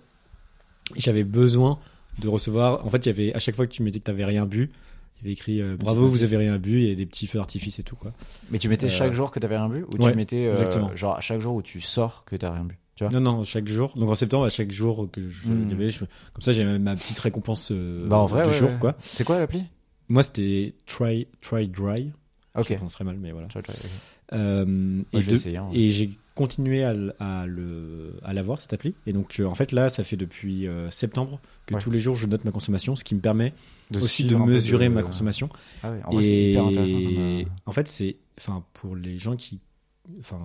S1: Et J'avais besoin de recevoir. En fait, il y avait à chaque fois que tu mettais que t'avais rien bu, il y avait écrit euh, bravo,
S2: petit
S1: vous avez rien bu et des petits feux d'artifice et tout quoi.
S2: mais tu mettais
S1: euh,
S2: chaque jour que t'avais rien bu, ou
S1: ouais,
S2: tu mettais euh,
S1: exactement.
S2: genre chaque jour où tu sors que t'as rien bu, tu vois
S1: Non, non, chaque jour. Donc en septembre, à chaque jour que je
S2: Mm.
S1: il y avait, je- comme ça, j'avais ma petite récompense euh,
S2: Bah en vrai,
S1: du
S2: ouais,
S1: jour
S2: ouais.
S1: quoi.
S2: C'est quoi l'appli
S1: Moi, c'était try, try dry. Je
S2: Ok.
S1: prononce très mal, mais voilà.
S2: Ciao, ciao, ok.
S1: Euh,
S2: Moi,
S1: et,
S2: je vais
S1: de-
S2: essayer, hein.
S1: et j'ai continué à, l- à le, à l'avoir, cette appli. Et donc, euh, en fait, là, ça fait depuis euh, septembre que
S2: Ouais.
S1: tous les jours, je note ma consommation, ce qui me permet aussi de
S2: suivre un peu
S1: mesurer
S2: de-
S1: ma consommation.
S2: Ah ouais, en vrai, c'est
S1: et
S2: hyper intéressant. comme, euh,
S1: en fait, c'est, enfin, pour les gens qui, enfin,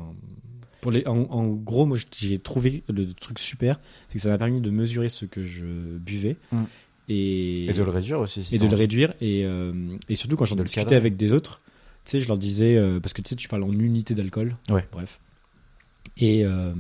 S1: pour les, en, en gros, moi, j'ai trouvé le truc super, c'est que ça m'a permis de mesurer ce que je buvais
S2: Mm.
S1: et,
S2: Et de le réduire aussi. si
S1: et de
S2: t'as
S1: le
S2: envie.
S1: réduire et, euh, et surtout quand j'en
S2: De le
S1: discutais
S2: cadrer.
S1: avec des autres tu sais je leur disais euh, parce que tu sais tu parles en unité d'alcool
S2: Ouais.
S1: bref et euh,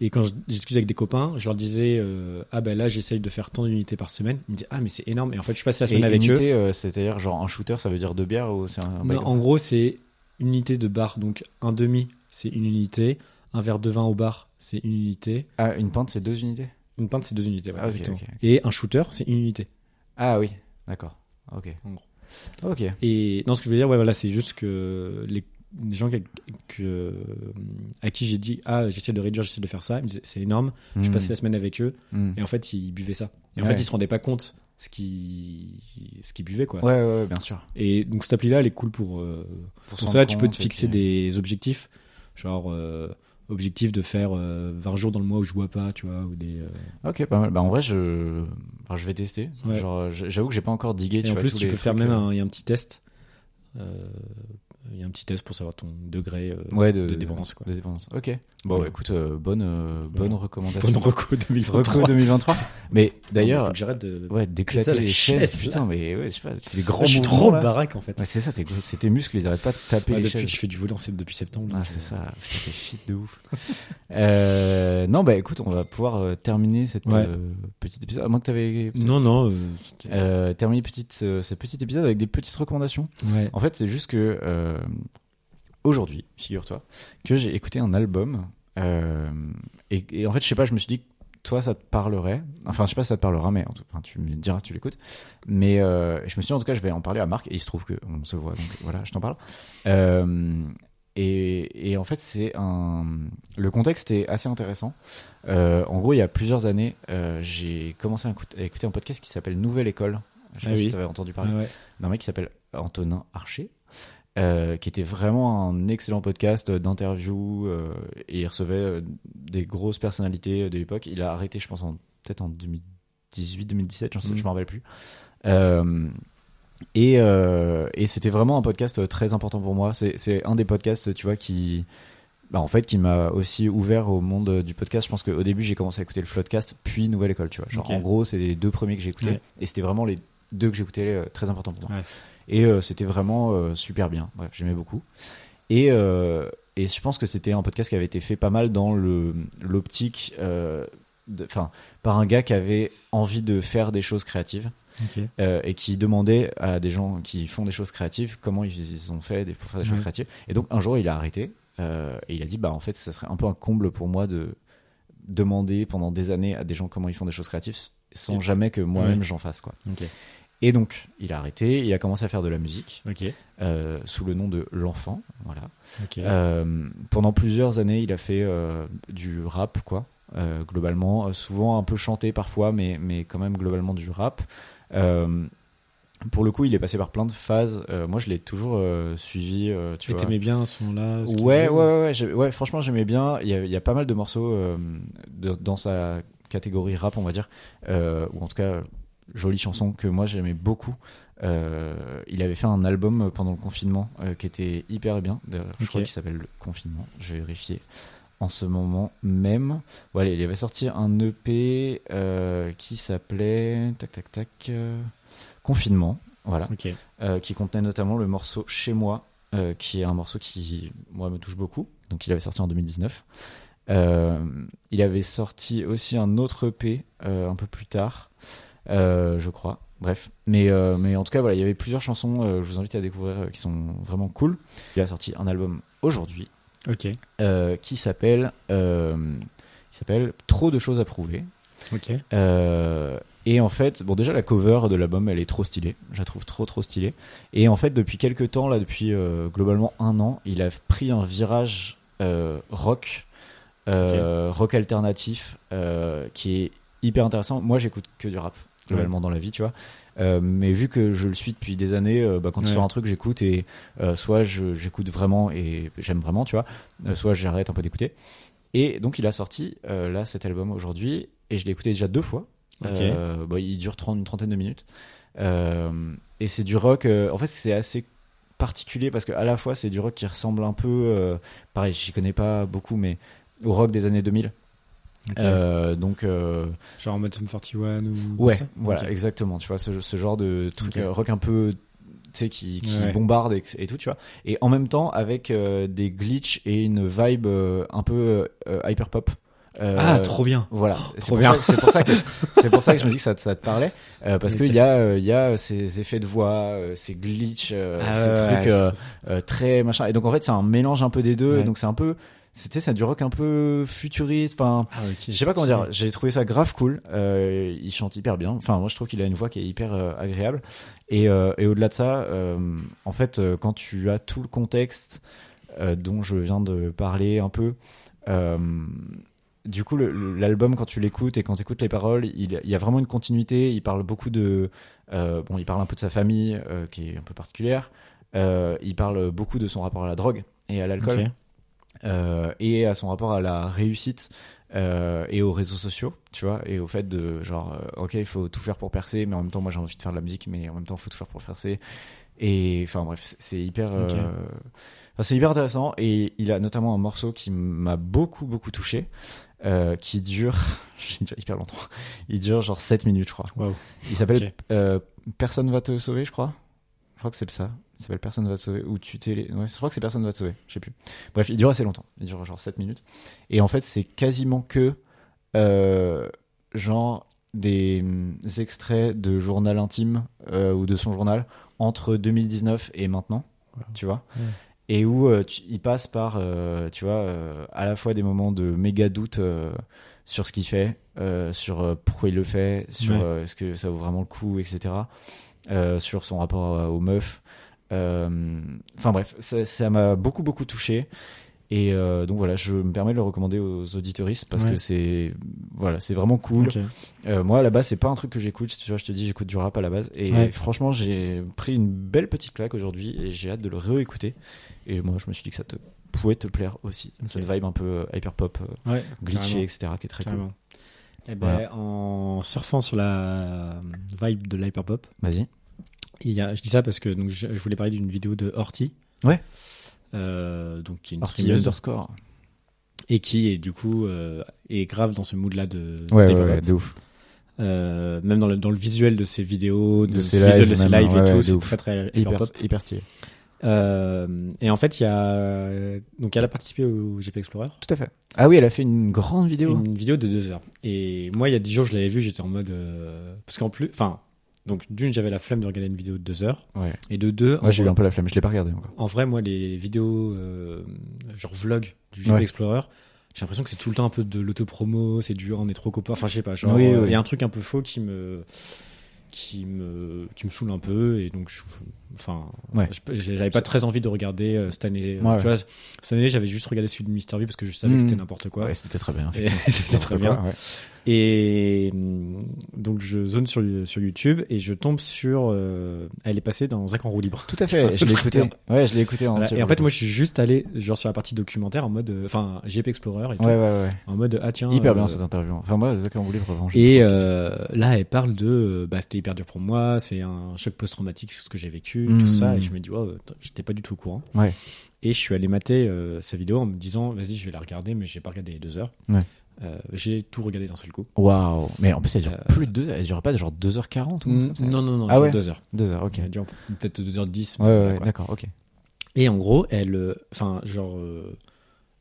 S1: et quand je discutais avec des copains je leur disais euh, ah ben là j'essaye de faire tant d'unités par semaine ils me disaient ah mais c'est énorme et en fait je passais la
S2: Et
S1: semaine avec eux
S2: unité, euh, c'est-à-dire genre un shooter, ça veut dire deux bières ou c'est un. un bail
S1: Non,
S2: comme
S1: en gros c'est une unité de bar donc un demi c'est une unité un verre de vin au bar c'est une unité
S2: ça Ah, une pinte, c'est deux unités
S1: une pinte c'est deux unités ouais,
S2: Ah, ok,
S1: exactement.
S2: ok, ok.
S1: et un shooter c'est une unité
S2: Ah oui, d'accord. Ok.
S1: En gros.
S2: Ok.
S1: Et non, ce que je veux dire, ouais, voilà, c'est juste que les, les gens que, que- à qui j'ai dit ah j'essaie de réduire, j'essaie de faire ça, ils me disaient, c'est énorme. Je
S2: Hmm,
S1: passais la semaine avec eux
S2: hmm.
S1: et en fait ils buvaient ça. Et en
S2: Ouais.
S1: fait ils se rendaient pas compte ce qui ce qu'ils buvaient quoi.
S2: Ouais, ouais, ouais, bien sûr.
S1: Et donc cette appli là, elle est cool pour euh,
S2: Pour,
S1: pour ça. Tu peux te fixer des objectifs, genre euh, objectif de faire euh, 20 jours dans le mois où je bois pas, tu vois, ou des. euh,
S2: Ok, pas mal. Bah, en vrai, je, enfin, je vais tester.
S1: Ouais.
S2: Genre, euh, je- j'avoue que j'ai pas encore digué.
S1: Et, en
S2: vois,
S1: plus
S2: tous
S1: tu
S2: les
S1: peux faire
S2: trucs,
S1: même
S2: euh,
S1: un, il y a un petit test. Euh, Il y a un petit test pour savoir ton degré euh,
S2: Ouais, de,
S1: de, dépendance quoi.
S2: de dépendance. Ok. Bon,
S1: Ouais.
S2: écoute, euh, bonne, euh, bonne
S1: Voilà.
S2: recommandation.
S1: Bonne reco
S2: Reco
S1: 2023.
S2: 2023. Mais
S1: Il
S2: d'ailleurs,
S1: faut que j'arrête de.
S2: ouais, d'éclater
S1: Putain, la
S2: les chaises.
S1: chaise, là.
S2: Putain, mais ouais, je sais pas, tu fais des grands
S1: je suis
S2: mouvements,
S1: trop
S2: là.
S1: baraque en fait.
S2: Ouais, c'est ça, tes, c'est tes muscles, ils arrêtent pas de taper
S1: Ouais,
S2: les
S1: depuis
S2: chaises.
S1: que je fais du volant, c'est depuis septembre.
S2: Ah,
S1: donc,
S2: c'est
S1: euh,
S2: ça, putain, t'es fit de ouf. (laughs) Euh, non, bah écoute, on va pouvoir euh, terminer cette
S1: Ouais.
S2: euh, petite épisode. À moins que t'avais
S1: Non, non. euh, c'était-
S2: euh, terminé petite, euh, ce petit épisode avec des petites recommandations.
S1: ouais.
S2: En fait, c'est juste que euh, aujourd'hui, figure-toi, que j'ai écouté un album euh, et, et en fait, je sais pas, je me suis dit que toi, ça te parlerait. Enfin, je sais pas si ça te parlera, mais en tout, enfin, tu me diras si tu l'écoutes. Mais euh, je me suis dit, en tout cas, je vais en parler à Marc et il se trouve que on se voit, donc voilà, je t'en parle. Euh, Et, et en fait, c'est un. Le contexte est assez intéressant. Euh, en gros, il y a plusieurs années, euh, j'ai commencé à écout- à écouter un podcast qui s'appelle Nouvelle École. Je sais
S1: Ah
S2: pas si
S1: oui.
S2: tu avais entendu parler
S1: Ah ouais.
S2: d'un mec qui s'appelle Antonin Archer, euh, qui était vraiment un excellent podcast euh, d'interview euh, et il recevait euh, des grosses personnalités euh, de l'époque. Il a arrêté, je pense, en, peut-être en 2018, 2017, j'en sais,
S1: Mm.
S2: je me rappelle plus. Euh, et euh, et c'était vraiment un podcast euh, très important pour moi. C'est, c'est un des podcasts, tu vois, qui. bah, en fait, qui m'a aussi ouvert au monde euh, du podcast. Je pense qu'au début, j'ai commencé à écouter le Floodcast, puis Nouvelle École, tu vois. Genre,
S1: Ok.
S2: en gros, c'est les deux premiers que j'ai écoutés.
S1: Ouais.
S2: Et c'était vraiment les deux que j'écoutais euh, très importants pour moi.
S1: Ouais.
S2: Et euh, c'était vraiment euh, super bien. Ouais, J'aimais beaucoup. Et, euh, et je pense que c'était un podcast qui avait été fait pas mal dans le- l'optique, euh, de- enfin, par un gars qui avait envie de faire des choses créatives
S1: Ok.
S2: euh, et qui demandait à des gens qui font des choses créatives comment ils, ils ont fait des- pour faire des choses
S1: Ouais.
S2: créatives. Et donc un jour, il a arrêté euh, et il a dit bah en fait, ça serait un peu un comble pour moi de demander pendant des années à des gens comment ils font des choses créatives sans
S1: Et-
S2: jamais que moi-même
S1: Ouais.
S2: j'en fasse quoi.
S1: Ok.
S2: Et donc, il a arrêté, il a commencé à faire de la musique
S1: Ok.
S2: euh, sous le nom de l'enfant, voilà.
S1: Ok.
S2: Euh, pendant plusieurs années, il a fait euh, du rap, quoi, euh, globalement. Euh, souvent un peu chanté parfois, mais, mais quand même globalement du rap. Euh, pour le coup, il est passé par plein de phases. Euh, moi, je l'ai toujours euh, suivi, euh, tu
S1: Et
S2: vois.
S1: t'aimais bien ce moment-là ce qu'il
S2: Ouais, ouais,
S1: faisait
S2: ouais, ouais, j'ai- ouais, franchement, j'aimais bien. Il y, a, il y a pas mal de morceaux euh, de- dans sa catégorie rap, on va dire, euh, ou en tout cas, jolie chanson que moi j'aimais beaucoup. Euh, il avait fait un album pendant le confinement euh, qui était hyper bien. D'ailleurs, Je
S1: Ok.
S2: crois qu'il s'appelle Le Confinement. Je vais vérifier en ce moment même. Voilà, il avait sorti un EP euh, qui s'appelait tac tac tac euh, Confinement. Voilà
S1: Ok.
S2: euh, qui contenait notamment le morceau Chez moi, euh, qui est un morceau qui, moi, me touche beaucoup. Donc, il avait sorti en 2019. Euh, il avait sorti aussi un autre EP euh, un peu plus tard, euh, je crois. Bref, mais, euh, mais en tout cas, voilà, il y avait plusieurs chansons, euh, je vous invite à découvrir, euh, qui sont vraiment cool. Il a sorti un album aujourd'hui
S1: Ok.
S2: euh, qui s'appelle euh, qui s'appelle Trop de choses à prouver.
S1: Ok.
S2: Euh, et en fait, bon, déjà la cover de l'album, elle est trop stylée. Je la trouve trop trop stylée. Et en fait, depuis quelques temps, là, depuis euh, globalement un an, il a pris un virage euh, rock, euh, rock alternatif, euh, qui est hyper intéressant. Moi, j'écoute que du rap globalement dans la vie, tu vois. Euh, mais vu que je le suis depuis des années, euh, bah, quand il
S1: Ouais.
S2: sort un truc, j'écoute et euh, soit je- j'écoute vraiment et j'aime vraiment, tu vois, euh, soit j'arrête un peu d'écouter. Et donc il a sorti euh, là cet album aujourd'hui et je l'ai écouté déjà deux fois.
S1: Ok.
S2: Euh, bah, il dure 30, une trentaine de minutes. Euh, et c'est du rock, euh, en fait c'est assez particulier parce que à la fois c'est du rock qui ressemble un peu, euh, pareil j'y connais pas beaucoup mais au rock des années 2000.
S1: Ok.
S2: Euh, donc euh,
S1: Genre en mode Sum 41 ou.
S2: Ouais,
S1: comme ça
S2: voilà,
S1: Ok.
S2: exactement. Tu vois, ce, ce genre de truc
S1: Ok.
S2: euh, rock un peu, tu sais, qui, qui
S1: Ouais.
S2: bombarde et, et tout, tu vois. Et en même temps, avec euh, des glitches et une vibe euh, un peu euh, hyper pop. Euh,
S1: Ah, trop bien.
S2: Voilà, c'est
S1: trop
S2: pour,
S1: bien.
S2: ça- c'est pour
S1: (laughs)
S2: ça que c'est pour ça que je me dis que ça, te- ça te parlait euh, parce
S1: Ok.
S2: qu'il y a euh, il y a ces effets de voix, euh, ces glitches, euh,
S1: Ah
S2: ces
S1: ouais,
S2: trucs
S1: ouais,
S2: euh,
S1: c'est-
S2: euh, très machin. Et donc en fait, c'est un mélange un peu des deux.
S1: Ouais.
S2: Donc c'est un peu, c'était ça du rock un peu futuriste, enfin
S1: Ah, ok,
S2: je sais pas comment
S1: stylé.
S2: dire, j'ai trouvé ça grave cool. Euh, il chante hyper bien. Enfin, moi je trouve qu'il a une voix qui est hyper euh, agréable. Et, euh, et au-delà de ça, euh, en fait, euh, quand tu as tout le contexte euh, dont je viens de parler un peu, euh, du coup, le- le- l'album, quand tu l'écoutes et quand tu écoutes les paroles, il, il y a vraiment une continuité. Il parle beaucoup de. euh, bon, il parle un peu de sa famille, euh, qui est un peu particulière. Euh, il parle beaucoup de son rapport à la drogue et à l'alcool
S1: Ok.
S2: euh, et à son rapport à la réussite euh, et aux réseaux sociaux, tu vois, et au fait de genre, euh, ok, il faut tout faire pour percer, mais en même temps, moi j'ai envie de faire de la musique, mais en même temps, il faut tout faire pour percer. Et enfin bref, c'est- c'est hyper, euh,
S1: Ok.
S2: enfin, c'est hyper intéressant. Et il a notamment un morceau qui m'a beaucoup beaucoup touché, euh, qui dure, (laughs) il dure hyper longtemps. Il dure genre 7 minutes, je crois.
S1: Waouh.
S2: Il s'appelle
S1: Ok.
S2: euh, Personne va te sauver, je crois. Je crois que c'est ça. Il s'appelle Personne va te sauver. Ou tu t'es. Ouais, je crois que c'est Personne va te sauver. Je sais plus. Bref, il dure assez longtemps. Il dure genre 7 minutes. Et en fait, c'est quasiment que. euh, genre des hum, extraits de journal intime euh, ou de son journal entre 2019 et maintenant. Tu vois
S1: Ouais.
S2: Et où euh, tu- il passe par. euh, tu vois, euh, à la fois des moments de méga doute. euh, sur ce qu'il fait, euh, sur euh, pourquoi il le fait, sur
S1: Ouais.
S2: euh, est-ce que ça vaut vraiment le coup, etc. Euh, sur son rapport euh, aux meufs, Euh, Enfin bref, ça ça m'a beaucoup beaucoup touché. Et euh, donc voilà, je me permets de le recommander aux auditoristes parce
S1: Ouais.
S2: que c'est voilà, c'est vraiment cool.
S1: Ok.
S2: Euh, moi, à la base, c'est pas un truc que j'écoute. Tu vois, je te dis, j'écoute du rap à la base. Et
S1: Ouais.
S2: franchement, j'ai pris une belle petite claque aujourd'hui et j'ai hâte de le réécouter. Et moi, je me suis dit que ça te pouvait te plaire aussi. Cette vibe un peu euh, hyper pop,
S1: Ouais,
S2: glitchée,
S1: carrément,
S2: etc., qui est très cool.
S1: carrément. Eh ben, en surfant sur la vibe de l'hyperpop,
S2: Vas-y.
S1: il y a- je dis ça parce que donc, je, je voulais parler d'une vidéo de Horty.
S2: Ouais.
S1: Euh, donc, qui est une
S2: Artie
S1: streameuse.
S2: underscore.
S1: et qui est du coup euh, est grave dans ce mood là de d'hyperpop.
S2: de ouf.
S1: Euh, même dans le dans le visuel de ses vidéos de,
S2: De
S1: ses
S2: ses
S1: visuels
S2: lives,
S1: de ses
S2: même,
S1: lives
S2: ouais,
S1: et
S2: ouais, de
S1: tout c'est
S2: ouf.
S1: très très
S2: Hyper,
S1: hyperpop.
S2: hyper stylé.
S1: Euh, et en fait il y a donc elle a participé au GP Explorer
S2: Tout à fait. Ah oui, elle a fait une grande vidéo.
S1: une vidéo de deux heures et moi il y a dix jours je l'avais vue j'étais en mode euh, parce qu'en plus enfin donc d'une j'avais la flemme de regarder une vidéo de deux heures
S2: Ouais.
S1: et de deux en
S2: Moi, j'ai eu
S1: vrai-
S2: un peu la flemme. Je l'ai pas regardé encore.
S1: En vrai, moi, les vidéos, euh, genre vlog du GP
S2: Ouais.
S1: Explorer, j'ai l'impression que c'est tout le temps un peu de l'autopromo, c'est du on est trop copains, enfin je sais pas, genre
S2: Oui,
S1: euh, il
S2: oui.
S1: y a un truc un peu faux qui me qui me qui me saoule un peu et donc je enfin
S2: Ouais.
S1: je- j'avais pas très envie de regarder euh, cette année euh,
S2: Ouais,
S1: tu vois cette année j'avais juste regardé celui de Mister V parce que je savais
S2: Mhm.
S1: que c'était n'importe quoi
S2: Ouais, c'était très bien.
S1: Et (laughs) c'était très bien et hum, donc je zone sur sur YouTube et je tombe sur euh, elle est passée dans Zach en roue libre
S2: Tout à fait. Je l'ai
S1: Très
S2: écouté.
S1: bien.
S2: Ouais, je l'ai écouté.
S1: voilà.
S2: entier
S1: Et en
S2: pour
S1: fait,
S2: le
S1: moi, je suis juste allé genre sur la partie documentaire en mode, euh, enfin, GP Explorer et
S2: coup.
S1: tout,
S2: Ouais, ouais,
S1: en mode ah tiens.
S2: ouais. Hyper
S1: euh,
S2: bien cette interview. Enfin, moi, Zach en voulait revanche.
S1: Et euh, là, elle parle de, euh, bah, c'était hyper dur pour moi, c'est un choc post-traumatique, ce que j'ai vécu,
S2: Mmh.
S1: tout ça, et je me dis, wow, t- j'étais pas du tout au courant.
S2: Ouais.
S1: Et je suis allé mater euh, sa vidéo en me disant, vas-y, je vais la regarder, mais j'ai pas regardé les deux heures.
S2: Ouais.
S1: Euh, j'ai tout regardé d'un seul coup.
S2: Waouh! Mais en plus, elle dure
S1: Euh,
S2: plus de 2 heures. Elle dure pas genre 2h40 ou un truc comme ça
S1: Non, non, non,
S2: Ah
S1: elle dure
S2: ouais
S1: deux heures.
S2: 2 heures, ok.
S1: Elle dure peut-être deux heures dix.
S2: Ouais,
S1: voilà,
S2: ouais,
S1: quoi.
S2: d'accord, ok.
S1: Et en gros, elle, euh, enfin, genre, euh,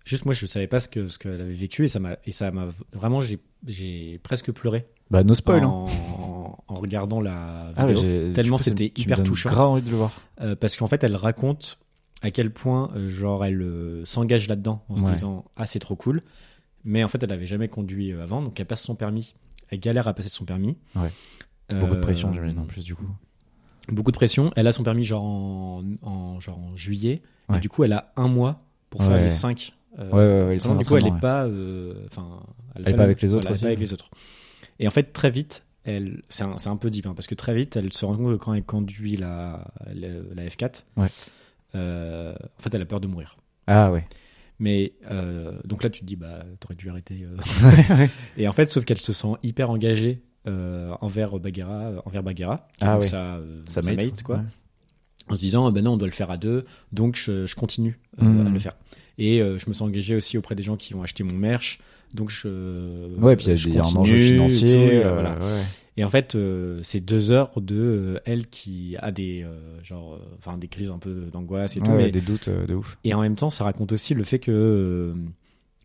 S1: juste moi, je savais pas ce que ce qu'elle avait vécu et ça m'a et ça m'a vraiment, j'ai j'ai presque pleuré
S2: Bah, no spoil, hein.
S1: en, en- en regardant la
S2: Ah,
S1: vidéo
S2: ouais, j'ai-
S1: Tellement
S2: du coup, ça me-
S1: c'était
S2: tu me
S1: hyper
S2: donnes
S1: touchant.
S2: grave envie de le voir.
S1: Euh, parce qu'en fait, elle raconte à quel point, euh, genre, elle euh, s'engage là-dedans en se
S2: Ouais.
S1: disant ah c'est trop cool, mais en fait, elle avait jamais conduit euh, avant, donc elle passe son permis, elle galère à passer son permis.
S2: Ouais. Beaucoup de
S1: Euh,
S2: pression, j'imagine, hein. en plus, du coup.
S1: beaucoup de pression. Elle a son permis genre en, en- genre en juillet.
S2: Ouais.
S1: Et du coup, elle a un mois pour faire
S2: Ouais.
S1: les 5. Euh,
S2: Ouais, ouais, ouais, les
S1: vraiment,
S2: cinq
S1: du coup, elle n'est
S2: entraînements,
S1: pas. euh, Enfin,
S2: Elle est pas avec les autres
S1: voilà, elle est
S2: aussi.
S1: pas avec les autres. Et en fait, très vite, elle, c'est un, c'est un peu deep, hein, parce que très vite, elle se rend compte que quand elle conduit la, la, la F4,
S2: Ouais.
S1: euh, en fait, elle a peur de mourir.
S2: Ah, ouais.
S1: Mais euh, donc là, tu te dis, bah, t'aurais dû arrêter.
S2: (laughs)
S1: euh. et en fait, sauf qu'elle se sent hyper engagée euh, envers Bagheera, envers Bagheera, qui est
S2: Ah
S1: donc
S2: ouais.
S1: sa, euh,
S2: Ça
S1: sa
S2: mate,
S1: mate, quoi,
S2: ouais.
S1: en se disant, ben non, on doit le faire à deux, donc je, je continue euh,
S2: Mm.
S1: à le faire. Et euh, je me sens engagé aussi auprès des gens qui vont acheter mon merch, donc je.
S2: Ouais, puis il y a
S1: je
S2: des- un
S1: continue
S2: enjeu
S1: et
S2: financier.
S1: tout, et, euh,
S2: euh,
S1: voilà.
S2: ouais.
S1: Et en fait, euh, c'est deux heures de euh, elle qui a des euh, genre, euh, enfin des crises un peu d'angoisse et tout,
S2: Ouais,
S1: mais
S2: ouais, Des doutes euh, de ouf.
S1: et en même temps, ça raconte aussi le fait que. euh,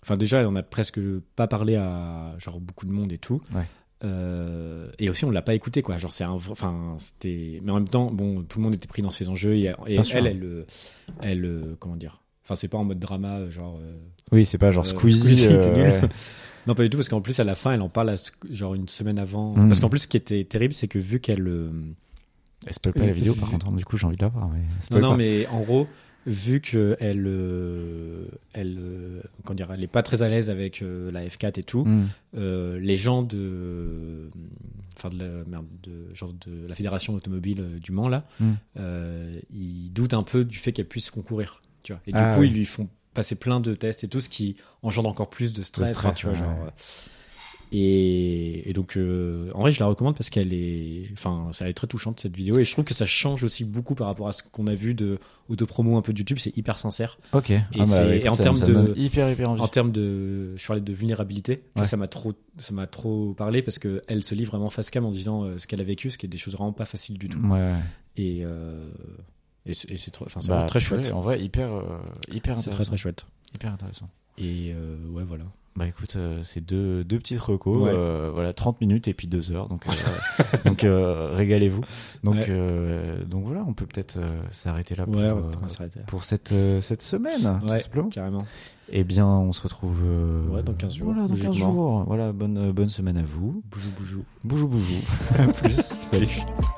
S1: Enfin, déjà, on a presque pas parlé à genre beaucoup de monde et tout.
S2: Ouais.
S1: Euh, et aussi, on l'a pas écouté, quoi. Genre, c'est un. vrai- Enfin, c'était. Mais en même temps, bon, tout le monde était pris dans ses enjeux. Et, et
S2: Bien sûr.
S1: elle, elle, euh, elle, euh, Comment dire Enfin, c'est pas en mode drama, euh, genre. euh,
S2: Oui, c'est pas genre
S1: euh,
S2: Squeezie. euh,
S1: t'es nul.
S2: ouais.
S1: non, pas du tout, parce qu'en plus, à la fin, elle en parle à ce- genre une semaine avant.
S2: Mm.
S1: Parce qu'en plus, ce qui était terrible, c'est que vu qu'elle. euh,
S2: Elle spoil pas la vidéo, par contre. hein, Du coup, j'ai envie de la voir. mais
S1: Non,
S2: spoil
S1: non,
S2: pas.
S1: mais en gros, vu que elle, euh, elle, euh, comment dire, elle est pas très à l'aise avec euh, la F4 et tout,
S2: Mm.
S1: euh, les gens de, euh, enfin de la merde, de genre de la fédération automobile euh, du Mans là,
S2: Mm.
S1: euh, ils doutent un peu du fait qu'elle puisse concourir, tu vois. Et
S2: Ah,
S1: du coup,
S2: ouais.
S1: ils lui font passer plein de tests et tout, ce qui engendre encore plus de stress,
S2: stress,
S1: enfin, tu vois,
S2: ouais,
S1: genre.
S2: ouais.
S1: euh, Et, et donc, euh, en vrai, je la recommande parce qu'elle est, enfin, ça est très touchante cette vidéo et je trouve que ça change aussi beaucoup par rapport à ce qu'on a vu de auto-promo un peu de YouTube. C'est hyper sincère
S2: Ok. Ah bah, Et,
S1: c'est- et en termes de-
S2: Hyper, hyper envie.
S1: en termes de, je parlais de vulnérabilité. Tu vois,
S2: Ouais.
S1: Ça m'a trop, ça m'a trop parlé parce que elle se livre vraiment face cam en disant euh, ce qu'elle a vécu, ce qui est des choses vraiment pas faciles du tout.
S2: Ouais, ouais.
S1: Et euh, et c'est et c'est trop, enfin, c'est
S2: Bah,
S1: vraiment très
S2: purée,
S1: chouette.
S2: En vrai, hyper, euh, hyper
S1: C'est très
S2: intéressant.
S1: très chouette.
S2: Hyper intéressant.
S1: Et euh, ouais, voilà.
S2: Bah écoute, euh, c'est deux, deux petites recos,
S1: Ouais.
S2: euh, voilà, 30 minutes et puis 2
S1: (laughs)
S2: heures, donc, euh, donc euh, régalez-vous. Donc,
S1: Ouais.
S2: euh, donc voilà, on peut peut-être euh, s'arrêter là pour,
S1: Ouais, on
S2: euh,
S1: va peut-être s'arrêter. là.
S2: pour cette, euh, cette semaine, tout
S1: Ouais.
S2: simplement.
S1: Carrément.
S2: Eh bien, on se retrouve euh,
S1: Ouais, dans 15 jours,
S2: Voilà, dans 15
S1: logiquement.
S2: jours. Voilà, bonne, euh, bonne semaine à
S1: (laughs)
S2: vous. (laughs)
S1: Boujou boujou.
S2: Boujou, boujou. À plus. Salut.